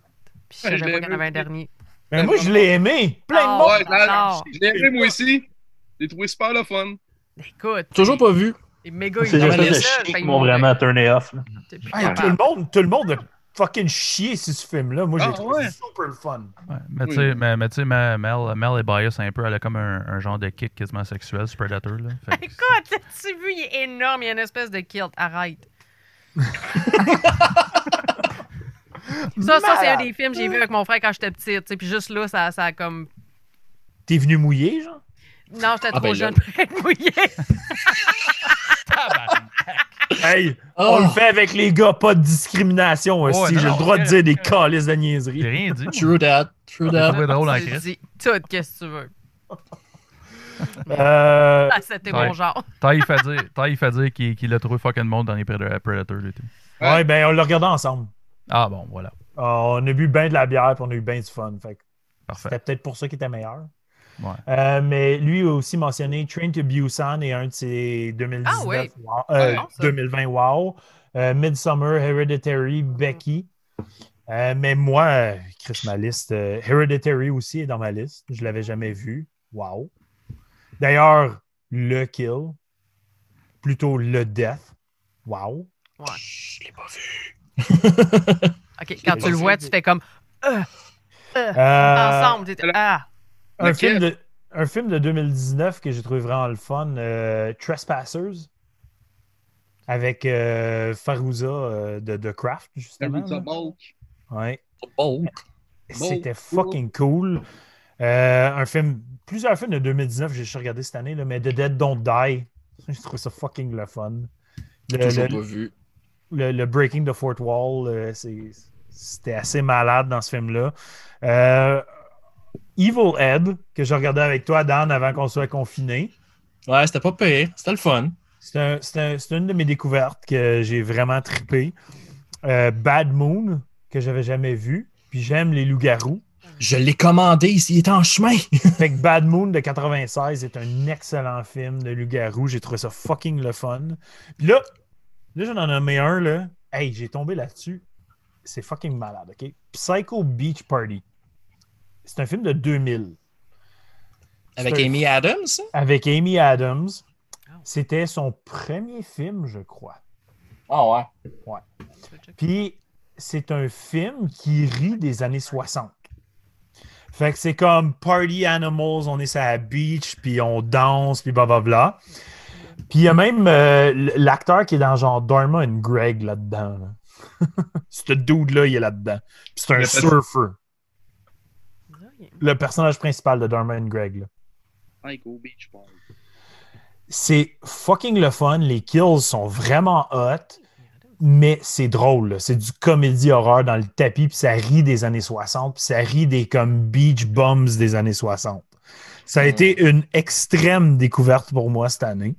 Puis je Ouais, je savais l'ai pas qu'il y en avait un vu. dernier. Mais Ben, moi, je l'ai aimé. Plein de Ah, monde. Ouais, j'adore. je l'ai aimé, moi aussi. J'ai trouvé super le Ah, fun. Écoute. Toujours pas vu. Il est méga C'est innocent, juste de là, chiens fait qui que mon- m'ont vraiment turné off. là. t'es plus Hey, tout, capable. le monde, tout le monde a fucking chié sur ce film-là. Moi, j'ai Ah, trouvé ouais. super le fun. Ouais, mais tu Oui. sais, mais, mais tu sais, ma- Mel, Mel est bias un peu. Elle a comme un, un genre de kick quasiment sexuel, ce Predator. Là. Fait que c'est- *laughs* Écoute, l'as-tu vu? Il est énorme. Il y a une espèce de kilt. *laughs* Arrête. ça, ça, c'est un des films que j'ai vu avec mon frère quand j'étais petite. tu sais, Puis juste là, ça, ça a comme. T'es venu mouiller, genre? Non, j'étais *laughs* Ah, trop ben là. jeune pour être mouillée. Hey, Oh. on le fait avec les gars, pas de discrimination. Ouais, aussi. non, J'ai le non, droit de c'est- dire des calices de niaiseries. J'ai rien dit. moi. True that. True that. trouvé drôle hein, en Tu crise. dis tout, qu'est-ce que tu veux. Euh, Ah, c'était Ouais. mon genre. Taïf à dire, Taïf à dire qu'il qu'il a trouvé fucking monde dans les Predator. Predator et tout. ouais, ben, on l'a regardé ensemble. Ah bon, voilà. Euh, on a bu bien de la bière puis on a eu bien du fun. Fait que Parfait. c'était peut-être pour ça qu'il était meilleur. Ouais. Euh, mais lui a aussi mentionné Train to Busan et un de ses 2019 Ah oui. wow- euh, Ah non, ça. 2020 Wow, euh, Midsummer, Hereditary, Mm-hmm. Becky. Euh, mais moi, euh, Chris, ma liste, euh, Hereditary aussi est dans ma liste. Je ne l'avais jamais vu. Wow. D'ailleurs, le kill, plutôt le death. Wow. Je l'ai pas vu. OK, quand tu le vois, tu fais comme Euh, ensemble. tu dis, Ah, un, Lequel? film de, un film de 2019 que j'ai trouvé vraiment le fun, euh, Trespassers, avec euh, Farouza euh, de, de Craft, justement. là. Ouais. Oh. C'était fucking cool. Euh, un film, plusieurs films de 2019, j'ai juste regardé cette année, là, mais The Dead Don't Die, j'ai trouvé ça fucking le fun. Le, Toujours le- pas vu. le- le Breaking the Fourth Wall, euh, c'est- c'était assez malade dans ce film-là. Euh, Evil Head, que j'ai regardé avec toi, Dan, avant qu'on soit confinés. Ouais, c'était pas pire. C'était le fun. C'est un- c'est un- c'est une de mes découvertes que j'ai vraiment trippé. Euh, Bad Moon, que j'avais jamais vu. Puis j'aime les loups-garous. Je l'ai commandé ici. Il est en chemin. Fait que Bad Moon de 96 est un excellent film de loups-garous. J'ai trouvé ça fucking le fun. Puis là, là j'en ai nommé un, là. Hey, j'ai tombé là-dessus. C'est fucking malade, OK? Psycho Beach Party. C'est un film de 2000. Avec C'est un- Amy Adams. ça? Avec Amy Adams. C'était son premier film, je crois. Ah ouais. Puis c'est un film qui rit des années 60. Fait que c'est comme Party Animals, on est sur la beach, puis on danse, puis blablabla. Puis il y a même euh, l- l'acteur qui est dans genre Dharma and Greg là-dedans. là. *laughs* Ce dude-là, il est là-dedans. Puis c'est un Le perso- surfer. rien. Le personnage principal de Dharma and Greg. là. Psycho Beach Party. C'est fucking le fun. Les kills sont vraiment hot, mais c'est drôle. là. C'est du comédie horreur dans le tapis, puis ça rit des années 60, puis ça rit des comme beach bums des années 60. Ça a Mm. été une extrême découverte pour moi cette année.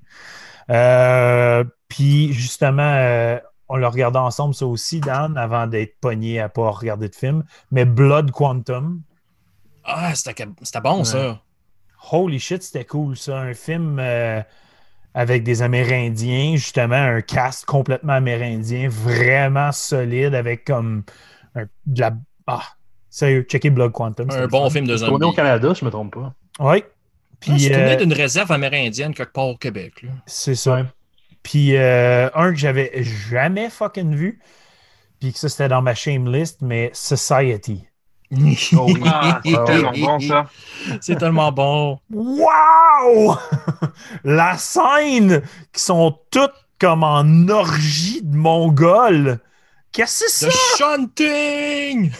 Euh, puis justement, euh, on l'a regardé ensemble, ça aussi, Dan, avant d'être pogné à pas regarder de film. Mais Blood Quantum, Ah, c'était c'était bon ça. Holy shit, c'était cool ça. Un film euh, avec des Amérindiens, justement, un cast complètement amérindien, vraiment solide, avec comme un- de la. Ah, sérieux, checker Blood Quantum. Un bon film de Tourné au zombies. Canada, je me trompe pas. Oui. Ah, Puis, C'est tourné euh, d'une réserve amérindienne quelque part au Québec. là. *laughs* c'est ça. Ouais. Puis, euh, un que j'avais jamais fucking vu, puis que ça, c'était dans ma shame list, mais Society. Oh oui. *laughs* c'est tellement bon ça. C'est tellement bon. *laughs* Wow! *laughs* La scène qui sont toutes comme en orgie de Mongols. Qu'est-ce que c'est The ça? Shunting!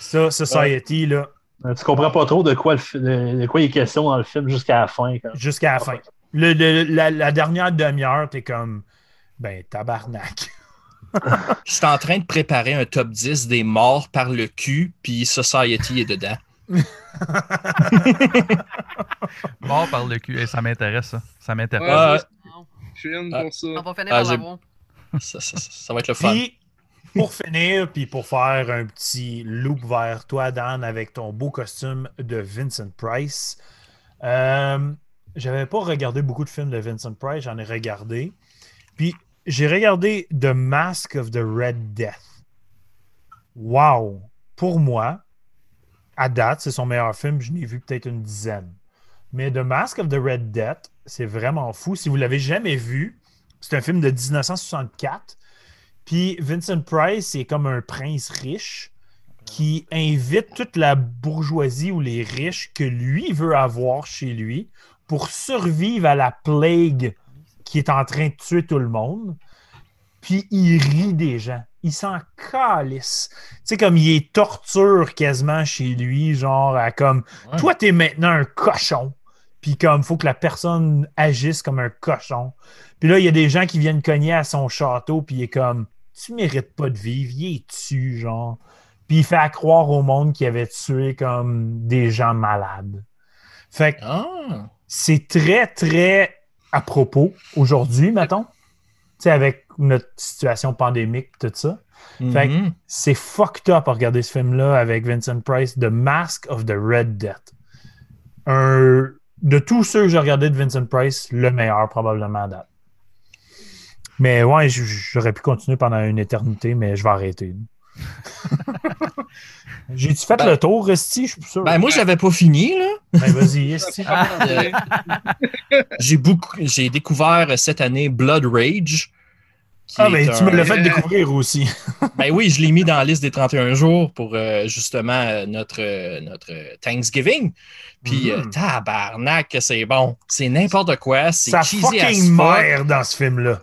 Ça, Society, là, Euh, Tu comprends pas trop de quoi, le fi- de, de quoi il est question dans le film jusqu'à la fin. quand- jusqu'à la fin. Le- le- la, la dernière demi-heure, t'es comme, ben, tabarnak. Je suis en train de préparer un top 10 des morts par le cul, puis Society est dedans. Mort par le cul. Eh, ça m'intéresse, ça. Ça m'intéresse. Ouais. Ah, Je suis in Ah. pour ça. on va finir Ah, par j'ai- l'avoir. ça, ça- ça- ça va être le fun. Puis, pour finir, puis pour faire un petit loop vers toi, Dan, avec ton beau costume de Vincent Price, euh, j'avais pas regardé beaucoup de films de Vincent Price, j'en ai regardé. Puis, j'ai regardé The Mask of the Red Death. Wow! Pour moi, à date, c'est son meilleur film, je n'ai vu peut-être une dizaine. Mais The Mask of the Red Death, c'est vraiment fou. Si vous l'avez jamais vu, c'est un film de 1964. Puis Vincent Price, c'est comme un prince riche qui invite toute la bourgeoisie ou les riches que lui veut avoir chez lui pour survivre à la plague qui est en train de tuer tout le monde. Puis il rit des gens. Il s'en calisse. Tu sais, comme il est torture quasiment chez lui, genre à comme Ouais. Toi, t'es maintenant un cochon. Puis comme, faut que la personne agisse comme un cochon. Puis là, il y a des gens qui viennent cogner à son château, puis il est comme, tu mérites pas de vivre, il est tu, genre. Puis il fait à croire au monde qu'il avait tué comme des gens malades. Fait que Ah! c'est très, très à propos aujourd'hui, mettons. Tu sais, avec notre situation pandémique, tout ça. Fait que- Mhm. C'est fucked up à regarder ce film-là avec Vincent Price, The Mask of the Red Death. Un... De tous ceux que j'ai regardé de Vincent Price, le meilleur probablement à date. Mais ouais, j- j'aurais pu continuer pendant une éternité, mais je vais arrêter. J'ai-tu fait Ben- le tour, Resti? Je suis plus sûr. Ben, moi, j'avais pas fini, là. Ben, vas-y, Resti. Ah, Euh, j'ai beaucoup, j'ai découvert euh, cette année Blood Rage. qui Ah, est ben, tu un- me l'as *laughs* fait découvrir aussi. Ben oui, je l'ai mis dans la liste des 31 jours pour euh, justement euh, notre, euh, notre euh, Thanksgiving. Puis, Mhm. euh, tabarnak, que c'est bon. C'est n'importe quoi. C'est Sa cheesy as fucking fuck. mère dans ce film-là.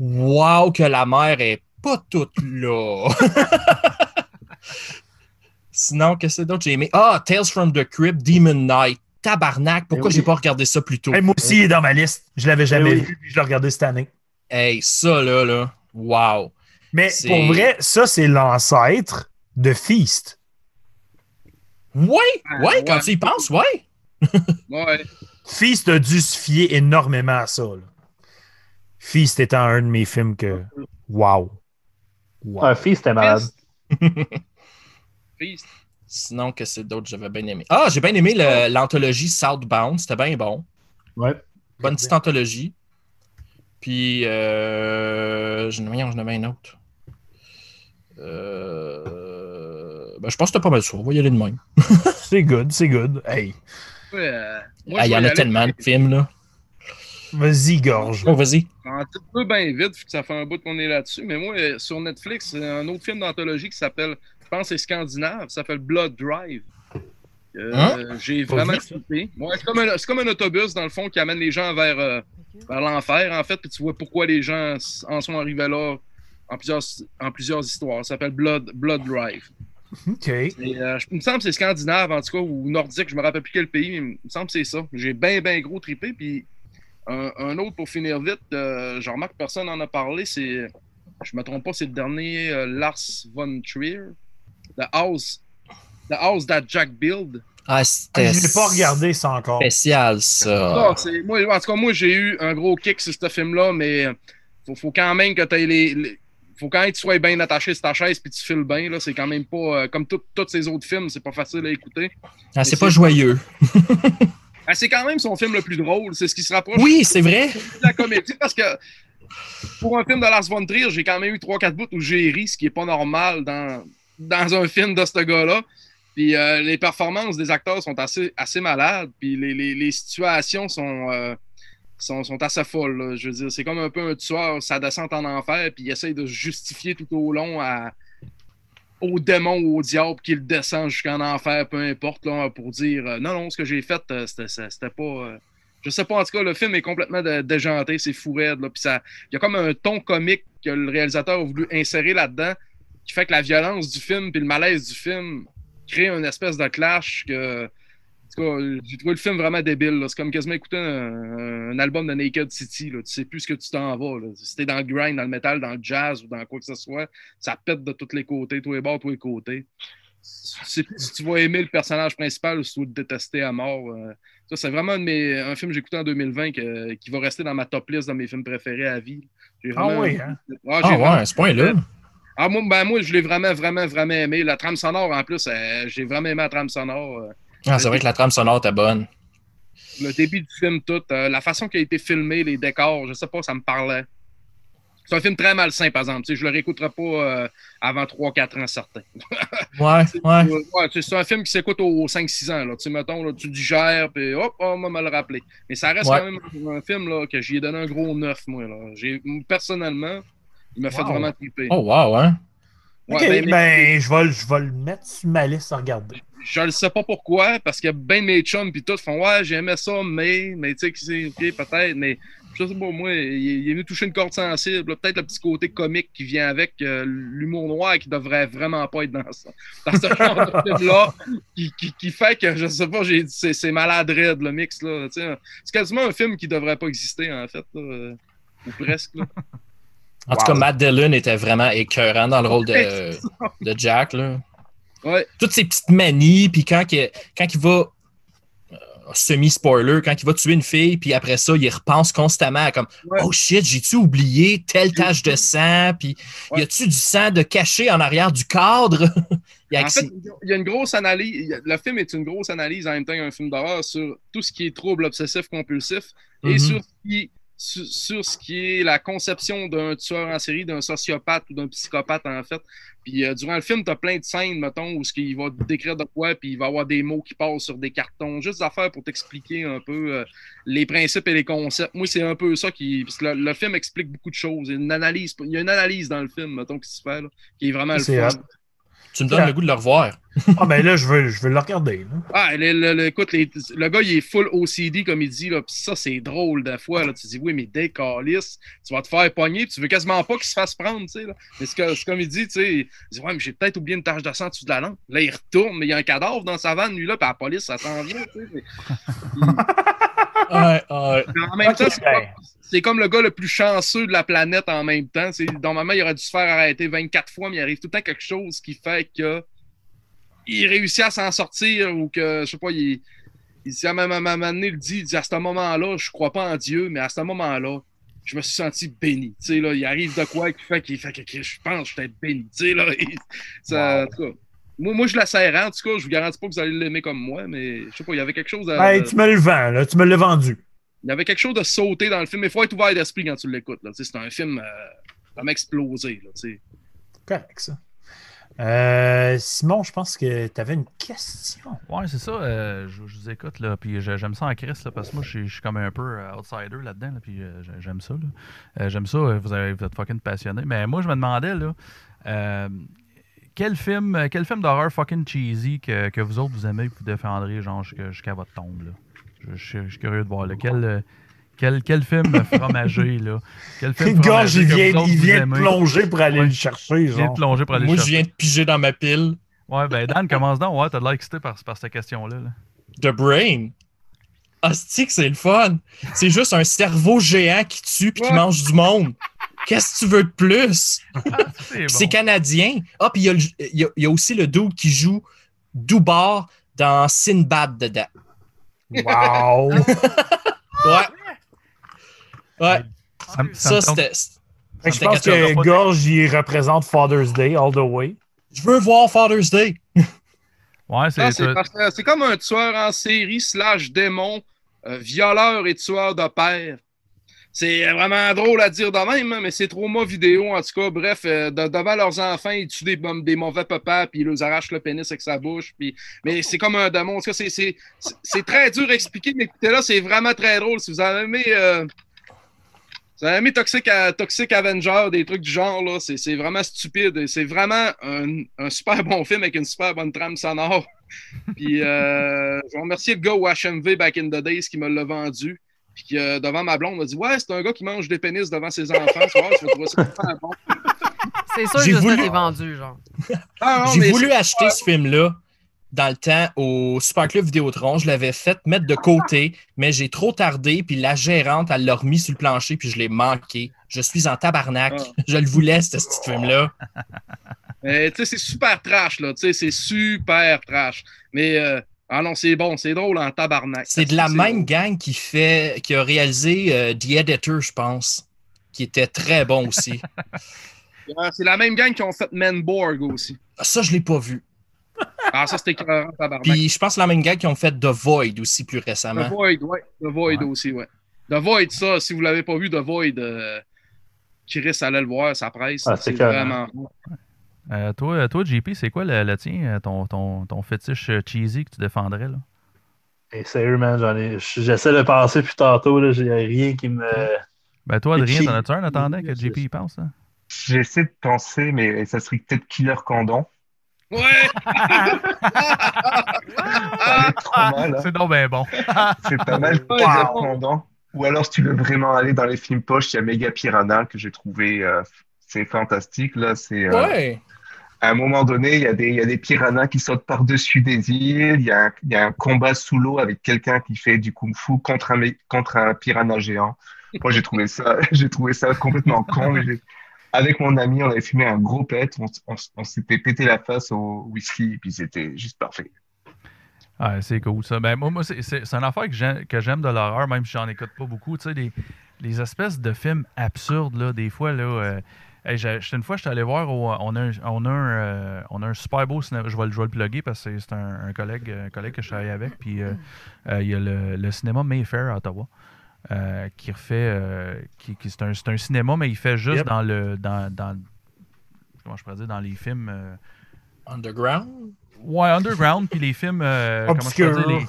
Wow, que la mère est pas toute là. *laughs* Sinon, qu'est-ce que c'est d'autre que j'ai aimé? Ah, Tales from the Crypt, Demon Knight. Tabarnak, pourquoi Eh oui. j'ai pas regardé ça plus tôt? Hey, moi aussi, il est dans ma liste. Je l'avais jamais oui. vu, puis je l'ai regardé cette année. Hey, ça là, là, wow. Mais C'est- pour vrai, ça, c'est l'ancêtre de Feast. Ouais, ouais, ouais. quand tu y penses, ouais. Ouais. Feast a dû se fier énormément à ça. là. Feast étant un de mes films que. Wow. Wow. Un fils, c'était malade. Fist. *laughs* Fist. Sinon, que c'est d'autres, j'avais bien aimé. Ah, j'ai bien aimé le- l'anthologie Southbound, c'était bien bon. Ouais. Bonne petite anthologie. Puis, euh, je voyons, j'en avais un autre. Euh, ben, je pense que t'as pas mal ça. On va y aller de même. C'est good, c'est good. Hey. Ouais, euh, Ah, Il moi, je y vais en a aller tellement de films, là. Vas-y, gorge. Oh, vas-y. Un petit peu bien vite, vu que ça fait un bout qu'on est là-dessus. Mais moi, euh, sur Netflix, c'est un autre film d'anthologie qui s'appelle, je pense, que c'est scandinave, ça s'appelle Blood Drive. Euh, Hein? J'ai Pas vraiment vu, trippé. Ouais, c'est comme, un- c'est comme un autobus, dans le fond, qui amène les gens vers, euh, Ok. vers l'enfer, en fait. Puis tu vois pourquoi les gens s- en sont arrivés là en plusieurs, en plusieurs histoires. Ça s'appelle Blood, Blood Drive. OK. Et, euh, je- il me semble que c'est scandinave, en tout cas, ou nordique, je me rappelle plus quel pays, mais il me semble que c'est ça. J'ai bien, bien gros tripé. Puis un, un autre pour finir vite, euh, je remarque que personne n'en a parlé, c'est, je me trompe pas, c'est le dernier euh, Lars von Trier, The House, The House That Jack Build. Ah, Ah, c'était je ne l'ai pas regardé, ça encore. spécial, ça. Ah, c'est- moi, en tout cas, moi, j'ai eu un gros kick sur ce film-là, mais faut, faut quand même que tu les, les- Faut quand même que tu sois bien attaché sur ta chaise puis tu files bien. Là, c'est quand même pas. euh, comme tout- tous ces autres films, c'est pas facile à écouter. Ah, c'est c'est- pas joyeux. Ah, c'est quand même son film le plus drôle. C'est ce qui se rapproche Oui, c'est vrai. de la comédie parce que pour un film de Lars von Trier, j'ai quand même eu 3-4 bouts où j'ai ri, ce qui est pas normal dans, dans un film de ce gars-là. Puis euh, les performances des acteurs sont assez, assez malades. Puis les, les- les situations sont, euh, sont, sont assez folles. là. Je veux dire, c'est comme un peu un tueur, ça descend en enfer, puis il essaye de se justifier tout au long à, au démon ou au diable qu'il descend jusqu'en enfer, peu importe, là, pour dire euh, non, non, ce que j'ai fait, euh, c'était c'était pas. euh, je sais pas, en tout cas, le film est complètement dé- déjanté, c'est fou raide. Là, puis ça, il y a comme un ton comique que le réalisateur a voulu insérer là-dedans, qui fait que la violence du film puis le malaise du film crée une espèce de clash que. En tout cas, j'ai trouvé le film vraiment débile. là. C'est comme quasiment écouter un, un album de Naked City. Là. Tu sais plus ce que tu t'en vas. Là. Si t'es dans le grind, dans le métal, dans le jazz ou dans quoi que ce soit, ça pète de tous les côtés, tous les bords, tous les côtés. Tu sais plus si tu vas aimer le personnage principal ou si tu vas le détester à mort. euh. Ça, c'est vraiment un, de mes- un film que j'ai écouté en 2020 que- qui va rester dans ma top list de mes films préférés à vie. J'ai Ah vraiment- oui, hein? Ah, j'ai Ah, vraiment- ouais, ce point-là. ah, moi, ben, moi, je l'ai vraiment, vraiment, vraiment aimé. La trame sonore, en plus, euh, j'ai vraiment aimé la trame sonore. euh, Ah, c'est vrai que la trame sonore était bonne. le début du film, tout. euh, la façon qui a été filmé, les décors, je sais pas, ça me parlait. C'est un film très malsain, par exemple. Tu sais, je le réécouterai pas euh, avant 3-4 ans, certains. Ouais, ouais. Ouais, ouais, tu sais, c'est un film qui s'écoute aux 5-6 ans. Là. Tu sais, mettons, là, tu digères, puis hop, on va me le rappeler. Mais ça reste Ouais. quand même un film là, que j'y ai donné un gros 9, moi. Là. J'ai- Personnellement, il m'a fait Wow. vraiment triper. Oh, wow, hein. Ouais, OK, ben, ben, mais- je, vais, le- je vais le mettre sur ma liste à regarder. Je le sais pas pourquoi, parce que ben de mes chums puis tout font Ouais, j'aimais ça, mais, mais tu sais, qui c'est, ok, peut-être, mais Je sais pas, moi, il, est- il est venu toucher une corde sensible. là. Peut-être le petit côté comique qui vient avec euh, l'humour noir qui devrait vraiment pas être dans, ça, dans ce genre de film-là, qui, qui- qui fait que, je sais pas, j'ai dit, c'est, c'est malade raide, le mix. Là, tu sais. c'est quasiment un film qui devrait pas exister, en fait, là, euh, ou presque. là. En tout cas, Matt Dillon était vraiment écœurant dans le rôle de, Ouais, *laughs* de Jack. Là. Ouais. Toutes ses petites manies, puis quand, il- quand il va. euh, Semi-spoiler, quand il va tuer une fille, puis après ça, il repense constamment à comme Ouais. Oh shit, j'ai-tu oublié telle tache de sang, puis Ouais. y a-tu du sang de caché en arrière du cadre? *laughs* Il y Ah, a- En fait, il y a une grosse analyse. il y a- Le film est une grosse analyse en même temps qu'un film d'horreur sur tout ce qui est trouble obsessif-compulsif et Mhm. sur ce qui sur, sur ce qui est la conception d'un tueur en série, d'un sociopathe ou d'un psychopathe, en fait. Puis euh, durant le film, tu as plein de scènes, mettons, où ce qu'il va te décrire de quoi, puis il va avoir des mots qui passent sur des cartons, juste des affaires pour t'expliquer un peu euh, les principes et les concepts. Moi, c'est un peu ça qui. parce que le, le film explique beaucoup de choses. Il y a une analyse, il y a une analyse dans le film, mettons, qui se fait, là, qui est vraiment le C'est fun. hot. tu me donnes le goût de le *laughs* revoir. Ah, ben là, je veux, je veux le regarder. là. Ah, le, le- le- écoute, les- le gars, il est full OCD, comme il dit, là, pis ça, c'est drôle de fois, là. Tu dis, oui, mais dès calice, tu vas te faire pogner, pis tu veux quasiment pas qu'il se fasse prendre, tu sais, là. Mais c'est que- c'est comme il dit, tu sais, il dit, ouais, mais j'ai peut-être oublié une tache de sang en dessous de la lampe. Là, il retourne, mais il y a un cadavre dans sa vanne, lui, là, pis la police, ça s'en vient, tu sais. mais- Ouais, ouais. mais En même Ok, temps, c'est ben, pas- c'est comme le gars le plus chanceux de la planète en même temps. C'est- Normalement, il aurait dû se faire arrêter 24 fois, mais il arrive tout le temps quelque chose qui fait que il réussit à s'en sortir ou que, je sais pas, il, il dit à ma maman, il dit, il dit, à ce moment-là, je crois pas en Dieu, mais à ce moment-là, je me suis senti béni. Tu sais, là, il arrive de quoi qui fait qu'il fait que que je pense que je vais être béni. Tu sais, là, *laughs* il- ça- en tout cas, moi, moi, je la serre, hein. en tout cas, je vous garantis pas que vous allez l'aimer comme moi, mais je sais pas, il y avait quelque chose à. Hey, tu me le vends, là. Tu me l'as vendu. Il y avait quelque chose de sauté dans le film. Il faut être ouvert d'esprit quand tu l'écoutes. là. Tu sais, C'est un film euh, explosé. Là, tu sais. Correct, ça. Euh, Simon, je pense que tu avais une question. Ouais, c'est ça. euh, je, je vous écoute, là, puis je- j'aime ça en Chris, là, parce que moi, je suis- je suis comme un peu euh, outsider là-dedans, là, puis euh, j'ai- j'aime ça. là. Euh, j'aime ça, euh, vous, avez- vous êtes fucking passionné. Mais moi, je me demandais, là, euh, quel film, euh, quel film d'horreur fucking cheesy que, que vous autres vous aimez et que vous défendrez, genre, jusqu'à jusqu'à votre tombe, là? Je, je suis- je suis curieux de voir, là. Quel, euh, quel, quel film fromager, là? Quel Le film gars, fromager il que vous vient, autres il vous vient de aimez? plonger pour aller Ouais. le chercher. Il vient de Genre. plonger pour aller Moi, le je chercher. viens de piger dans ma pile. Ouais, ben, Dan, commence donc. Ouais, t'as de l'air excité par, par cette question-là, *laughs* là. The Brain. Hostie que c'est le fun. C'est juste un cerveau géant qui tue puis qui Ouais. mange du monde. Qu'est-ce que tu veux de plus? Ah, c'est Puis C'est bon. canadien. Ah, puis il y, a le- il y a- il y a aussi le dude qui joue Dubar dans Sinbad dedans. Wow! Ouais. Ouais, Ça me- ça, me tente- c'était. Fait que je c'était pense quelque chose. que Gorge, il représente Father's Day all the way. Je veux voir Father's Day. Ouais, Non, c'est C'est parce que c'est comme un tueur en série slash démon, euh, violeur et tueur de père. C'est euh, vraiment drôle à dire de même, hein, mais c'est trop mauvais vidéo, en tout cas. Bref, euh, de- devant leurs enfants, ils tuent des, mom- des mauvais papas, puis ils leur arrachent le pénis avec sa bouche. Puis... Mais c'est comme un démon. En tout cas, c'est- c'est c'est- c'est très dur à expliquer, mais écoutez là, c'est vraiment très drôle. Si vous avez aimé, euh, si vous avez aimé Toxic, à- Toxic Avenger, des trucs du genre, là, c'est c'est vraiment stupide. et C'est vraiment un, un super bon film avec une super bonne trame sonore. Puis euh, je vais remercier le gars au HMV Back in the Days qui me l'a vendu. Puis qui, euh, devant ma blonde, m'a dit Ouais, c'est un gars qui mange des pénis devant ses enfants. Tu vois, je vais trouver ça super bon. C'est sûr J'ai que voulu- ça t'est vendu, genre. Ah, non, J'ai mais voulu acheter ce film-là dans le temps au Super Club Vidéotron. Je l'avais fait mettre de côté, mais j'ai trop tardé, puis la gérante, elle l'a remis sur le plancher, puis je l'ai manqué. Je suis en tabarnak. Ah. *laughs* Je le voulais, ce petit film-là. Mais, tu sais, c'est super trash, là. Tu sais, c'est super trash. Mais, euh, ah non, c'est bon, c'est drôle en tabarnak. C'est de la C'est- même gang qui, fait, qui a réalisé euh, The Editor, je pense, qui était très bon aussi. Ah, C'est la même gang qui ont fait Manborg aussi. Ça, je l'ai pas vu. Ah, ça, c'était écœurant, tabarnak. Puis je pense la même gang qui ont fait The Void aussi plus The récemment. Void, ouais. The Void Ouais. aussi, ouais. The Void, ça, si vous l'avez pas vu, The Void, euh, Chris allait le voir, ça presse. Ah, c'est c'est écœurant. vraiment. Euh, toi, toi, JP, c'est quoi le, le tien, euh, ton, ton, ton fétiche euh, cheesy que tu défendrais? Là? Et sérieux, man, j'en ai- j'essaie de penser plus tantôt, là, j'ai rien qui me. Ben, toi, Adrien, Cheesy. t'en as-tu un en attendant que Yes, JP y yes. pense? hein? J'essaie de penser, mais ça serait peut-être Killer Condon. Ouais! Ça va être trop mal, hein. C'est donc ben bon. *laughs* C'est pas mal Ouais, Killer bon. Condon. Ou alors, si tu veux vraiment aller dans les films poches, il y a Mega Piranha que j'ai trouvé. euh, c'est fantastique. Là, c'est. euh, Ouais. à un moment donné, il y a des, il y a des piranhas qui sautent par-dessus des îles, il y a, un- il y a un combat sous l'eau avec quelqu'un qui fait du kung-fu contre un, mé- contre un piranha géant. Moi, j'ai trouvé ça, *laughs* j'ai trouvé ça complètement con. mais j'ai- Avec mon ami, on avait fumé un gros pet, on, s- on s- on s'était pété la face au whisky, et puis c'était juste parfait. Ouais, c'est cool ça. Ben, moi, moi, c'est- c'est c'est une affaire que j'ai- que j'aime de l'horreur, même si j'en écoute pas beaucoup. Tu sais, les, les espèces de films absurdes, là, des fois, là. euh, hey, j'ai- j'étais- une fois, j'étais allé voir, au- on, a un, on, a un, euh, on a un super beau cinéma. Je vais, le- je vais le plugger parce que c'est un, un collègue, un collègue que je travaille avec. Puis euh, euh, il y a le, le cinéma Mayfair à Ottawa. euh, qui refait. euh, qui, qui- c'est un, c'est un cinéma, mais il fait juste Yep. dans le. Dans, dans- comment je pourrais dire Dans les films. euh, Underground. Ouais, underground, puis les films. euh, comment je peux Obscur. dire les,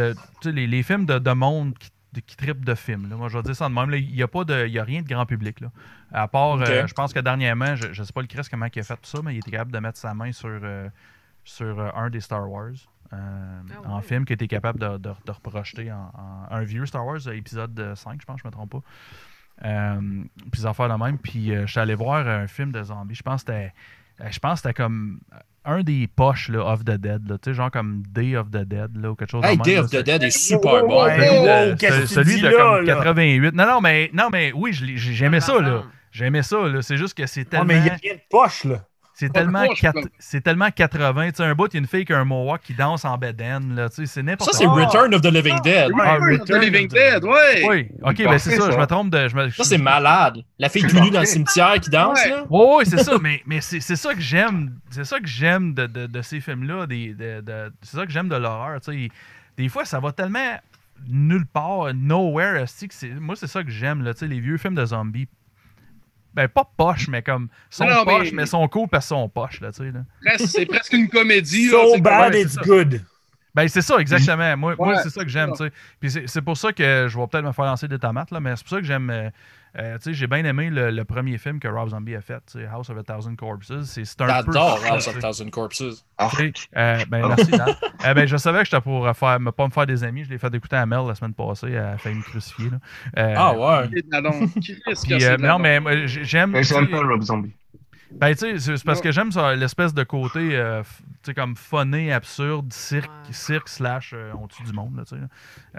de- tu sais, les, les films de, de monde qui, de- qui trippent de films. là. Moi, je vais dire ça de même. là. Il n'y a, pas de- il y a rien de grand public. Là. À part, Ok. euh, je pense que dernièrement, je ne sais pas le Chris comment il a fait tout ça, mais il était capable de mettre sa main sur, euh, sur euh, un des Star Wars. euh, Ah En ouais. film qui était capable de, de, de reprojeter en, en- un vieux Star Wars euh, épisode euh, 5, je pense, je me trompe pas. Euh, puis des affaires de même. Puis euh, je suis allé voir un film de zombies. Je pense que c'était- euh, je pense que c'était comme euh, un des poches là, of the Dead. là. Tu sais, genre comme Day of the Dead là, ou quelque chose de Hey, même, Day là. of the C'est- Dead est super bon. ouais, celui de, Wow, oh, qu'est-ce ce- que tu celui dis de là, comme là? 88. Non, non, mais, non, mais oui, je l'ai- j'ai- j'aimais ça, là. J'aimais ça, là. C'est juste que c'est Ah, tellement. mais il y a rien de poche, là. C'est Pas de tellement, poche, quat- là. c'est tellement 80. Tu sais, un bout, il y a une fille qui a un mohawk qui danse en bedaine, là. Tu sais, c'est n'importe Ça, c'est quoi. Return of the Living Dead. Ah, Return of the Living Dead, ouais! Oui, ok, ben C'est c'est parfait, ça. ça. Je me trompe de. Je me- Ça, c'est malade. La fille tout nue dans le cimetière qui danse, là. Ouais, ouais, c'est ça, mais, mais c'est c'est ça que j'aime. C'est ça que j'aime de, de- de ces films-là. des- de- de- C'est ça que j'aime de l'horreur. tu sais. Des fois, ça va tellement nulle part, nowhere. esti, que c'est- Moi, c'est ça que j'aime, là, tu sais, les vieux films de zombies. Ben, pas poche, mais comme. Sont Non, non, mais- poche, mais... sont cool parce qu'ils sont poche, là, tu sais. là. Presque- C'est presque une comédie. là, So c'est- bad, ouais, it's c'est ça. good. Ben, c'est ça, exactement. Moi, moi, Ouais, c'est ça que j'aime, tu sais. Puis c'est- c'est pour ça que je vais peut-être me faire lancer des tomates, là, mais c'est pour ça que j'aime. euh, euh, tu sais, j'ai bien aimé le, le premier film que Rob Zombie a fait, tu sais, House of a Thousand Corpses. C'est c'est un peu. J'adore ça, House tu of sais. Thousand Corpses. Ah, Ok. Euh, ben, merci, Dan. *laughs* Euh, ben, je savais que j'étais pour euh, faire, me- pas me faire des amis. Je l'ai fait écouter à Mel la semaine passée. Elle a failli me crucifier. là. Euh, Ah ouais. C'est de la longue. Christ, que puis, euh, c'est de la non, longue. mais moi, j- j'aime. mais tu sais, j'aime pas Rob Zombie. Ben, tu sais, c'est c'est parce que j'aime ça, l'espèce de côté, euh, f- tu sais, comme funné, absurde, cirque, Ouais. cirque slash euh, on tue du monde, là, tu sais. là.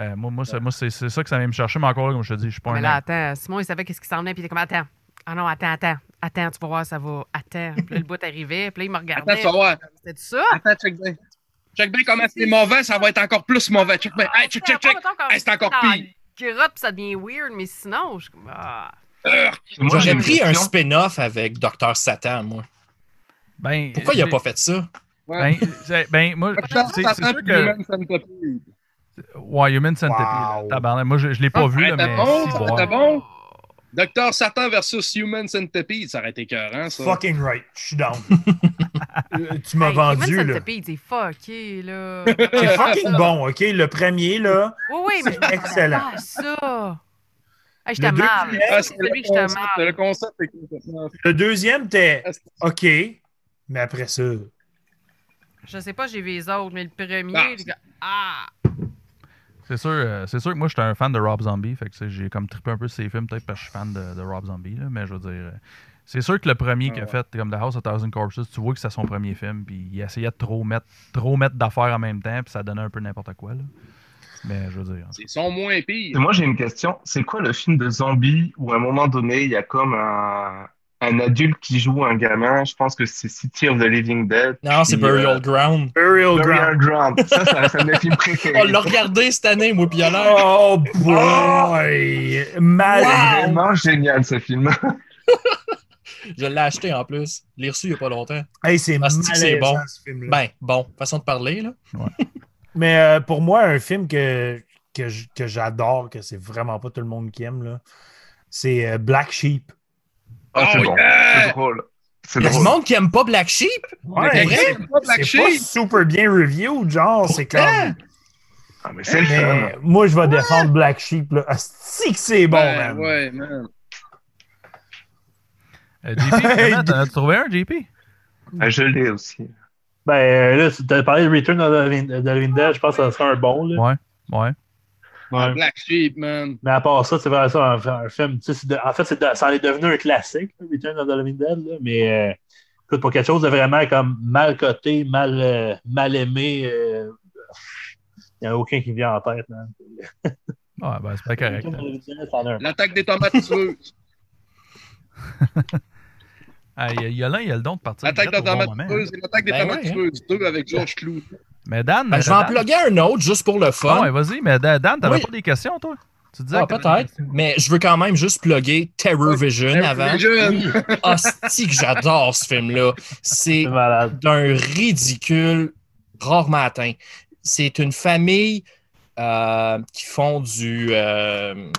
Euh, moi, moi, c'est- moi, c'est c'est ça que ça vient me chercher, mais encore là, comme je te dis, je suis pas Ah, Mais un. là, attends, Simon, il savait qu'est-ce qui s'en venait, puis il était comme, attends, ah non, attends, attends, attends, tu vas voir, ça va, attends. Puis là, le bout arrivait, puis là, il me Attends, regardait. tu vas voir. C'était ça? Attends, check bien. Check bien comment c'est mauvais, ça va être encore plus mauvais. Check bien. Hey, check, check, check. Hey, c'est encore Ah, pire. Grotte, puis ça devient weird, mais sinon, je suis comme, ah. Moi, j'ai J'aurais une pris un question. spin-off avec Dr. Satan, moi. Ben, Pourquoi il a c'est- pas fait ça? Ben, c'est- ben, moi, c'est c'est sûr que. Ouais, Human Centipede, là, Wow. tabarnak. Moi, je, je l'ai pas vu, là, ben, mais. bon, si, ça ouais. va être bon. Docteur Satan versus Human Centipede, ça aurait été écœurant, ça. Fucking right. Je suis down. Euh, tu m'as Hey, vendu, Steven là. Centipede, c'est fucké, *laughs* là. C'est fucking bon, OK? Le premier, là. Oui, oui, mais je excellent. Ah, ça! Le Hey, j'étais mal. deuxième, Ah, c'est le, Celui que j'étais concept, mal. le concept est complètement Le deuxième, t'es fantastique. OK. Mais après ça. Je sais pas, j'ai vu les autres, mais le premier, Ah, le gars- ah, C'est sûr, euh, c'est sûr que moi, j'étais un fan de Rob Zombie. Fait que tu sais, j'ai comme trippé un peu ses films, peut-être parce que je suis fan de, de Rob Zombie. là, mais je veux dire, euh, c'est sûr que le premier qu'il a Ah fait, comme The House of Thousand Corpses, tu vois que c'est son premier film. Puis il essayait de trop mettre, trop mettre d'affaires en même temps. Puis ça donnait un peu n'importe quoi. Là. Mais je veux dire. Ils sont moins Et pires. moi, j'ai une question. C'est quoi le film de zombie où à un moment donné, il y a comme un, un adulte qui joue un gamin? Je pense que c'est City of the Living Dead. Non, c'est Puis, euh, Burial Ground. Burial Ground. Burial Ground. Ça, ça- c'est un de mes films préférés. Oh, On l'a regardé cette année, moi, puis alors. Oh boy! C'est Malade. vraiment génial, ce film. *laughs* Je l'ai acheté en plus. Je l'ai reçu il n'y a pas longtemps. Hey, c'est Ah, c'est-tu que c'est malaisant, bon? ce film-là. Ben, bon, façon de parler, là. Mais euh, pour moi, un film que, que, j- que j'adore, que c'est vraiment pas tout le monde qui aime, là, c'est euh, Black Sheep. Ah, c'est Oh, bon. yeah! C'est drôle. C'est Il y a du drôle. monde qui aime pas Black Sheep. Ouais, Mais c'est c'est pas Black c'est pas Sheep. super bien review, genre, c'est comme. Ah, mais c'est le fun. Mais euh, moi, je vais défendre Black Sheep, là. Asti que c'est bon, Ouais, man. ouais, man. Euh, JP, *laughs* finalement, t'en as trouvé un, JP Ah, je l'ai aussi. euh, Ben là, tu as parlé de Return of the Living of the Living Dead, je pense que ça serait un bon. Là. Ouais. Ouais. Black Sheep, man. Mais à part ça, c'est vraiment ça, un, un film. tu sais, c'est de- en fait, c'est de- ça en est devenu un classique, là, Return of the Living Dead, là, mais euh, écoute, pour quelque chose de vraiment comme mal coté, mal, euh, mal aimé, euh, il n'y en a aucun qui vient en tête. man. Ah, ben, c'est pas correct. Return of the Living Dead, ça en a un. L'attaque des tomates *laughs* tueuses. Ah, Il y a- il y a l'un, il y a le don de partir. L'attaque direct des au bon tomates moment, hein. tueuses et l'attaque des Ben tomates ouais, hein. tueuses. Deux avec George Clooney. Mais Dan. Ben, je vais en Dan- plugger un autre juste pour le fun. Ah ouais, vas-y, mais Dan, Dan, t'avais Oui. pas des questions, toi? Tu disais Ah, que t'avais des peut-être, mais je veux quand même juste plugger Terror Vision avant. Jeune. Hostie que j'adore ce film-là. C'est C'est malade. d'un ridicule rarement atteint. C'est une famille euh, qui font du, euh,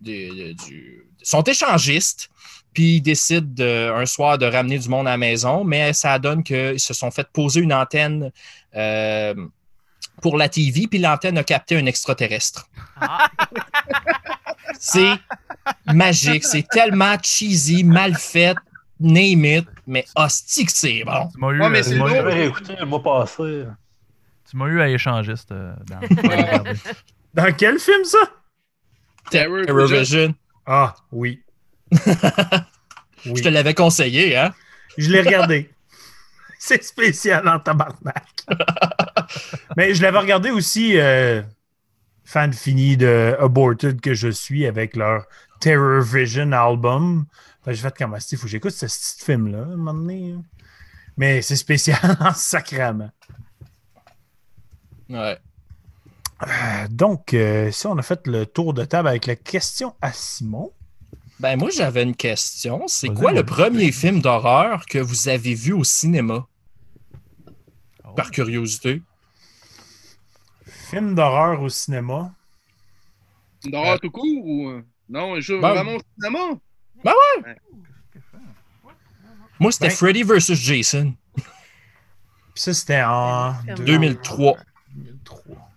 des- du- sont échangistes, puis ils décident de- un soir de ramener du monde à la maison, mais ça donne qu'ils se sont fait poser une antenne euh, pour la TV, puis l'antenne a capté un extraterrestre. Ah. *laughs* C'est magique, c'est tellement cheesy, mal fait, name it, mais hostie que c'est bon. Tu m'as eu, Ouais, mais euh, c'est tu m'as Moi, eu- long. j'avais écouté le mois passé. tu m'as eu à échangiste, euh, Dan. Ah, Ouais. Dans quel film ça? Terror Terror Vision. Vision. Ah, oui. Je oui. te l'avais conseillé, hein? Je l'ai regardé. *laughs* C'est spécial en tabarnak. Mais je l'avais regardé aussi, euh, fan fini de Aborted que je suis avec leur Terror Vision album. Fait que J'ai fait comme Ah, il faut que j'écoute ce petit film-là, à un moment donné. hein. Mais c'est spécial *laughs* en sacrament. Ouais. Euh, donc, euh, si on a fait le tour de table avec la question à Simon, Ben, moi, j'avais une question. C'est Vas-y, quoi vas-y. le premier film d'horreur que vous avez vu au cinéma? Oh. Par curiosité. film d'horreur au cinéma. Une D'horreur tout court ou. euh? Non, un jour Ben- vraiment au cinéma. Moi, c'était Ben- Freddy vs. Jason, Puis ça, c'était en Euh, 2003. 2003.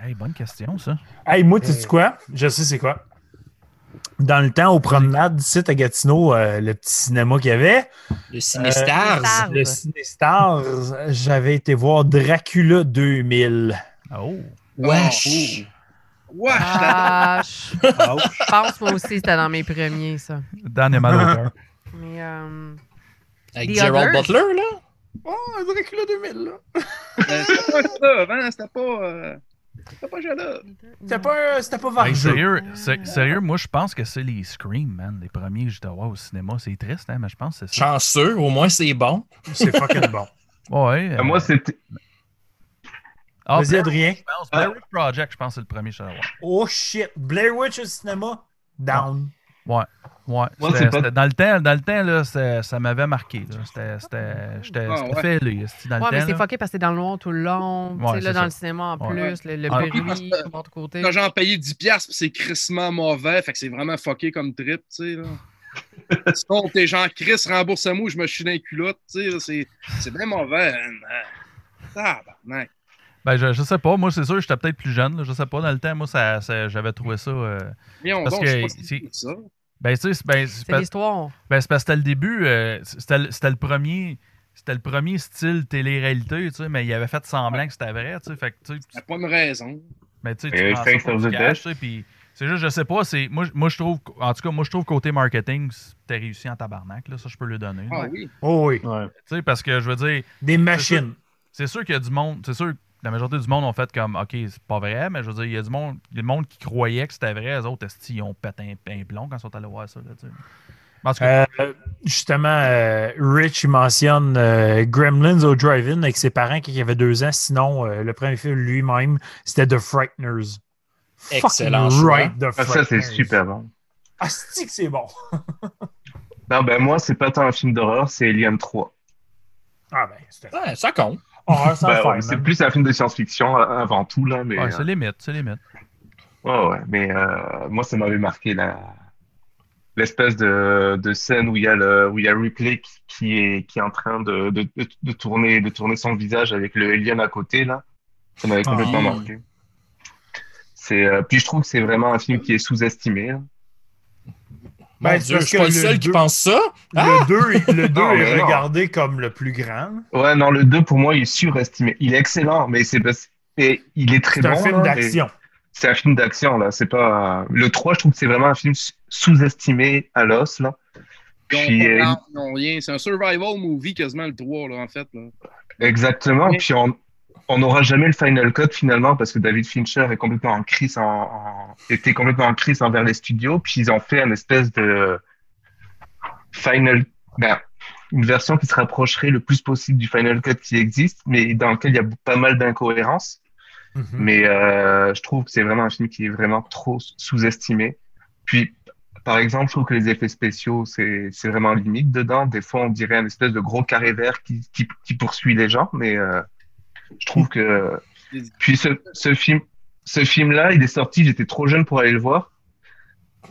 Hey, bonne question, ça. Hey, moi, tu sais quoi? Je sais c'est quoi. Dans le temps, aux promenades d'ici à Gatineau, euh, le petit cinéma qu'il y avait, Le Ciné-Stars. Stars. le Ciné Stars, j'avais été voir Dracula 2000. Oh. Wesh. Wesh, la- Ah, je pense moi aussi c'était dans mes premiers ça. Dan est mal au cœur. Mais euh, Avec The Gerald Others. Butler, là? Oh, Dracula 2000, là! *laughs* Ben, C'était pas ça, hein? C'était pas. euh, C'était pas Jada. C'était pas, euh, c'était pas Hey, varié. sérieux, sé- sérieux, moi, je pense que c'est les Scream, man. Les premiers que j'étais voir au cinéma. C'est triste, hein, mais je pense que c'est ça. Chanceux, au moins c'est bon. C'est fucking bon. Ouais. euh, Moi, c'était. ah, *laughs* Vas-y, Blair- Adrien. je pense, Blair Witch Project, je pense que c'est le premier que j'étais allé Oh shit, Blair Witch au cinéma? Down. voir. Ouais. Moi, c'était- c'est pas- c'était- Dans le temps, dans le temps là, c'est- ça m'avait marqué. là. C'était- C'était j'étais- Ah, c'était ouais. fait, là. c'était Dans le Ouais, mais temps, c'est là. fucké parce que t'es dans le noir tout le long. tu Ouais, sais, c'est là, dans ça. le cinéma en Ouais. plus, le, le Ah, bruit, tout le monde de côté. Quand j'en payais 10$, piastres, pis c'est crissement mauvais, fait que c'est vraiment fucké comme trip, tu sais. là. *laughs* Sinon, t'es genre Chris, rembourse-moi, je me chie dans les culottes, tu sais. là, c'est- C'est bien mauvais. hein, hein. Tabarnak. Ben, je, je sais pas. Moi, c'est sûr, j'étais peut-être plus jeune. là. Je sais pas. Dans le temps, moi, ça, ça- j'avais trouvé ça. euh, Voyons Parce donc, que je sais pas si c'est- c'est ça. Ben, tu sais, c'est- ben, c'est C'est pas- l'histoire. ben, c'est parce que c'était le début. euh, c'était le c'était le premier. C'était le premier style télé-réalité, tu sais, mais il avait fait semblant que c'était vrai, tu sais. Fait que, tu sais, tu- T'as pas une raison. mais tu sais, Et tu prends ça Face pour of du the cash, Death. tu sais, puis c'est juste, je sais pas, c'est, moi, je- moi, je trouve, en tout cas, moi, je trouve côté marketing, c'était réussi en tabarnak, là, ça, je peux le donner. là. Ah oui. Oh oui. Ouais. Tu sais, parce que, je veux dire, Des machines. c'est sûr qu'il y a du monde, c'est sûr que la majorité du monde ont fait comme, OK, c'est pas vrai, mais je veux dire, il y a du monde, le monde qui croyait que c'était vrai, les autres, esti, ils ont pété un, un plomb quand ils sont allés voir ça, là, tu sais. Mais en tout cas, Euh, justement, euh, Rich il mentionne euh, Gremlins au drive-in avec ses parents qui avaient deux ans. Sinon, euh, le premier film lui-même, c'était The Frighteners. Excellent Fucking choix. Right, The Ah, ça, c'est Frighteners. super bon. Ah, c'est que c'est bon. Non, ben moi, c'est pas tant un film d'horreur, c'est Alien 3. Ah ben, c'était Ouais, ça compte. horreur sans Ben, faire, ouais, c'est hein. man. plus un film de science-fiction euh, avant tout, là, mais. ouais, euh, c'est limite, c'est limite. Ouais, ouais, mais euh, moi, ça m'avait marqué la... l'espèce de, de scène où il y a le, où il y a Ripley qui- qui est, qui est en train de, de, de, de tourner, de tourner son visage avec le alien à côté, là. Ça m'avait Ah. complètement marqué. C'est, euh, puis je trouve que c'est vraiment un film qui est sous-estimé. hein. là. Mon Ben, c'est Dieu, je parce suis que pas le le seul qui deux- pense ça. Ah! Le 2 le deux Non, mais est non. regardé comme le plus grand. Ouais, non, le 2, pour moi, il est surestimé. Il est excellent, mais c'est parce... et il est très C'est un bon, hein, film là, mais d'action. c'est un film d'action, là. C'est pas. Le 3, je trouve que c'est vraiment un film s- sous-estimé à l'os, là. Ils ont Puis, pas euh, d'armes, ils ont rien. C'est un survival movie quasiment le 3, là, en fait. Là. Exactement. Ouais. Puis on on n'aura jamais le final cut finalement parce que David Fincher est complètement en crise, en, en- était complètement en crise envers les studios. Puis ils ont fait une espèce de final, ben, une version qui se rapprocherait le plus possible du final cut qui existe, mais dans lequel il y a pas mal d'incohérences. Mais euh, je trouve que c'est vraiment un film qui est vraiment trop sous-estimé. Puis, par exemple, je trouve que les effets spéciaux, c'est c'est vraiment limite dedans. Des fois, on dirait un espèce de gros carré vert qui, qui, qui poursuit les gens, mais euh, je trouve que... Puis ce, ce film... Ce film-là, il est sorti, j'étais trop jeune pour aller le voir.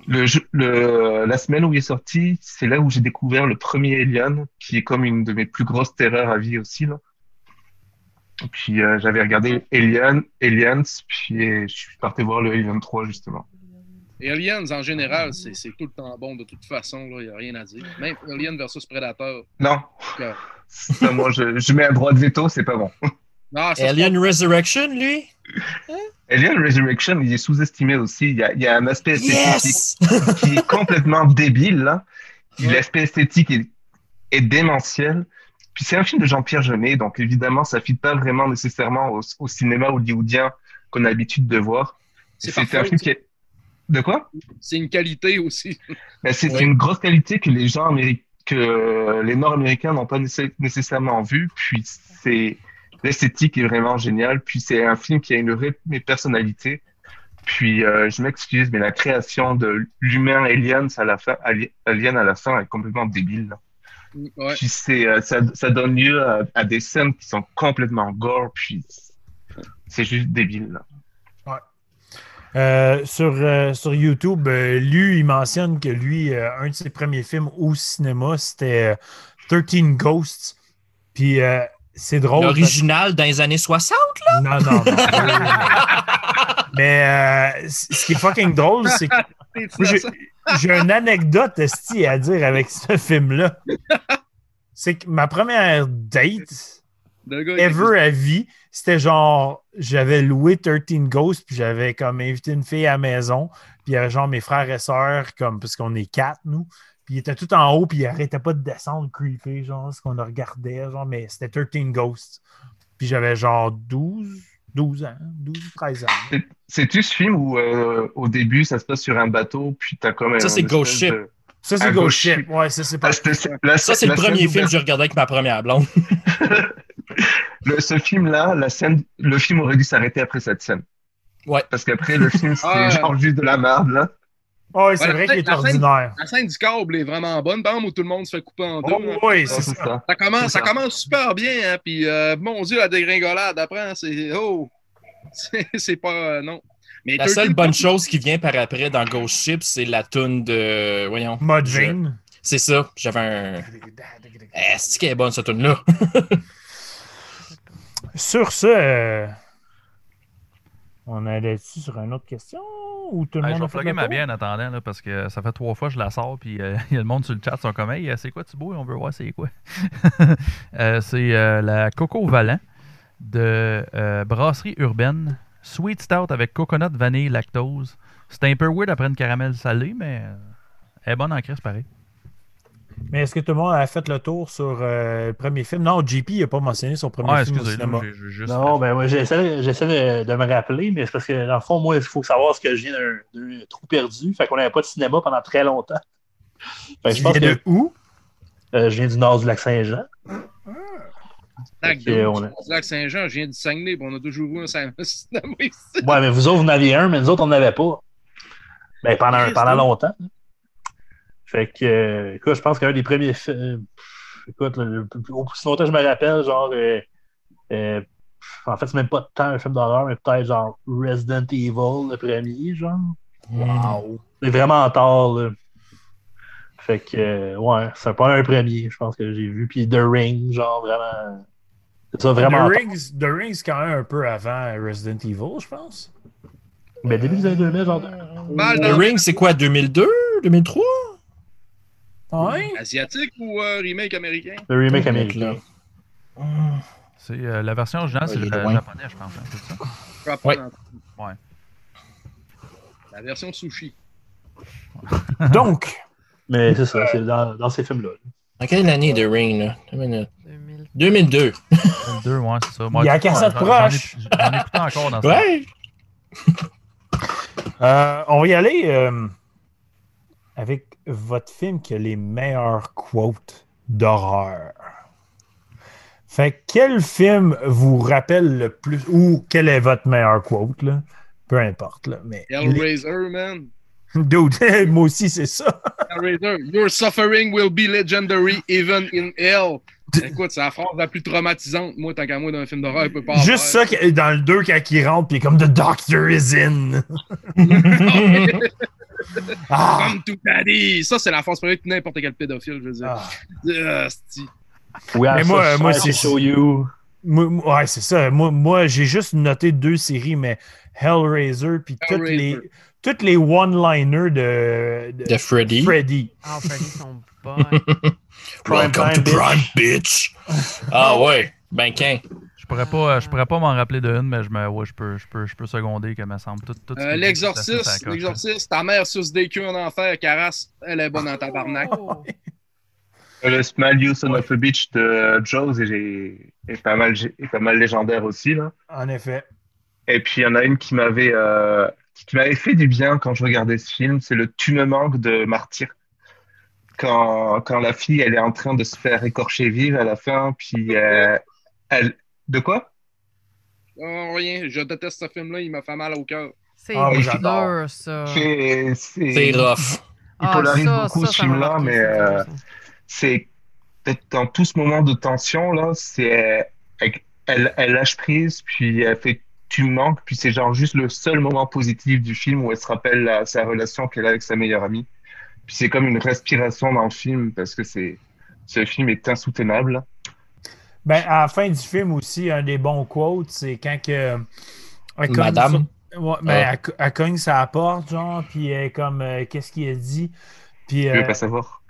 Le, jeu- le, la semaine où il est sorti, c'est là où j'ai découvert le premier Alien, qui est comme une de mes plus grosses terreurs à vie aussi. Là. Puis euh, j'avais regardé Alien, Aliens, puis euh, je suis parti voir le Alien 3 justement. Et Aliens, en général, c'est c'est tout le temps bon de toute façon. là, Il n'y a rien à dire. Même Alien versus Predator. Non, euh, *laughs* ça, moi je, je mets un droit de veto, c'est pas bon. Non, Ah, ça, c'est Alien Resurrection, lui? Alien Resurrection, il est sous-estimé aussi. Il y a, il y a un aspect esthétique *laughs* Yes! qui est complètement débile là. L'aspect esthétique est, est démentiel. Puis c'est un film de Jean-Pierre Jeunet, donc évidemment ça fit pas vraiment nécessairement au, au cinéma hollywoodien qu'on a l'habitude de voir. c'est C'est un parfait, film qui est de quoi C'est une qualité aussi. *laughs* Ben, c'est Oui. c'est une grosse qualité que les gens améri- que euh, les Nord-Américains n'ont pas nécess- nécessairement vue. Puis c'est l'esthétique est vraiment géniale. Puis c'est un film qui a une vraie mais personnalité. Puis euh, je m'excuse, mais la création de l'humain alien à la fin, Ali- alien à la fin est complètement débile. là. Ouais. Puis c'est euh, ça, ça donne lieu à, à des scènes qui sont complètement gore. Puis c'est juste débile. là. Euh, sur, euh, sur YouTube, euh, lui, il mentionne que lui, euh, un de ses premiers films au cinéma, c'était euh, 13 Ghosts. Puis euh, c'est drôle. parce- L'original dans les années 60? Non, *laughs* non, non. Mais euh, c- ce qui est fucking drôle, c'est que C'est moi, j'ai- ça. j'ai une anecdote esti, à dire avec ce film-là. C'est que ma première date, Le gars, il- ever à vie. C'était genre, j'avais loué 13 Ghosts, puis j'avais comme invité une fille à la maison, puis il y avait genre mes frères et sœurs, comme, parce qu'on est quatre, nous. Puis ils étaient tout en haut, puis ils arrêtaient pas de descendre, creepy, genre, ce qu'on regardait, genre, mais c'était 13 Ghosts. Puis j'avais genre 12, 12 ans, 12 ou 13 ans. C'est-tu ce film où euh, au début ça se passe sur un bateau, puis t'as comme Ça, un c'est espèce Ghost Ship. de- Ça, À c'est Ghost gauche. Ship. Ouais, ça, c'est pas. Ah, c'était- la- Ça, c'est la le premier scène film que j'ai regardé avec ma première blonde. Le- ce film-là, la scène, le film aurait dû s'arrêter après cette scène. Ouais. Parce qu'après, le film, c'est Ah. genre juste de la merde, là. Ouais, c'est Ouais, vrai la qu'il est scène- ordinaire. La scène du câble est vraiment bonne. Par exemple, où tout le monde se fait couper en deux. hein. Oh, oui, Ah, c'est ça. ça. Ça commence, C'est ça ça. commence super bien, hein, puis euh, mon Dieu, la dégringolade, après, hein, c'est... Oh! *laughs* C'est- C'est pas... euh, non. Mais La 13 seule bonne chose qui vient par après dans Ghost Ship, c'est la toune de. Voyons. Mud Je- Jane. C'est ça. J'avais un. Eh, c'est qu'elle est bonne, cette toune-là. Sur ce, euh, on allait-tu sur une autre question ou tout le Hey, monde je a vais fait plugger le ma tour? bière en attendant, là, parce que ça fait trois fois que je la sors, puis euh, *laughs* il y a le monde sur le chat qui sont comme Hey, euh, c'est quoi Thibaut On veut voir c'est quoi. *laughs* Euh, c'est euh, la Coco Valent de euh, Brasserie Urbaine. Sweet Stout avec coconut, vanille, lactose. C'est un peu weird après une caramel salée, mais euh, elle est bonne en crise, pareil. Mais est-ce que tout le monde a fait le tour sur euh, le premier film? Non, JP n'a pas mentionné son premier Ah, film au excusez, cinéma. j'ai j'ai juste. Non, ben moi j'essaie, j'essaie de, de me rappeler, mais c'est parce que dans le fond, moi, il faut savoir ce que je viens d'un, d'un trou perdu. Fait qu'on n'avait pas de cinéma pendant très longtemps. Fait que Ben, je Tu pense que viens de où? euh, je viens du nord du lac Saint-Jean. Lac Ok, on a- Lac Saint-Jean, je viens du Saguenay, puis on a toujours eu un Saint- un cinéma ici. Ouais, mais vous autres, vous en aviez un, mais nous autres, on n'en avait pas. Ben, pendant, Christ, pendant oui. longtemps. Fait que, euh, écoute, je pense qu'un des premiers films. euh, pff, Écoute, le, le plus- au plus longtemps que je me rappelle, genre. euh, euh, pff, en fait, c'est même pas tant un film d'horreur, mais peut-être genre Resident Evil, le premier, genre. Hmm. Wow! C'est vraiment tard, là. Fait que, euh, ouais, c'est pas un premier, je pense que j'ai vu. Puis The Ring, genre, vraiment. C'est ça, The vraiment. tard. Rings, The Rings, quand même un peu avant Resident Evil, je pense. Mais début des années 2000, genre. Oh. Mal The dans- Ring, c'est quoi, 2002, 2003 Ouais. *laughs* Asiatique ou euh, remake américain? Le remake américain. Là. Hum. C'est euh, la version originale, Ouais, c'est il est le loin. japonais, je pense. hein, c'est ça? Je crois pas Ouais. dans- La version sushi. Donc, Mais c'est ça, c'est dans, dans ces films-là. En quelle année The Ring, là? Deux minutes. 2000. 2002. 2002, ouais, c'est ça. Il y a j'en- cassette j'en- j'en ai- proche. J'en écoutais encore *laughs* dans ce temps. Ouais! euh, on va y aller euh, avec votre film qui a les meilleures quotes d'horreur. Fait que quel film vous rappelle le plus, ou quelle est votre meilleure quote, là? Peu importe, là. Mais Hellraiser, man. *laughs* Dude, *laughs* moi aussi, c'est ça. Hellraiser, your suffering will be legendary even in hell. Écoute, c'est la phrase la plus traumatisante, moi, tant qu'à moi, d'un film d'horreur, il peut pas Juste ça, qui- dans le 2, quand il rentre, puis il est comme The Doctor is *laughs* in. ça. Ah! Comme tout a dit. Ça, c'est la phrase préférée de n'importe quel pédophile, je veux dire. ah. Ah, c'est-tu. We Mais are moi, so moi, sorry c'est- to show you. Moi- moi- ouais, c'est ça. Moi, moi j'ai juste noté deux séries, mais Hellraiser, puis toutes les, Hellraiser. toutes les one-liners de, de De Freddy. Freddy. Ah, Freddy, ils sont bonnes. Prime Welcome time, to Prime, bitch! ah ouais! Ben, quand? Je pourrais pas, euh, je pourrais pas m'en rappeler de une, mais je, me, ouais, je, peux, je, peux, je peux seconder que me semble tout. tout ce Euh, qui est dit, ça, hein. ça L'exorciste, coche. l'exorciste, ta mère suce des culs en enfer, Carasse, elle est bonne *laughs* en tabarnak. Oh! euh, Le Small You Son of a Bitch de euh, Jaws est, est pas mal, est pas mal légendaire aussi. Là. En effet. Et puis il y en a une qui m'avait euh, qui m'avait fait du bien quand je regardais ce film, c'est le Tu me manques de Martyr. Quand, quand la fille elle est en train de se faire écorcher vive à la fin, puis euh, elle de quoi? Oh, rien, je déteste ce film-là, il m'a fait mal au cœur. C'est Ah, oui, j'adore. dur, ça. Ah, C'est Euh. C'est rough. il polarise beaucoup ce m'a film-là, marqué, mais, c'est euh, dur, ça. c'est peut-être dans tout ce moment de tension là, c'est elle, elle, elle lâche prise, puis elle fait tu me manques, puis c'est genre juste le seul moment positif du film où elle se rappelle la- sa relation qu'elle a avec sa meilleure amie. Puis c'est comme une respiration dans le film parce que c'est ce film est insoutenable. Ben, à la fin du film aussi, un des bons quotes, c'est quand que. elle cogne Madame. sur- Ouais, ben, Ah. elle co- elle cogne sa porte, genre, puis elle est comme, euh, qu'est-ce qu'il a dit? Puis, Je euh, veux pas savoir.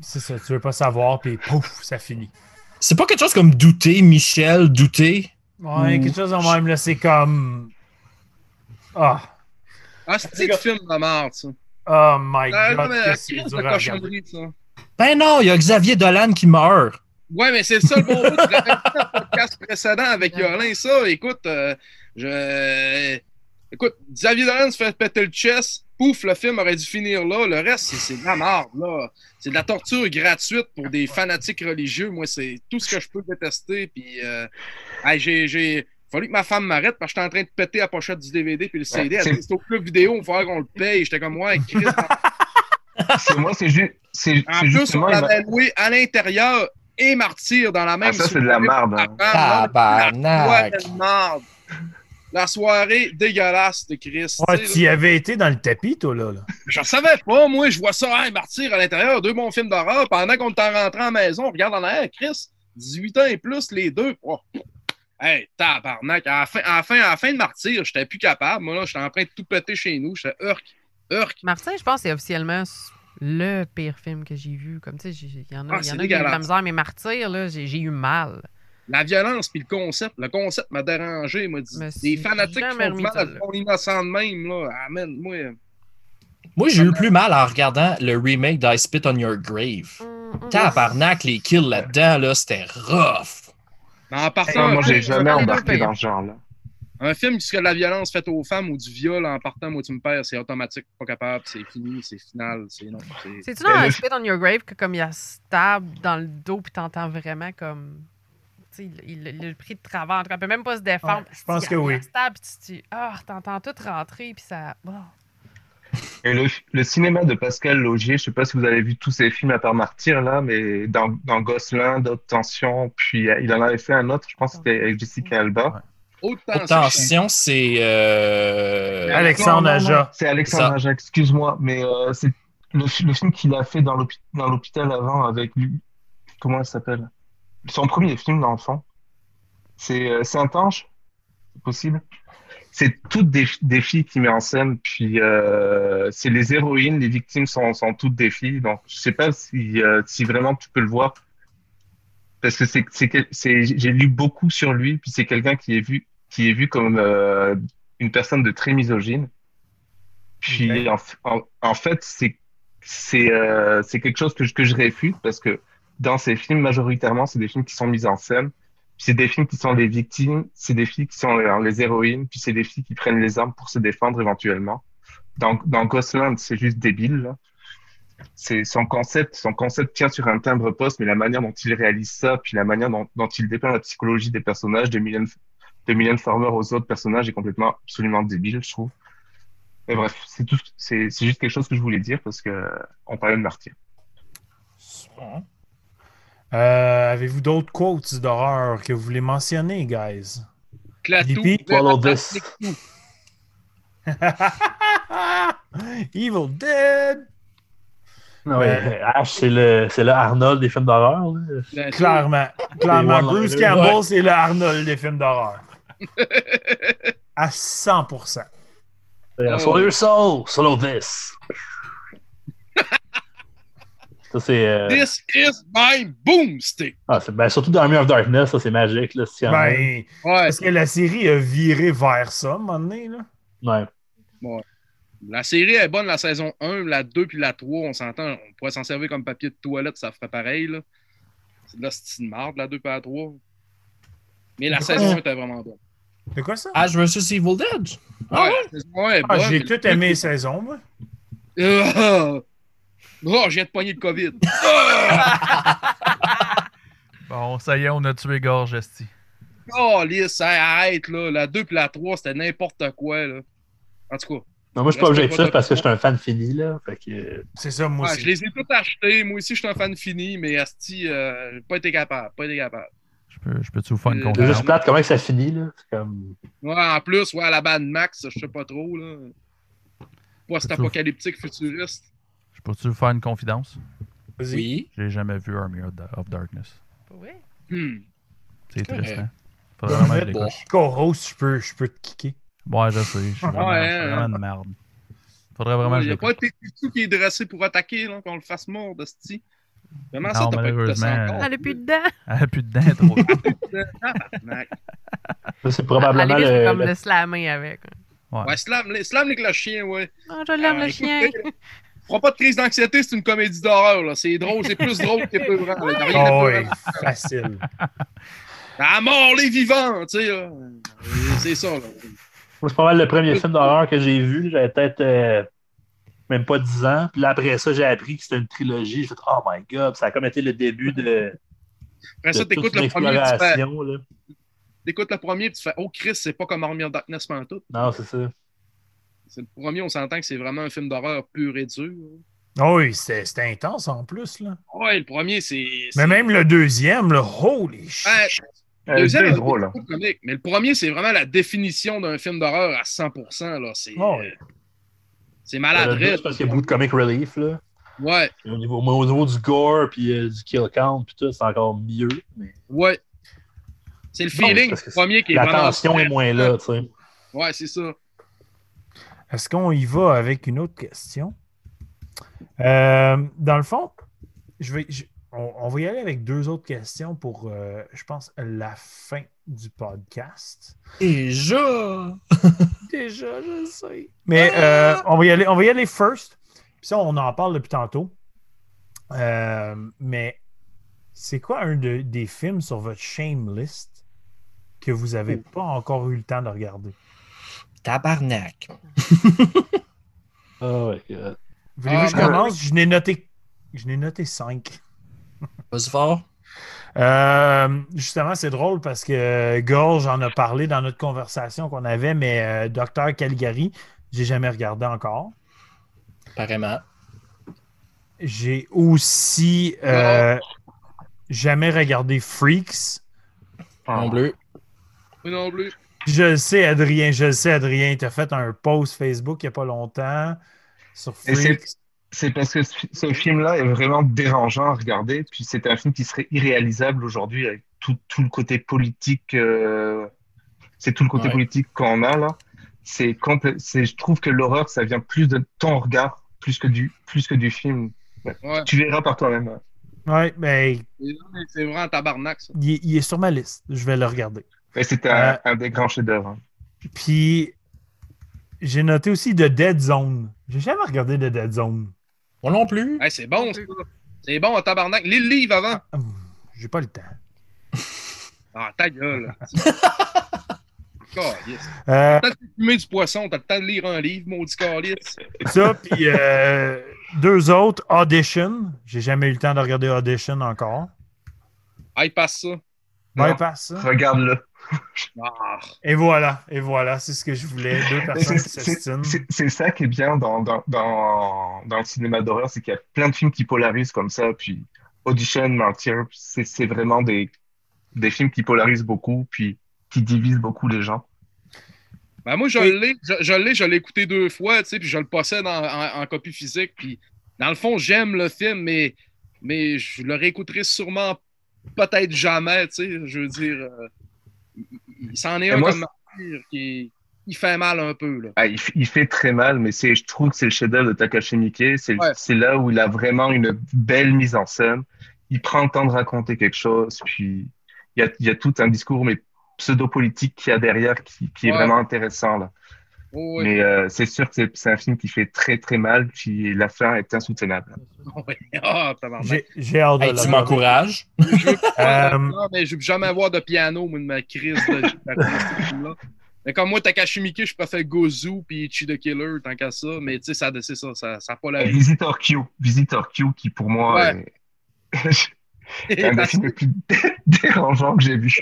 c'est ça, tu veux pas savoir, puis pouf, ça finit. C'est pas quelque chose comme douter, Michel, douter. Ouais, Ouh. quelque chose en même, là, c'est comme. Ah! Ah, c'est un film de merde, ça. Oh my Ah, non, god, mais qu'est-ce c'est qui est dur de à regarder. cochonnerie, ça. Ben non, il y a Xavier Dolan qui meurt. Ouais, mais c'est ça le bon bout. Tu te rappelles du podcast précédent avec Yolin, ça. Écoute, euh, je. euh, Écoute, Xavier Dolan se fait péter le chest. Pouf, le film aurait dû finir là. Le reste, c'est- c'est de la merde, là. C'est de la torture gratuite pour des fanatiques religieux. Moi, c'est tout ce que je peux détester. Puis, euh, hey, j'ai- j'ai. Fallu que ma femme m'arrête parce que j'étais en train de péter la pochette du DVD puis le CD. Elle c'est- dit, c'est au club vidéo, il va falloir qu'on le paye. J'étais comme, ouais, *laughs* Chris, C'est moi, c'est juste, *laughs* c'est en c'est plus, on justement. il va- l'avait loué à l'intérieur et martyr dans la même Ah, ça c'est de la soirée. merde. Ah, hein. ah, non, Tabarnak. La soirée de merde. La soirée dégueulasse de Chris. Ouais, tu tu sais, y là. avais été dans le tapis, toi, là. là. J'en savais pas, moi, je vois ça, hein, Martyr à l'intérieur, deux bons films d'horreur. Pendant qu'on est en rentrant à la maison, on regarde en arrière, Chris, 18 ans et plus, les deux. Oh. Hey, tabarnak. À la fin, à la fin, à la fin de Martyr, j'étais plus capable. Moi, là, j'étais en train de tout péter chez nous. J'étais hurc, hurc. Martin, je pense que c'est officiellement le pire film que j'ai vu. Comme tu sais, j'ai- il y en a, Ah, il y c'est en a qui ont eu de la dégueulasse. misère, mais Martyr, là, j'ai j'ai eu mal. La violence puis le concept. Le concept m'a dérangé. Il m'a dit Mais des c'est fanatiques qui jamais font du mal remis ça, à là. ton innocent de même. là. Amen. Moi, Moi, j'ai eu plus mal en regardant le remake d'I Spit on Your Grave. Hum, hum. Tabarnak, les kills là-dedans, là, c'était rough. mais en partant. Non, moi, j'ai ouais, jamais on est deux embarqué pires. dans ce genre-là. Un film qui serait de la violence faite aux femmes ou du viol en partant, moi tu me perds, c'est automatique, pas capable, c'est fini, c'est final, c'est non. c'est- C'est-tu dans Ben Mais un le- spit on your grave que comme il y a stable dans le dos puis t'entends vraiment comme. Tu sais, il, il- il a le prix de travers. En tout cas, elle peut même pas se défendre. Ouais, je pense Il y a- que il y a oui. Stable, puis tu, tu- ah, t'entends tout rentrer puis ça. oh. Et le, le cinéma de Pascal Laugier, je sais pas si vous avez vu tous ces films à part Martyr, là, mais dans, dans Gosselin, d'autres tensions, puis euh, il en avait fait un autre, je pense que c'était avec Jessica Alba. Autant Haute ça, je- tension, c'est. euh, Alexandre Non, non, non, Aja. C'est Alexandre Ça. Aja, excuse-moi, mais euh, c'est le, le film qu'il a fait dans l'hôpi- dans l'hôpital avant avec lui. Comment elle s'appelle? Son premier film d'enfant. C'est euh, Saint-Ange, c'est possible. C'est toutes des, des filles qu'il met en scène, puis euh, c'est les héroïnes, les victimes sont, sont toutes des filles, donc je sais pas si, euh, si vraiment tu peux le voir. Parce que c'est, c'est, quel- c'est- j'ai lu beaucoup sur lui, puis c'est quelqu'un qui est vu, qui est vu comme euh, une personne de très misogyne. Puis en, en- en fait, c'est c'est euh, c'est quelque chose que je, que je réfute parce que dans ces films, majoritairement, c'est des films qui sont mis en scène. Puis c'est des films qui sont les victimes, c'est des filles qui sont euh, les héroïnes, puis c'est des filles qui prennent les armes pour se défendre éventuellement. Dans, dans Ghostland, c'est juste débile. là. C'est son concept, son concept tient sur un timbre poste, mais la manière dont il réalise ça, puis la manière dont, dont il dépeint la psychologie des personnages de Mylène, de Mylène Farmer aux autres personnages est complètement absolument débile, je trouve. Mais bref, c'est tout, ce- c'est c'est juste quelque chose que je voulais dire parce que euh, on parlait de Martyr. Euh, Avez-vous d'autres quotes d'horreur que vous voulez mentionner, guys? Clatou, Yippee, la follow patate, this. les coups. Ah! Evil Dead! Euh, Non, Ouais. mais Ash, c'est le, c'est le Arnold des films d'horreur. là. Bien sûr. Clairement. Clairement, One Bruce Liner. Campbell, c'est le Arnold des films *laughs* d'horreur. à 100%. Euh, Solo your soul, solo this. ça, c'est. euh, This is my boomstick. ah, c'est- ben, surtout dans Army of Darkness, ça, c'est magique. Là, si y en a. Ben, Ouais, parce que la série a viré vers ça, à un moment donné. Là. Ouais. la série est bonne, la saison 1, la 2 puis la 3, on s'entend, on pourrait s'en servir comme papier de toilette, ça ferait pareil. Là. C'est de la style de marde, la 2 puis la 3. Mais la saison 1 était vraiment bonne. C'est quoi Ah, ça? Ash vs Evil Dead. Ah Ouais, la saison 1 est Ah, bonne. J'ai mais tout le- aimé les saisons, moi. Ah! *laughs* Oh, je viens de pogner le COVID. hein. Bon, ça y est, on a tué Gorge, esti. Oh, lisse, hey, arrête, là. La 2 puis la 3, c'était n'importe quoi, là. En tout cas, Non, moi, je Reste suis pas pas objectif de- parce que je suis un fan fini. Là, fait que, euh, C'est ça, moi ouais, aussi. je les ai tous achetés. Moi aussi, je suis un fan fini, mais Asti, euh, j'ai pas été capable. Pas été capable. Je peux, je peux te vous faire une Euh, c'est conférence. juste plate comment que ça finit. Là. C'est comme. Ouais, en plus, ouais, la bande Max, je sais pas trop, là. Post-apocalyptique futuriste. Je peux-tu vous faire une confidence? Vas-y. Oui. J'ai jamais vu Army of Da- of Darkness. Oui. Hmm. C'est Correct. triste, hein? Faudrait vraiment que je Bon. l'écoute. Co-host, je peux, je peux te kicker. Ouais, je sais. Je suis vraiment, Ouais, je suis hein. vraiment une merde. Faudrait vraiment que Il je y a l'écoute. pas Tetsu qui est dressé pour attaquer, là, qu'on le fasse mordre, Asti. Comment ça, Non, t'as pas écouté malheureusement, ça euh, encore? Elle a plus dedans. Elle a plus de dents, trop. Tabarnak. Ça, c'est À la *laughs* probablement limite, je le. peux comme le- le slammer avec. Ouais, slam, les- slam les chien, ouais. Oh, je l'aime Euh, le chien. Prends pas de crise d'anxiété, c'est une comédie d'horreur, là. C'est drôle, c'est plus drôle qu'épeurant. là. T'as rien Oh, d'épeurant. oui, facile. À mort les vivants, tu sais. là. Et C'est ça. Là. Moi, c'est pas mal le premier film d'horreur que j'ai vu. J'avais peut-être euh, même pas 10 ans. Puis là, après ça, j'ai appris que c'était une trilogie. J'ai fait Oh my god, ça a comme été le début de, Après de ça, toute t'écoutes une le premier, tu fais, exploration. là. t'écoutes le premier, tu fais Oh Chris, c'est pas comme Army of Darkness tout. Non, c'est ça. C'est le premier, on s'entend que c'est vraiment un film d'horreur pur et dur. Oh, oui, c'était c'était intense en plus. Là. Ouais, le premier, c'est. c'est- Mais même le deuxième, le holy shit. Ouais, Euh, le deuxième c'est est drôle. beaucoup comique, mais le premier, c'est vraiment la définition d'un film d'horreur à 100%. Là. C'est, euh, Oh, oui. c'est Le maladresse. deux, c'est parce qu'il y a beaucoup de comic relief. Là. Ouais, Puis Au, niveau, moi, au niveau du gore puis euh, du kill count, puis tout, c'est encore mieux. Mais ouais. C'est le feeling parce du que premier qui est la vraiment. tension est moins là. tu sais. Ouais, c'est ça. Est-ce qu'on y va avec une autre question? Euh, dans le fond, je vais, je- on, on va y aller avec deux autres questions pour, euh, je pense, la fin du podcast. Et je. Déjà, je sais. Mais euh, on, va y aller, on va y aller first. Puis ça, on en parle depuis tantôt. Euh, mais c'est quoi un de- des films sur votre shame list que vous n'avez pas encore eu le temps de regarder? Tabarnak. Oh my god. Voulez-vous que je Ah, ben- commence? Je n'ai noté, je n'ai noté cinq. Vas-y fort. Euh, justement, c'est drôle parce que euh, Gorge en a parlé dans notre conversation qu'on avait, mais euh, Docteur Caligari, j'ai jamais regardé encore. Apparemment. J'ai aussi euh, jamais regardé Freaks. En bleu. Moi non plus. Je le sais, Adrien, je le sais, Adrien, t'as fait un post Facebook il n'y a pas longtemps sur Et c'est- Freaks. C'est parce que ce, ce film-là est vraiment dérangeant à regarder. Puis c'est un film qui serait irréalisable aujourd'hui avec tout, tout le côté politique. euh, c'est tout le côté Ouais. politique qu'on a là. C'est complè- c'est- Je trouve que l'horreur, ça vient plus de ton regard, plus que du, plus que du film. Ouais. Tu verras par toi-même. Ouais, ben, C'est vraiment tabarnak, ça. il est- il est sur ma liste. Je vais le regarder. Euh, Et C'est un, Ouais. un des grands chefs-d'œuvre. hein. Puis, J'ai noté aussi The Dead Zone. J'ai jamais regardé The Dead Zone. Moi non plus. Hey, c'est bon, ça. C'est bon, en tabarnak. Lis le livre avant. Hum, J'ai pas le temps. Ah, ta *laughs* gueule. Calice. Euh, T'as le temps de fumer du poisson, t'as le temps de lire un livre, maudit calice. *laughs* ça, puis euh, deux autres. Audition. J'ai jamais eu le temps de regarder Audition encore. Hey, passe ça. Non. Bypass hein? ça. Regarde-le. Ah, Et voilà, et voilà, c'est ce que je *laughs* voulais. Deux personnes C'est- qui C'est s'estinent. c'est- c'est ça qui est bien dans, dans, dans, dans le cinéma d'horreur, c'est qu'il y a plein de films qui polarisent comme ça, puis Audition, Martyr, c'est c'est vraiment des, des films qui polarisent beaucoup, puis qui divisent beaucoup les gens. Ben moi, je l'ai, je, je l'ai, je l'ai écouté deux fois, tu sais, puis je le possède en, en- en copie physique. Puis, dans le fond, j'aime le film, mais, mais je le réécouterai sûrement peut-être jamais, tu sais. Je veux dire, euh, il- il s'en est Et Ben, un moi, comme martyr qui il fait mal un peu, là. Ah, il, f- il fait très mal, mais c'est, je trouve que c'est le chef-d'œuvre de Takashi Miike. C'est, Ouais. c'est là où il a vraiment une belle mise en scène. Il prend le temps de raconter quelque chose, puis il y a, il y a tout un discours mais pseudo-politique qu'il y a derrière qui, qui est Ouais. vraiment intéressant. Là. Oh, oui. Mais euh, c'est sûr que c'est, c'est un film qui fait très très mal, puis la fin est insoutenable. Ah, tabarnak. J'ai- J'ai hâte de Hey, le tu voir. m'encourages. Je veux pas, Euh, non, mais je veux jamais avoir de piano, moi, de ma crise *laughs* de, de- de ce film-là. Mais comme moi, Takashi Miike, je préfère Gozu puis Chi the Killer, tant qu'à ça. Mais tu sais, ça, c'est ça, ça, ça a pas la Ben, Et Visitor Q, Visitor Q qui pour moi est *laughs* un ben, *laughs* des films les plus *laughs* dé- dérangeants que j'ai vu.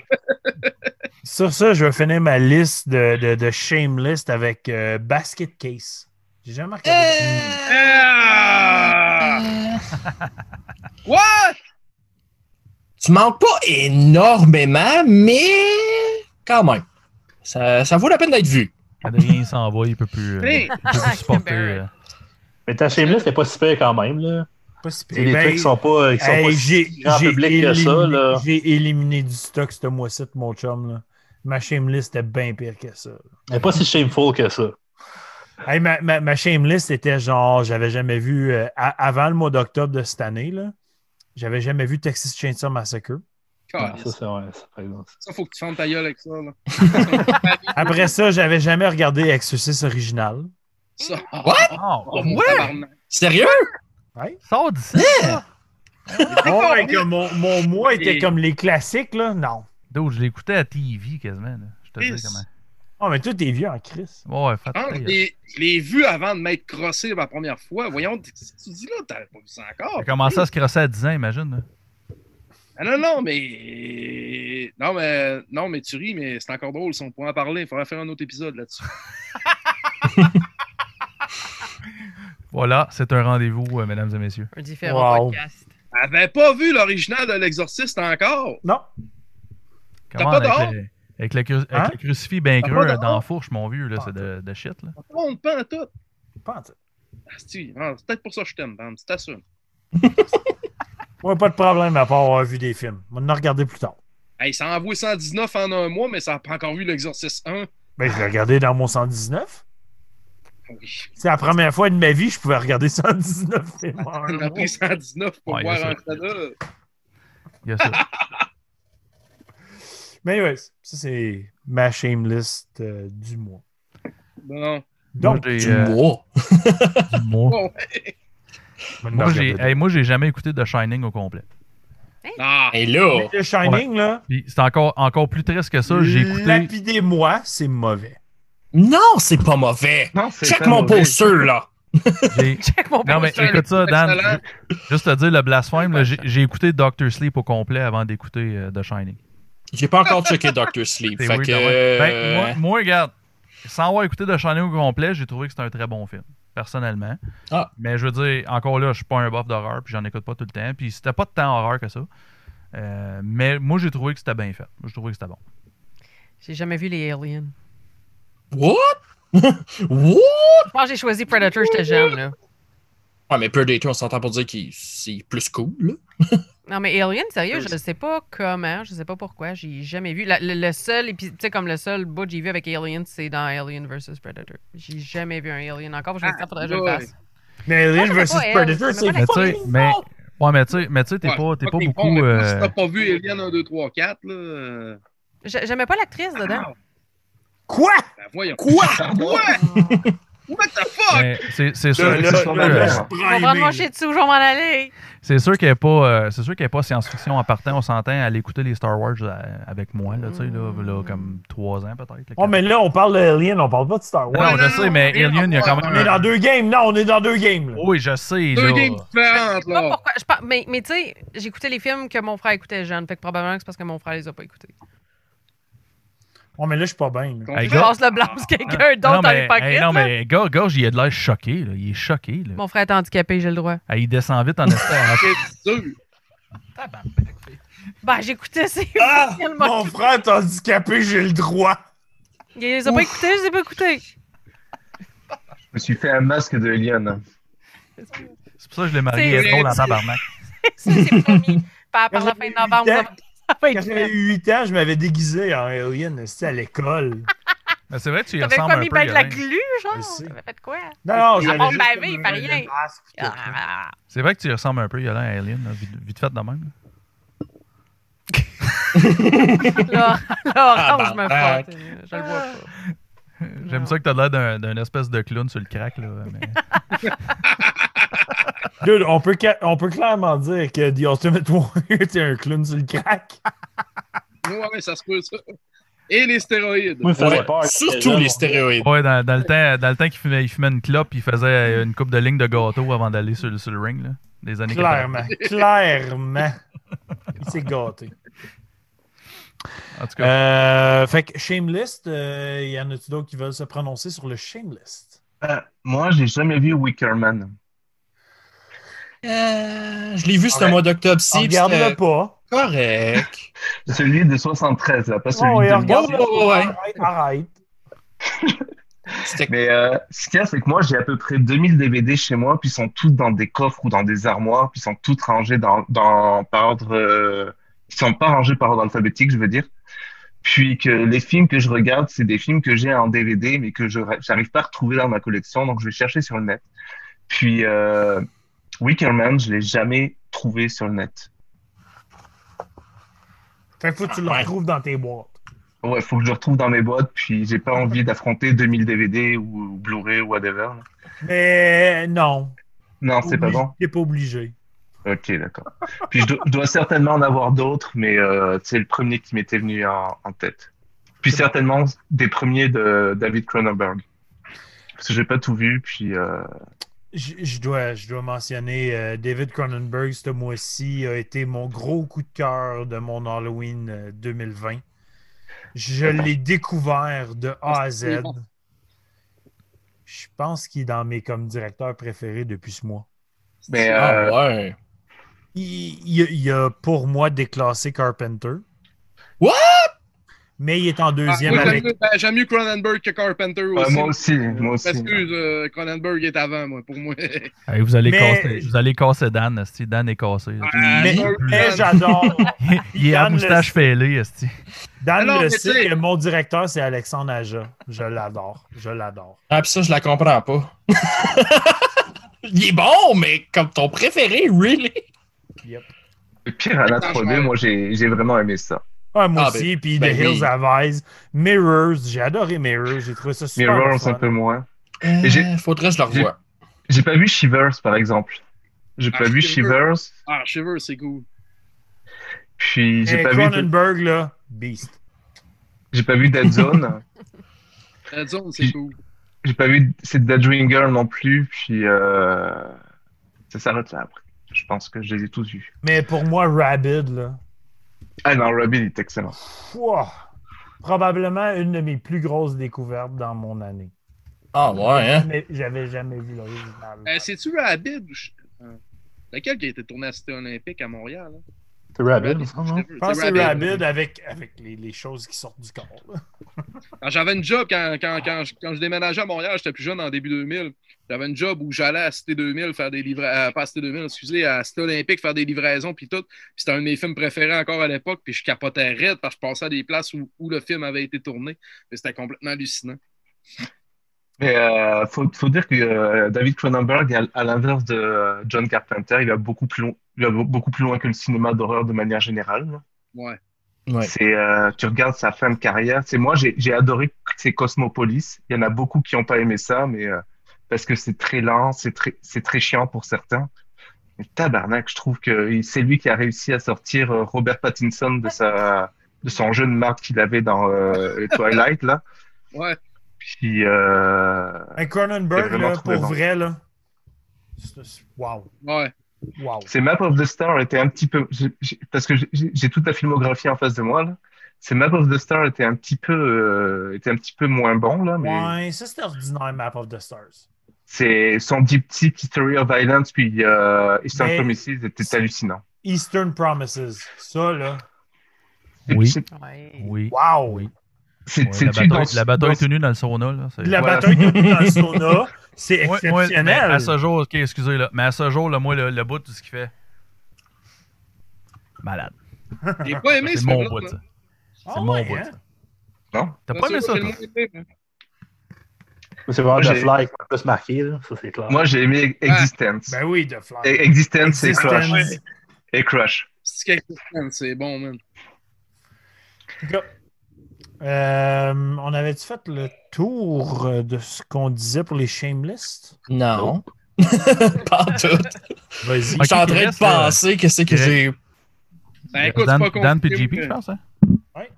Sur ça, je vais finir ma liste de, de, de shame list avec euh, Basket Case. J'ai jamais Euh. regardé. Ah! What? Tu manques pas énormément, mais quand même. Ça, ça vaut la peine d'être vu. Adrien il s'en va, il peut plus, euh, Hey! il peut plus supporter. *laughs* euh. Mais ta chaîne là, c'est pas super quand même. Là. Pas si C'est pire. des Ben, trucs qui sont pas, qui sont hey, pas j'ai- si grand j'ai public que ça. éliminé- Là. J'ai éliminé du stock ce mois-ci, de mon chum. Là. Ma shame list était bien pire que ça. Elle est pas si shameful que ça. Hey, ma, ma, ma shame list était genre, j'avais jamais vu, euh, a- avant le mois d'octobre de cette année, là, j'avais jamais vu Texas Chainsaw Massacre. Ah, God, ça, c'est ouais, ça, par exemple. ça, faut que tu fermes ta gueule avec ça. Là. Après ça, j'avais jamais regardé Exorcist original. ça. What? Oh, Oh, mon Ouais. tabarnak. Sérieux? sort d'ici! ça. Oh, et que mon, mon mois était Et- comme les classiques, là. Non. Dude, je l'écoutais à TV quasiment. là. Je te dis Chris. comment. Oh, mais tout est vieux en crise. Ouais, fat Ah, ta je gueule. l'ai- je l'ai vu avant de m'être crossé la première fois. Voyons, tu tu dis là, t'as pas vu ça Il encore. a commencé à se crosser à 10 ans, imagine. hein. là. Ah, non, non, mais. Non, mais. Non, mais tu ris, mais c'est encore drôle. Si on pourrait en parler, il faudrait faire un autre épisode là-dessus. Voilà, c'est un rendez-vous, euh, mesdames et messieurs. *laughs* Un différent Wow. podcast. *laughs* T'avais pas vu l'original de l'Exorciste encore? Non. T'as Comment pas avec, dehors? le, avec, le cru- avec Hein? le crucifix bien T'as creux pas euh, dans dehors? Ah. la fourche, mon vieux, là, Pas c'est de, de shit. Là. On tombe pas en tout. Pas en tout. Asti, ah, C'est peut-être pour ça que je t'aime, Bam. C'est à ça. Ouais, pas de problème à part avoir vu des films. On en a regardé plus tard. Hey, ça a envoyé 119 en un mois, mais ça n'a pas encore vu l'Exorciste 1. Ben, je l'ai regardé dans mon 119. Oui. C'est la première fois de ma vie que je pouvais regarder *laughs* 119 films. en un On a mois. pris 119 pour Ouais, voir c'est un là. Il y a ça. Mais anyways, ça, c'est ma shame list euh, du mois. Moi, Non. Donc, j'ai, Du euh, mois. du mois. je vais en Moi, j'ai regarder hey, moi, j'ai jamais écouté The Shining au complet. Ah, Et là, deux. Le Shining, là, Puis c'est encore, encore plus triste que ça. J'ai écouté. Lapidez-moi, c'est mauvais. non, c'est pas mauvais. Non, c'est Check pas mon mauvais. poster, là. j'ai- Check mon Non, mais Excellent. écoute ça, Dan. Excellent. ju- Juste te dire, le blasphème, là, j'ai j'ai écouté Doctor Sleep au complet avant d'écouter euh, The Shining. J'ai pas encore checké Dr. Sleep. C'est Fait weird, que, ouais. Ben, euh, moi, moi, regarde, sans avoir écouté The Shining au complet, j'ai trouvé que c'était un très bon film, personnellement. Ah. Mais je veux dire, encore là, je suis pas un buff d'horreur, puis j'en écoute pas tout le temps. Puis c'était pas de tant horreur que ça. Euh, mais moi, j'ai trouvé que c'était bien fait. J'ai trouvé que c'était bon. J'ai jamais vu les aliens. What? euh, What? *laughs* Je pense que j'ai choisi Predator, j'étais jeune, là. Ah, mais Predator, on s'entend pour dire qu'il c'est plus cool, là. Non, mais Alien, sérieux, je ne sais pas comment, je sais pas pourquoi, j'ai jamais vu. La- le, le seul, épi- tu sais, comme le seul bout que j'ai vu avec Alien, c'est dans Alien vs Predator. J'ai jamais vu un Alien encore, je me dis, ça faudrait que je le ouais. fasse. Mais Moi, Alien j'aimais vs pas hein. elle, Predator, j'aimais c'est pas Mais tu sais, mais. Ouais, mais tu sais, mais tu sais, t'es Ouais, pas, t'es pas fucking beaucoup. con, mais euh, Si t'as pas vu Alien 1, 2, 3, 4, là. euh, Ah, J'ai- J'aimais pas l'actrice dedans. Ah Quoi? Ben, voyons. Quoi? Ah, Quoi? What the fuck? Mais C'est c'est sûr, Là, là, c'est sûr là, que- là, je suis On va primé, là. manger chez dessous, je vais m'en aller. c'est sûr qu'elle n'est pas, euh, c'est sûr qu'elle est pas science-fiction en partant. On s'entend à aller écouter les Star Wars euh, avec moi, là, tu sais, là, là, comme trois ans peut-être. là, Oh, mais là, on parle d'Alien, on parle pas de Star Non, Wars. non, je sais, mais non, Alien, il y a quand non, On est même. dans deux games. Non, on est dans deux games. Oh. là. Oui, je sais. Deux là. Ah games différentes, Je sais pas là. pourquoi. Je par- Mais, mais tu sais, j'écoutais les films que mon frère écoutait jeune. Fait que probablement que c'est parce que mon frère les a pas écoutés. Oh, mais là, je suis pas bien. *laughs* là. Hey, Je gars. passe le blanc sur quelqu'un Ah. Non, d'autre dans les mais, paquets. hey, non, là. mais gars, gars, il a de l'air choqué. Là. Il est choqué. Là. Mon frère est handicapé, j'ai le droit. Hey, il descend vite en *laughs* espère. C'est sûr. Ben, j'écoutais ces Ah! films. Mon frère est handicapé, j'ai le *laughs* droit. Il les a pas écoutés, je les ai pas écoutés. Je me suis fait un masque de Eliane. C'est pour ça que je l'ai marié. Elle est drôle en tabarnak. Ça, c'est promis. Par, par la Quand fin de j'avais novembre, huit ça va- ça va Quand être j'avais fait. 8 ans, je m'avais déguisé en Alien, c'était à l'école. Mais c'est vrai, tu y T'avais ressembles quoi un peu. mis ben de la Alain. glu, genre? Je sais. T'avais fait de quoi? Non, non, Ah, j'avais bon, juste ben comme oui, un- par un rien. masque, puis tout, là. Ah, C'est vrai que tu y ressembles un peu, Yolande, à Alien. là, Vite, vite fait de même. *laughs* Là, là, orange, je me Tabarnak. frotte. Je le vois pas. là. J'aime Non. ça que t'as l'air d'un- d'un espèce de clown sur le crack. Là, mais- *laughs* Dude, on peut, ca- on peut clairement dire que The Ultimate Warrior *laughs* était un clown sur le *laughs* crack. Ouais, ça se peut, ça. Et les stéroïdes. Moi, il faisait Ouais. peur. Surtout les stéroïdes. Ouais, dans, dans le temps, dans le temps qu'il fumait, il fumait une clope, il faisait euh, une coupe de ligne de gâteau avant d'aller sur, le- sur le ring. Là, des années 80. Clairement, clairement. Il s'est gâté. En tout cas, Euh, fait que Shameless, euh, il y en a-tu d'autres qui veulent se prononcer sur le Shameless? Euh, moi, j'ai jamais vu Wickerman. Euh, je l'ai vu ce Ouais. mois On d'octobre-ci. puis regarde-le c'était pas. Correct. Celui de 73, là, pas Oh, celui Ouais, de... regarde Ouais, ouais, ouais. Arrête, arrête. C'était Mais euh, ce qu'il y a, c'est que moi, j'ai à peu près 2000 DVD chez moi, puis ils sont tous dans des coffres ou dans des armoires, puis ils sont tous rangés dans, dans, par ordre... euh, Ils sont pas rangés par ordre alphabétique, je veux dire. Puis que les films que je regarde, c'est des films que j'ai en DVD, mais que je j'arrive pas à retrouver dans ma collection, donc je vais chercher sur le net. Puis euh, Wickerman, je l'ai jamais trouvé sur le net. Fait que faut que tu le Ouais. retrouves dans tes boîtes. Ouais, faut que je le retrouve dans mes boîtes, puis j'ai pas envie d'affronter 2000 DVD ou, ou Blu-ray ou whatever. là. Mais euh, non. Non, Ah, c'est pas Obligé- bon. T'es pas obligé. Ok, d'accord. Puis je, do- je dois certainement en avoir d'autres, mais euh, c'est le premier qui m'était venu en, en tête. Puis C'est bon. certainement des premiers de David Cronenberg. Parce que j'ai pas tout vu, puis euh, Je je dois, je dois mentionner euh, David Cronenberg ce mois-ci a été mon gros coup de cœur de mon Halloween euh, 2020. Ah. Je l'ai découvert de A à Z. Je pense qu'il est dans mes comme directeurs préférés depuis ce mois. mais Ah, euh, ouais. Il, il a- il a pour moi déclassé Carpenter. What? Mais il est en Ah, deuxième moi, j'aime avec. mieux- ben, J'aime mieux Cronenberg que Carpenter euh, aussi. moi aussi, moi aussi. Excuse, euh, Cronenberg est avant, moi, *laughs* pour moi. hey, vous, allez mais- casser, vous allez casser Dan. esti. Dan est cassé. là. Mais, Ah, mais eh, j'adore. Il est à Dan le moustache sait. fêlée. *laughs* esti. Dan Alors, le mais tu sait sais- que mon directeur, c'est Alexandre Aja. Je l'adore. Je l'adore. Ah, puis ça, je la comprends pas. *laughs* Il est bon, mais comme ton préféré, really? Le pire à la Franchement. 3D, moi j'ai j'ai vraiment aimé ça. Ah, moi Ah, aussi, puis ben The oui. Hills Have Eyes. Mirrors, j'ai adoré Mirrors. J'ai trouvé ça super. le Mirrors fun. un peu moins. Euh, j'ai- faudrait que je le j'ai- revoie. J'ai pas vu Shivers par exemple. J'ai Ah, pas vu Shivers. Shivers, Ah, Shiver, c'est cool. puis j'ai Mais pas vu Cronenberg, là, beast. j'ai pas vu Dead Zone. *laughs* Red Zone, c'est cool. J'ai pas vu c'est Dead Ring Girl non plus, puis euh... ça s'arrête là après. Je pense que je les ai tous vus. Mais pour moi, Rabid, là, Ah non, Robin est excellent. pouah, probablement une de mes plus grosses découvertes dans mon année. Ah, ouais, hein? Mais J'avais jamais vu l'original. Euh, C'est-tu Rabbit? ou je- euh, Laquelle qui a été tournée à Cité Olympique à Montréal? hein? C'est Rabbit, ça, non? Je pense que c'est Rabid avec, avec les, les choses qui sortent du corps. là. Quand J'avais une job quand, quand, quand, je, quand je déménageais à Montréal, j'étais plus jeune en début 2000. J'avais une job où j'allais à Cité 2000 faire des livraisons, pas à Cité 2000, excusez, à Cité Olympique faire des livraisons puis tout. Puis c'était un de mes films préférés encore à l'époque, puis je capotais raide parce que je passais à des places où, où le film avait été tourné. Mais c'était complètement hallucinant. Mais euh, faut, faut dire que euh, David Cronenberg, à, à l'inverse de euh, John Carpenter, il va beaucoup plus long, il va be- beaucoup plus loin que le cinéma d'horreur de manière générale. Ouais. Ouais. C'est, euh, tu regardes sa fin de carrière. C'est moi, j'ai j'ai adoré ces Cosmopolis. Il y en a beaucoup qui n'ont pas aimé ça, mais euh, parce que c'est très lent, c'est très, c'est très chiant pour certains. Mais tabarnak, je trouve que il- c'est lui qui a réussi à sortir euh, Robert Pattinson de sa, de son jeu de marque qu'il avait dans euh, Twilight là. Ouais. Puis euh, Un C'est Cronenberg, vraiment là, trop pour présent. vrai, là. c'est- c'est- Wow. Ouais. Wow. C'est Map of the Star était un petit peu. j'ai- j'ai- Parce que j'ai- j'ai toute la filmographie en face de moi, là. C'est Map of the Star était un petit peu, euh, était un petit peu moins bon, Ah, là. Mais Ouais, ça, c'était ordinaire, Map of the Stars. c'est son diptyque History of Violence, puis euh, Eastern Mais- Promises était hallucinant. Eastern Promises. Ça, là. Oui. C'est- Ouais. Oui. Wow. Oui. C'est Ouais, c'est la tu dans, bataille, la bataille dans- tenue dans le sauna. Là, c'est- La Voilà. bataille de dans *laughs* le sauna, c'est Ouais, ouais, mais exceptionnel. à ce jour, ok, excusez, là, mais à ce jour, là, moi, le, le bout de ce qu'il fait. Malade. J'ai pas aimé C'est ce mon film-là, bout, ça. Ah C'est mon ouais, bout, hein? ça. Non? T'as pas aimé ça, toi? j'ai le moins aimé, hein. C'est vraiment Moi, The j'ai- Fly qui m'a plus marqué, là. ça c'est clair. Moi, j'ai aimé Existence. Ben oui, The Fly. E- Existence, et Existence. Crush. Et Crush. C'est quelque chose, c'est bon, man. Euh, on avait-tu fait le tour de ce qu'on disait pour les Shameless? Non. *laughs* pas en tout. Vas-y. Je suis en qui train de reste, euh, penser qu'est-ce que qui j'ai. Ben, écoute, Euh, Dan, c'est pas Dan compliqué, PGP, mais- je pense. Hein? Ouais.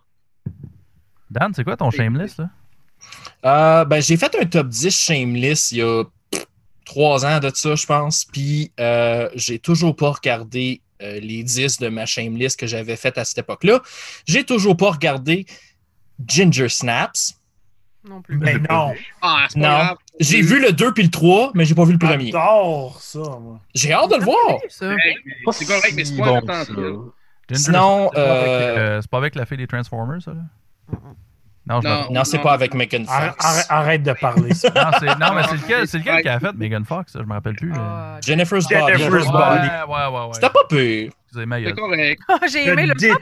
Dan, c'est quoi ton shameless? Là? Euh, ben, j'ai fait un top 10 Shameless il y a pff, trois ans de ça, je pense. Puis euh, j'ai toujours pas regardé euh, les 10 de ma Shameless que j'avais faite à cette époque-là. J'ai toujours pas regardé Ginger Snaps. Non plus. Ben non. Ah, c'est pas Non. grave. J'ai vu le 2 puis le 3, mais j'ai pas vu le premier. J'adore ça, moi. J'ai hâte de le voir. Ça. Hey, Pas c'est correct, mais c'est si pas bon important, que ça. là. Ginger, Sinon, c'est pas, avec, euh, euh, c'est pas avec la fille des Transformers, ça? Là? Non, je me Non. trompe. Non, c'est pas avec Megan Arr- Fox. arr- arrête de parler. ça. Non, c'est- non, mais c'est lequel, c'est lequel qui a fait Megan Fox? ça, Je me rappelle plus. là. Ah, Jennifer's Body. Jennifer's ouais, Body. Ah ouais, ouais, ouais. C'était pas pire. Excusez, ma C'est gueule. correct. *laughs* Ah, J'ai Je aimé le. déteste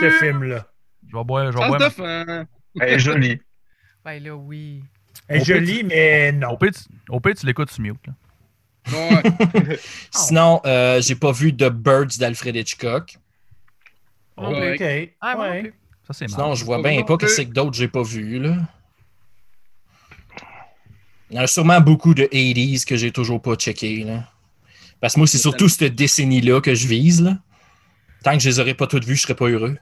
ce film-là. Je vais boire, je vais Sans hein. boire. de ma- fin. Elle est jolie. Ben là, oui. Elle est Au pire, jolie, mais Ben, Au non. pire, tu- Au pire, tu l'écoutes sur mute. là. Ouais. Sinon, euh, j'ai pas vu The Birds d'Alfred Hitchcock. Non Ouais. plus. Ok. Ouais. Ah, moi non plus. Ça, c'est marrant. Sinon, je vois Pas bien vu pas non que plus. c'est que d'autres j'ai pas vu, là. Il y en a sûrement beaucoup de 80s que j'ai toujours pas checké, là. Parce que moi, c'est surtout cette décennie-là que je vise, là. Tant que je les aurais pas toutes vues, je serais pas heureux.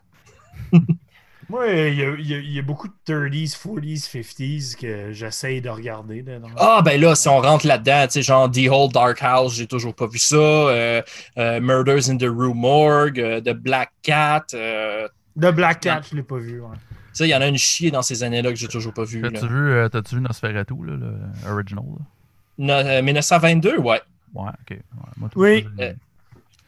Moi, il y, a- il y a- il y a beaucoup de 30s, 40s, 50s que j'essaye de regarder. là, dans- Ah, ben là, si on rentre là-dedans, tu sais, genre The Whole Dark House, j'ai toujours pas vu ça. euh, euh, Murders in the Rue Morgue, euh, The Black Cat. euh, The Black Cat, je l'ai pas vu. ouais. tu sais, il y en a une chier dans ces années-là que j'ai toujours pas vu. T'as-tu là. vu, euh, t'as-tu vu Nosferatu, là, le original? là? No- euh, 1922, ouais. Ouais, ok. Ouais, moi, tout Oui. ça, je l'ai. Euh,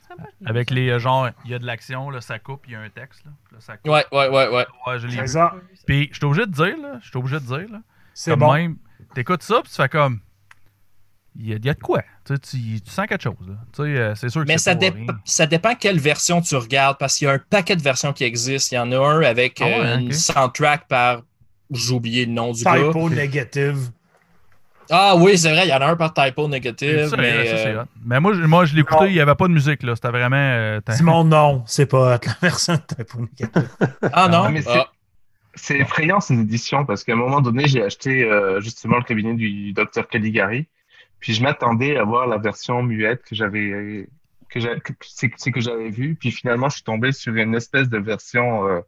Ça va, je- Avec les euh, genre, il y a de l'action, là, ça coupe, il y a un texte, là, là, ça coupe. Ouais, ouais, ouais, ouais. Ouais, je l'ai C'est vu. ça. Puis, je suis obligé de dire, là, je suis obligé de dire, là, C'est comme bon. même, t'écoutes ça, puis tu fais comme, il y, a- il y a de quoi, tu, sais, tu, tu sens quelque chose, là. Tu sais, euh, c'est sûr que Mais c'est ça, pas dép- rien. ça dépend quelle version tu regardes, parce qu'il y a un paquet de versions qui existent. Il y en a un avec Ah ouais, euh, hein, une ok. soundtrack par. J'ai oublié le nom du gars. Typo négative. Ah oui, c'est vrai, il y en a un par typo négative. C'est ça, là, mais, ça, c'est euh, hot. Mais moi, je, moi, je l'ai écouté, Non. il n'y avait pas de musique, là, c'était vraiment... euh, t'as- Simon, non, c'est pas la version de Typo négative. Ah non, Non, mais Ah, C'est effrayant ces éditions parce qu'à un moment donné, j'ai acheté euh, justement le cabinet du docteur Caligari. Puis je m'attendais à voir la version muette que j'avais que j'a- que- c'est- c'est que j'avais vue. Puis finalement, je suis tombé sur une espèce de version euh,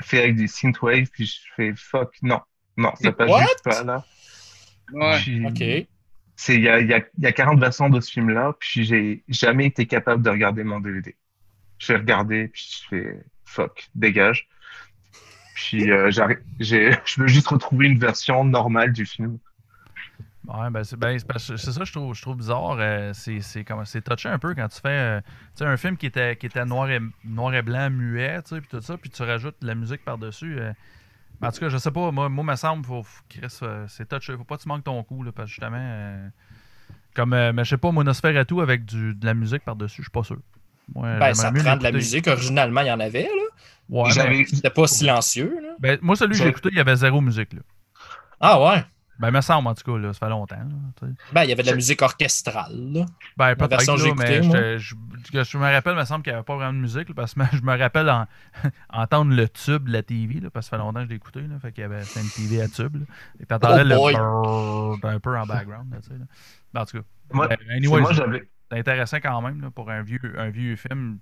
faite avec des synthwave. Puis je fais fuck, non, non, ça passe What? juste pas là. Ouais. Puis ok. c'est il y a, il y a- il y a 40 versions de ce film-là. Puis j'ai jamais été capable de regarder mon DVD. J'ai regardé, puis je fais fuck, dégage. Puis euh, j'arri- j'ai- *laughs* je veux juste retrouver une version normale du film. Ouais, ben c'est ben, c'est parce que c'est ça que je trouve, je trouve bizarre. euh, c'est c'est comme- c'est touché un peu quand tu fais euh, tu sais, un film qui était, qui était noir, et, noir et blanc, muet, tu sais, puis tout ça, puis tu rajoutes de la musique par-dessus. euh. Mais en tout cas, je sais pas, moi, moi me semble, faut, faut- Chris, euh, c'est touché. Faut pas que tu manques ton coup, là, parce que justement, euh, comme, euh, mais je sais pas, monosphère à tout avec du, de la musique par-dessus, je suis pas sûr. Ouais, Ben, j'aimerais ça mieux prend de la l'écouter. musique. Originalement, il y en avait. là. Ouais, ben, J'avais- C'était pas silencieux. là. ben, moi, celui que j'ai J'avais- écouté, il y avait zéro musique. Là. Ah ouais. Ben, me semble, en tout cas, là, ça fait longtemps. là, tu sais. Ben, il y avait de la Je- musique orchestrale. là. ben, peut-être, version que j'ai là, mais écoutée, moi. j'étais- je, que je me rappelle, il me semble qu'il n'y avait pas vraiment de musique, là, parce que *laughs* je me rappelle en- entendre le tube de la TV, là, parce que ça fait longtemps que je l'ai écouté, là, fait qu'il y avait c'était une TV à tube. Là, et t'entendais Oh le boy. brrrr un peu en background. Là, tu sais, là. Ben, en tout cas, Moi, ben, c'est anyway, moi c'est- j'avais. c'est intéressant quand même là, pour un vieux, un vieux film.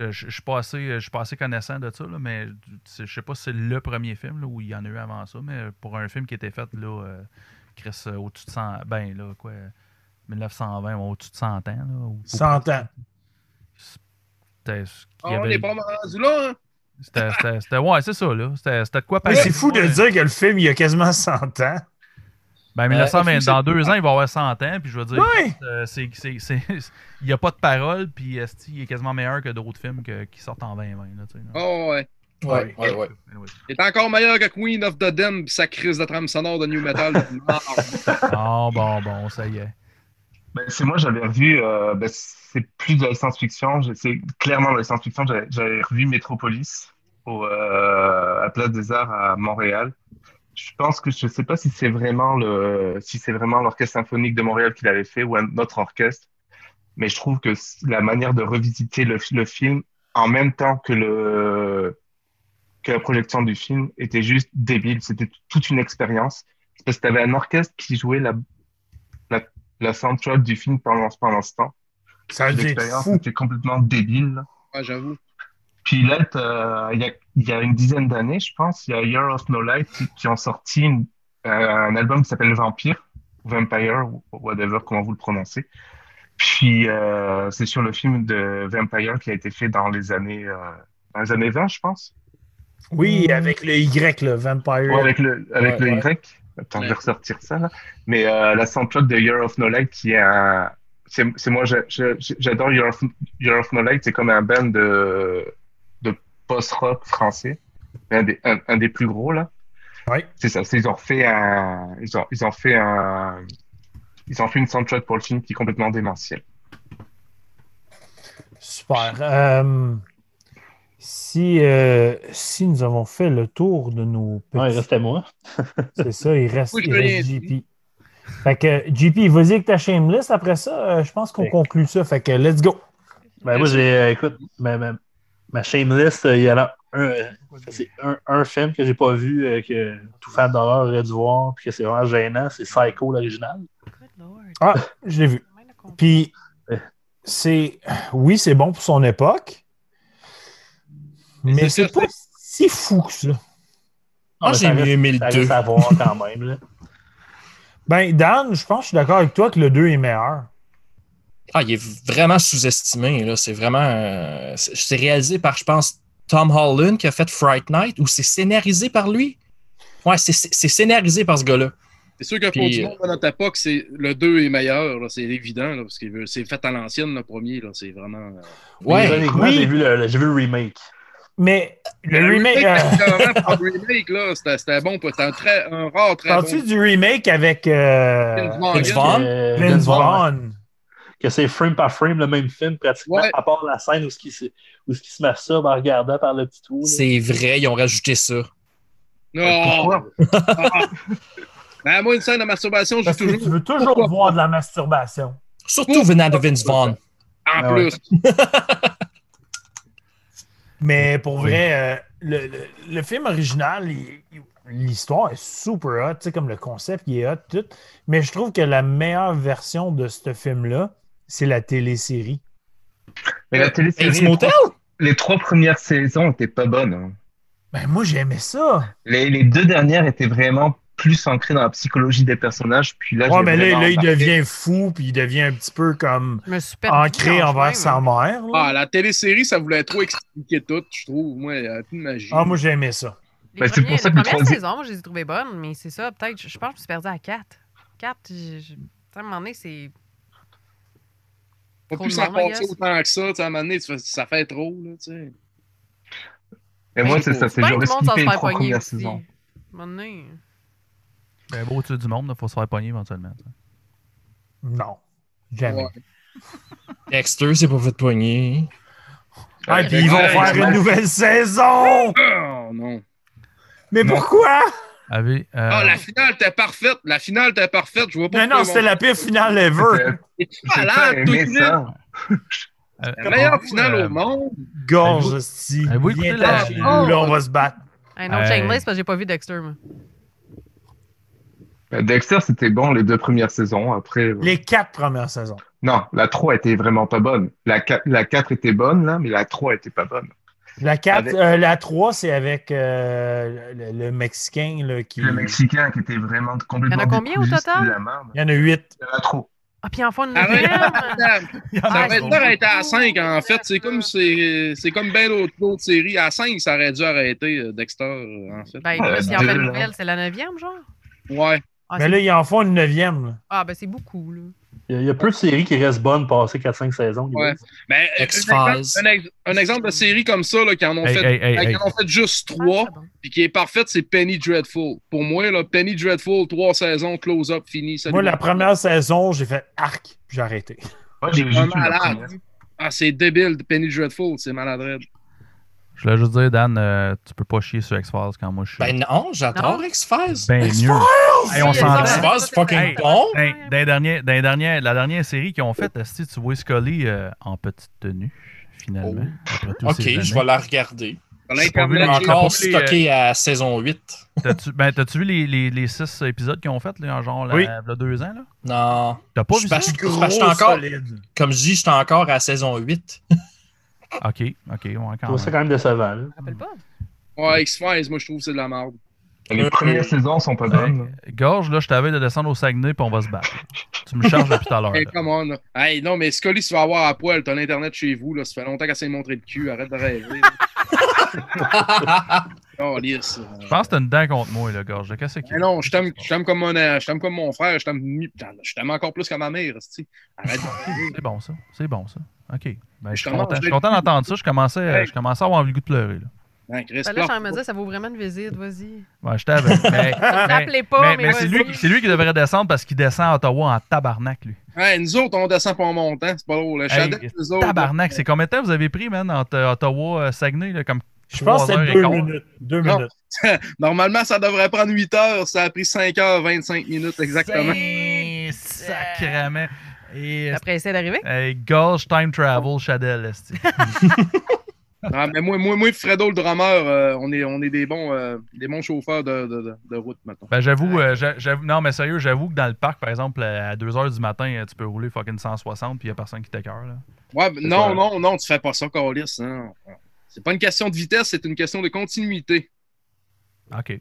Euh, Je je suis pas, assez- je suis pas assez connaissant de ça, là, mais c'est- je sais pas si c'est le premier film là, où il y en a eu avant ça, mais pour un film qui était fait là, euh, Chris, euh, au-dessus de 100, ben là, quoi, 1920, bon, au-dessus de 100 ans. Là, ou- 100 ans. C'était ce qu'il y Ah, On avait- n'est pas rendu là, hein? c'était- c'était- c'était- ouais, c'est ça, là. C'était c'était de quoi Mais pareil. c'est fou de Ouais. dire que le film, il y a quasiment 100 ans. Ben, 1920, Euh, dans deux ans, il va avoir 100 ans, puis je veux dire, Oui. euh, c'est- c'est- c'est- il n'y a pas de parole, puis euh, esti, il est quasiment meilleur que d'autres films que- qui sortent en 2020. Là, tu sais, là. Oh, ouais. Ouais, ouais, ouais. Anyway. Il est encore meilleur que Queen of the Dam pis sa crise de trame sonore de New Metal. Merde. Bon, bon, bon, ça y est. Ben, c'est moi, j'avais revu, euh, ben, c'est plus de la science-fiction, je- c'est clairement de la science-fiction, j'avais- j'avais revu Metropolis au, euh, à Place des Arts à Montréal. Je pense que je sais pas si c'est vraiment le, si c'est vraiment l'Orchestre symphonique de Montréal qui l'avait fait ou un autre orchestre, mais je trouve que c- la manière de revisiter le, le film en même temps que le, que la projection du film était juste débile. C'était toute une expérience. C'est Parce que t'avais un orchestre qui jouait la, la soundtrack du film pendant, pendant ce temps. Ça a été L'expérience fou. était complètement débile. là. Ouais, j'avoue. Puis là, t'as- il y, a, il y a une dizaine d'années, je pense, il y a Year of No Light qui, qui ont sorti une- euh, un album qui s'appelle Vampire, ou Vampire, ou whatever, comment vous le prononcez. Puis euh, c'est sur le film de Vampire qui a été fait dans les années, euh, dans les années 20, je pense. Oui, avec le Y, le Vampire. Ouais, avec le, avec Ouais, le ouais. Y. Attends, je Ouais. vais ressortir ça, là. Mais euh, la soundtrack de Year of No Light, qui est un... C'est c'est moi, j'a- j'a- j'adore Year of, Year of No Light, c'est comme un band de, de post-rock français, un des, un, un des plus gros, là. Ouais. C'est ça, c'est- ils ont fait un... Ils ont, ils ont fait un... Ils ont fait une soundtrack pour le film qui est complètement démentielle. Super. Euh, si, euh, si nous avons fait le tour de nos Ouais, il petits reste à moi. C'est ça, il reste, Oui, il je l'ai reste dit. JP. Fait que JP, vas-y avec ta shameless. Après ça, euh, je pense qu'on Fait- conclut ça. Fait que let's go. Ben, moi, j'ai. euh, écoute, ma, ma, ma shameless, euh, il y en a un. euh, c'est un, un film que j'ai pas vu, euh, que tout fan d'horreur aurait dû voir, puis que c'est vraiment gênant, c'est Psycho, l'original. Good lord. Ah, je l'ai vu. Mind a compl- Puis, c'est. Oui, c'est bon pour son époque. Mais Mais c'est c'est sûr, pas si fou que ça. Non, Moi, Ah, mais Ah, j'ai ça mis reste- Ça 1002. reste à voir quand même. Là. Ben, Dan, je pense que je suis d'accord avec toi que le 2 est meilleur. Ah, il est vraiment sous-estimé. là. C'est vraiment. euh, c'est c'est réalisé par, je pense, Tom Holland qui a fait Fright Night ou c'est scénarisé par lui. Ouais, c'est- c'est c'est scénarisé par ce gars-là. C'est sûr que pour Puis, du euh, monde de notre époque, c'est, le 2 est meilleur, là, c'est évident, là, parce que c'est fait à l'ancienne, le premier. Là, c'est vraiment. euh, Ouais. Mais ironiquement, oui. j'ai vu le, le- j'ai vu le remake. Mais le Le remake. euh, remake, c'était écœurant, puis le remake, là, c'était, c'était bon, puis c'était un, très, un rare, très bon. Parles-tu du remake avec euh, Vince Vaughn. Vince Vaughn. Euh, Vince Vaughn, Vaughn? Que c'est frame par frame le même film, pratiquement, Ouais. à part la scène où ce qui se, où ce qui se masturbe en regardant par le petit trou. là. C'est vrai, ils ont rajouté ça. Non! Pourquoi? Ah. Ben, moi, une scène de masturbation, j'ai Parce que tu toujours. veux toujours voir de la masturbation. Surtout venant de Vince Vaughn. En Ah ouais. plus, Mais pour vrai, euh, le, le- le film original, il- il- l'histoire est super hot, tu sais, comme le concept, il est hot, tout. Mais je trouve que la meilleure version de ce film-là, c'est la télésérie. Mais la télésérie, Bates les Motel? trois- les trois premières saisons étaient pas bonnes. hein. Ben moi, j'aimais ça. Les, les deux dernières étaient vraiment plus ancrées dans la psychologie des personnages. Puis Ah, là, Ouais, j'ai mais là, vraiment là, il embarqué. devient fou, puis il devient un petit peu comme Je me suis perdue ancré dans le chemin, envers sa moi. mère. là. ah, la télésérie, ça voulait trop expliquer tout, je trouve. Moi, il y avait plus de magie. Ah, moi, j'aimais ça. Les Ben, c'est premiers- pour ça les que le premières troisième- saisons, moi, je les ai trouvées bonnes, mais c'est ça, peut-être. Je, je pense que je me suis perdue à 4. 4, à un moment donné, c'est. Pas Trop plus de s'en monde, I passer guess. autant que ça, tu sais, à un moment donné, tu fais- ça fait trop, là, tu sais. Et moi, c'est ça, C'est c'est pas j'aurais tout le monde sans skippé se les faire trois pogner premières aussi. À un saisons. moment donné. Ben, beau au-dessus du monde, il faut se faire pogner éventuellement. ça. Non, jamais. Ouais. Dexter, c'est pas fait poignée. Ah, Ouais, puis ils vont ouais, faire ouais. une nouvelle saison! Oh Ah, non. Mais Non. pourquoi? Avez, euh, Ah, la finale était parfaite. La finale était parfaite. Je vois pas. Mais non, c'était la pire finale ever. J'ai Ah, pas aimé ça. euh, La meilleure avez-vous, finale euh, au monde. Ben, Gorge, si. Avez-vous écouté Viens la- t'en chez nous, là, on va se battre. Hey, non, Hey. Shameless, parce que j'ai pas vu Dexter, moi. Euh, Dexter, c'était bon les deux premières saisons. Après, euh, Les quatre premières saisons. non, la 3 était vraiment pas bonne. La 4, la 4 était bonne, là, mais la 3 était pas bonne. La, quatre, Avec- euh, la 3, c'est avec euh, le, le Mexicain là, qui. Le Mexicain qui était vraiment complètement. Il y en a combien au dépourvu, c'était total? de la merde. Il y en a huit. Il y en a trop. Ah, puis enfin, le Arrête, *laughs* deuxième! Ah, madame. Ça aurait dû arrêter à 5, en fait. C'est comme, c'est, c'est comme bien d'autres, d'autres séries. À 5, ça aurait dû arrêter euh, Dexter, euh, en fait. Ben, Ouais, mais s'il en fait deux, une là. nouvelle, c'est la neuvième, genre? Ouais. Ah, Mais c'est- là, ils en font une neuvième. là. ah, ben, c'est beaucoup, là. Il y a- il y, a peu de séries qui restent bonnes passer 4-5 saisons. Ouais. guys. Mais euh, un, X-Files. exemple- un ex- un exemple de série comme ça, là, qui en ont, hey, fait, hey, hey, hey. qui en ont fait juste Ah, 3, c'est bon. puis qui est parfaite, c'est Penny Dreadful. Pour moi, là, Penny Dreadful, 3 saisons, close-up, fini. salut. Moi, la première saison, j'ai fait arc, puis j'ai arrêté. Moi, j'ai Un juste eu la première. malade. Ah, c'est débile, Penny Dreadful, c'est malade. raide. Je voulais juste dire, Dan, euh, tu peux pas chier sur X-Files quand moi je suis. Ben non, j'adore Non. X-Files. Ben mieux. Hey, on Si, les s'entend. enfants- X-Files, c'est fucking Hey. bon. Hey, dans les derniers- dans les derniers- la dernière série qu'ils ont faite, si tu vois Scully euh, en petite tenue, finalement. après tous Oh. Ok, ces je vais années. la regarder. Dans C'est pas vu l'Internet, j'ai pas Encore vu les, stocké euh, à saison 8. T'as-tu ben, t'as-tu vu les, les- les six épisodes qu'ils ont fait, là, en genre, là, Oui. v'là deux ans? là? Non. T'as pas Je vu ça? passe- je passe encore. Comme je dis, j'étais encore à saison 8. *laughs* Ok, ok, ouais, Je quand trouve même. ça quand même décevant. là. Je me rappelle pas. Ouais, X-Files, moi, je trouve que c'est de la merde. Les premières saisons sont pas bonnes. Gorge, là, je t'avais de descendre au Saguenay, puis on va se battre. tu me charges depuis tout à l'heure. Hey, là. come on. là. Hey, non, mais Scully, si tu vas avoir à poil, t'as l'Internet chez vous, là. Ça fait longtemps qu'elle s'est montré le cul. Arrête de rêver. là. oh, lisse. Je pense que t'as une dent contre moi, là, Gorge. là. Qu'est-ce qu'il Mais non, je t'aime je t'aime comme, mon- euh, je t'aime comme mon frère. Je t'aime mi- putain, je t'aime encore plus que ma mère. esti. Arrête de *laughs* C'est bon, ça. C'est bon, ça. OK. Ben, je suis Justement, content, je je suis l'ai- content d'entendre ça. Je commençais, euh, Hey. je commençais à avoir envie le goût de pleurer. Là. Ben, Chris, Ben là, je suis en train de me dire, ça vaut vraiment une *laughs* visite, vas-y. Ouais, je *laughs* t'avais. Mais, mais, Oh, Rappelez pas, mais- mais, mais c'est lui, c'est lui qui devrait descendre parce qu'il descend à Ottawa en tabarnak, lui. Hey, nous autres, on descend pas en montant. C'est pas drôle. Le Shadow, nous autres. Tabarnak. C'est combien de temps vous avez pris, man, entre euh, Ottawa et Saguenay? Là, comme... Je pense que Trois heures c'était deux et quart. minutes. Deux Non. minutes. Normalement, ça devrait prendre 8 heures. Ça a pris 5 heures 25 minutes exactement. Eh, Sacrement. Et, Après, essayer d'arriver. hey, Gorge, time travel, Chadel, esti. Ah, mais moi, moi, moi et Fredo le drummer, euh, on, est, on est des bons, euh, des bons chauffeurs de, de, de- de route maintenant. Ben, j'avoue, euh, j'a- j'avoue- non, mais sérieux, j'avoue que dans le parc, par exemple, à 2h du matin, euh, tu peux rouler fucking 160 puis il a personne qui t'écœure. là. Ouais, ben, non, ça. non, non, tu fais pas ça, Carlis. hein. C'est pas une question de vitesse, c'est une question de continuité. OK.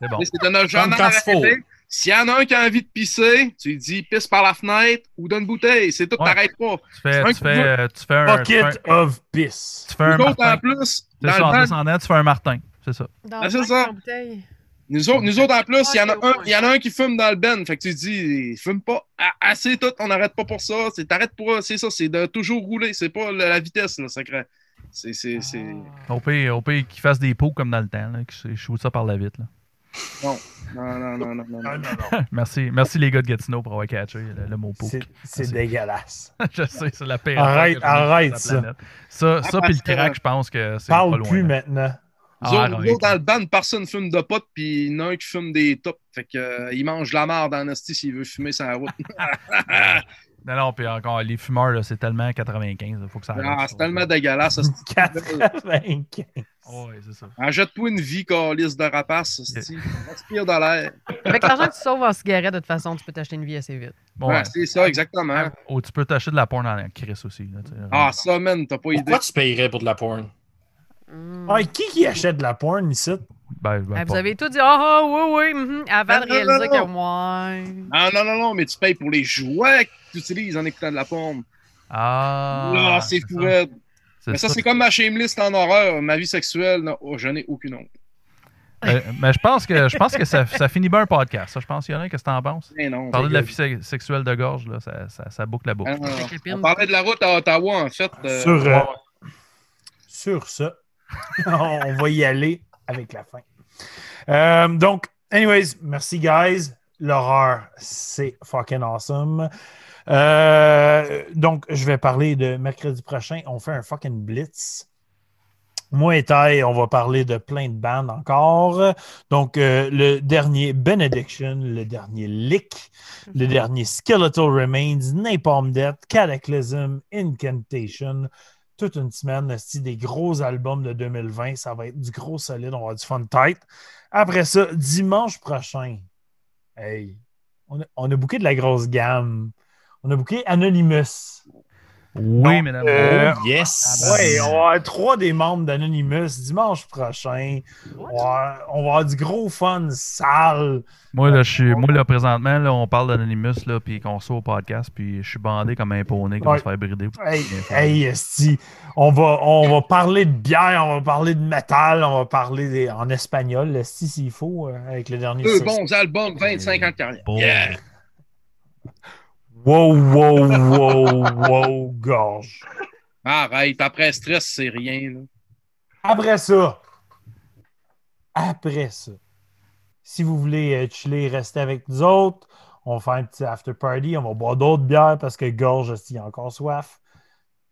C'est bon. Tu sais, C'est de ne jamais quand il faut. arrêter. S'il y en a un qui a envie de pisser, tu lui dis pisse par la fenêtre ou donne une bouteille. C'est tout, Ouais. t'arrêtes pas. Tu fais, Un tu fais, euh, tu fais un. Tu fais, Bucket of piss. tu fais un Nous autres, en Martin. plus, C'est dans ça, en le temps, descendant, tu fais un Martin. C'est ça. Dans Ah, c'est le ça. sac, en bouteille. nous autres, nous autres, en plus, il y, en a un, Ouais, ouais. il y en a un qui fume dans le ben. Fait que tu dis, fume pas a- assez tout, on n'arrête pas pour ça. C'est t'arrêtes pas, c'est ça, c'est de toujours rouler. C'est pas la, la vitesse, là, sacré. C'est, c'est, c'est... Au pire, au pire, qu'ils fassent des pots comme dans le temps, là, qu'ils shootent ça par la vitre. là. *laughs* Non, non, non, non, non. non. merci, merci les gars de Gatineau pour avoir catché le, le mot pot. C'est- C'est C'est- dégueulasse. *laughs* je sais, c'est la pire. affaire Arrête, que j'ai arrête vue sur ça. la planète. Ça, ça puis le parce que- crack, je pense que c'est pas Parle loin. plus là. maintenant. *laughs* Ah, Nous autres, nous arrête. autres, dans le ban, personne fume de potes, puis il y en a un qui fume des tops. Fait que, euh, il mange la marde en hostie s'il veut fumer sur la route. *laughs* Non, non, puis encore, les fumeurs, là, c'est tellement 95, il faut que ça arrête. Ah, ça. c'est tellement dégueulasse. hostie. 95. Ouais, c'est ça. Ah, Jette-toi une vie, calice de rapace, hostie. Respire de l'air. Avec l'argent que tu sauves en cigarette, de toute façon, tu peux t'acheter une vie assez vite. Bon, Ouais, ouais. c'est ça, exactement. Ou tu peux t'acheter de la porn en Chris aussi. là, tu sais. Ah, ça, man, t'as pas idée. Pourquoi tu payerais pour de la porn? Mm. Ah, et qui qui achète de la porn ici? Ben, ben, Ah, vous pas- avez tout dit, ah oh, oui, oui, mhm, avant Non, de non, réaliser non, que, ouais. Ah, non, non, non, mais tu payes pour les jouets que tu utilises en écoutant de la porn. Ah, Ah, c'est ça. fou, raide. C'est Mais ça, c'est comme ma shameless en horreur. Ma vie sexuelle, non, oh, je n'ai aucune honte. Mais, Euh, mais je pense que, je pense que ça, ça finit bien un podcast. Ça, je pense qu'il y en a un, qu'est-ce que t'en penses? Mais non. Parler de la fille se- sexuelle de gorge, là, ça, ça, ça boucle la boucle. Ah, non, non. Avec le pin. On parlait de la route à Ottawa, en fait. euh, Sur, euh, sur ça, *laughs* on va y aller avec la fin. Euh, donc, anyways, merci, guys. L'horreur, c'est fucking awesome. Euh, donc, je vais parler de mercredi prochain. On fait un fucking blitz Muay Thai, on va parler de plein de bandes encore. Donc, euh, le dernier Benediction, le dernier Lick, le dernier Skeletal Remains, Napalm Death, Cataclysm, Incantation. Toute une semaine, c'est des gros albums de 2020. Ça va être du gros solide. On va avoir du fun tête. Après ça, dimanche prochain, hey, on a, on a booké de la grosse gamme. On a booké Anonymous. Oui, mesdames. Euh, Oh, Yes! Ouais, on va avoir trois des membres d'Anonymous dimanche prochain. On va, avoir- on va avoir du gros fun sale. Moi, là, je suis, moi, là, présentement, là, on parle d'Anonymous, là, puis qu'on sort au podcast, puis je suis bandé comme un poney qui va Ouais. se faire brider. Hey, hey, esti, on va, on va parler de bière, on va parler de métal, on va parler des- en espagnol, esti, s'il faut, euh, avec le dernier. Deux session. bons albums, 25 ans de carrière. Bon. Yeah. Wow, wow, wow, wow, gorge. Arrête, après stress, c'est rien. là. Après ça, après ça, si vous voulez euh, chiller, rester avec nous autres, on va faire un petit after party, on va boire d'autres bières parce que gorge, esti, il a encore soif.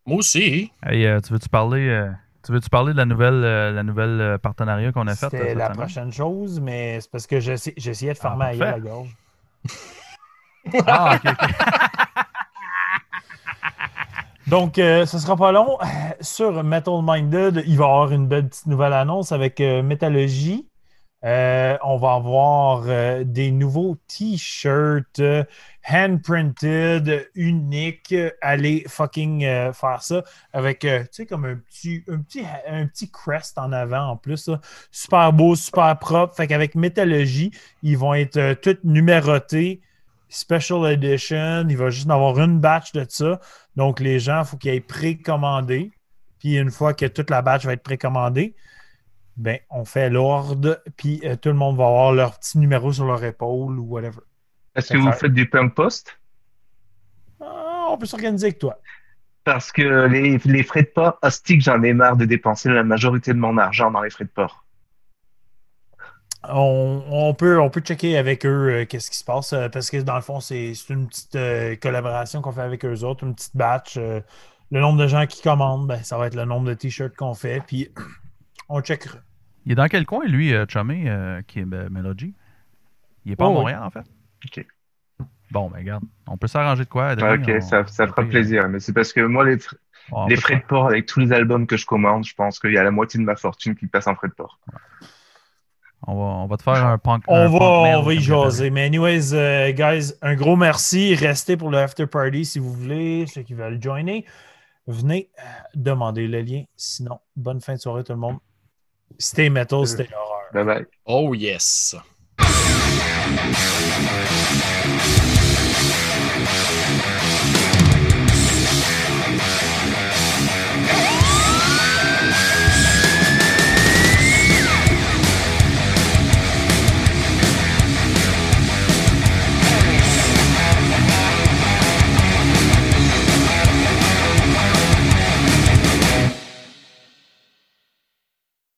Moi aussi. Hey, euh, tu veux-tu parler, euh, tu veux-tu parler de la nouvelle, euh, la nouvelle euh, partenariat qu'on a faite? euh, C'était cette la semaine? prochaine chose, mais c'est parce que j'essa- j'essayais de fermer Ah, ailleurs la parfait. gorge. Ah, ok, ok. Donc, euh, ce sera pas long. *sighs* Sur Metal Minded, il va y avoir une belle petite nouvelle annonce avec euh, Métallurgie. Euh, on va avoir euh, des nouveaux t-shirts euh, hand-printed, uniques. Allez fucking euh, faire ça avec, euh, tu sais, comme un petit, un, petit, un petit crest en avant en plus. là. Super beau, super propre. Fait qu'avec Métallurgie, ils vont être euh, tous numérotés. Special Edition, il va juste en avoir une batch de ça. Donc, les gens, il faut qu'ils aient précommandé. Puis, une fois que toute la batch va être précommandée, ben, on fait l'ordre, puis euh, tout le monde va avoir leur petit numéro sur leur épaule ou whatever. Est-ce que vous faites du pain post? Ah, on peut s'organiser avec toi. Parce que les, les frais de port, hostique, j'en ai marre de dépenser la majorité de mon argent dans les frais de port. On, on peut, on peut checker avec eux euh, qu'est-ce qui se passe, euh, parce que dans le fond, c'est c'est une petite euh, collaboration qu'on fait avec eux autres, une petite batch. euh, le nombre de gens qui commandent, ben, ça va être le nombre de t-shirts qu'on fait, puis *clears throat* on checkera. Il est dans quel coin, lui, euh, Chummy, euh, qui est euh, Melody? Il est pas à Oh, oui. Montréal, en fait? Ok. Bon, ben regarde, on peut s'arranger de quoi? Ah, demain, ok, on- ça, ça fera on peut- plaisir. Mais c'est parce que moi, les, fr- on les peut frais de port avec tous les albums que je commande, je pense qu'il y a la moitié de ma fortune qui passe en frais de port. On va, on va te faire un punk. On un va, punk mail, on va y comme t'appelles. jaser. Mais anyways, euh, guys, un gros merci. Restez pour le after party si vous voulez, ceux qui veulent joiner. Venez euh, demander le lien. Sinon, bonne fin de soirée tout le monde. Stay metal, stay horror. Bye bye. Oh yes. Thank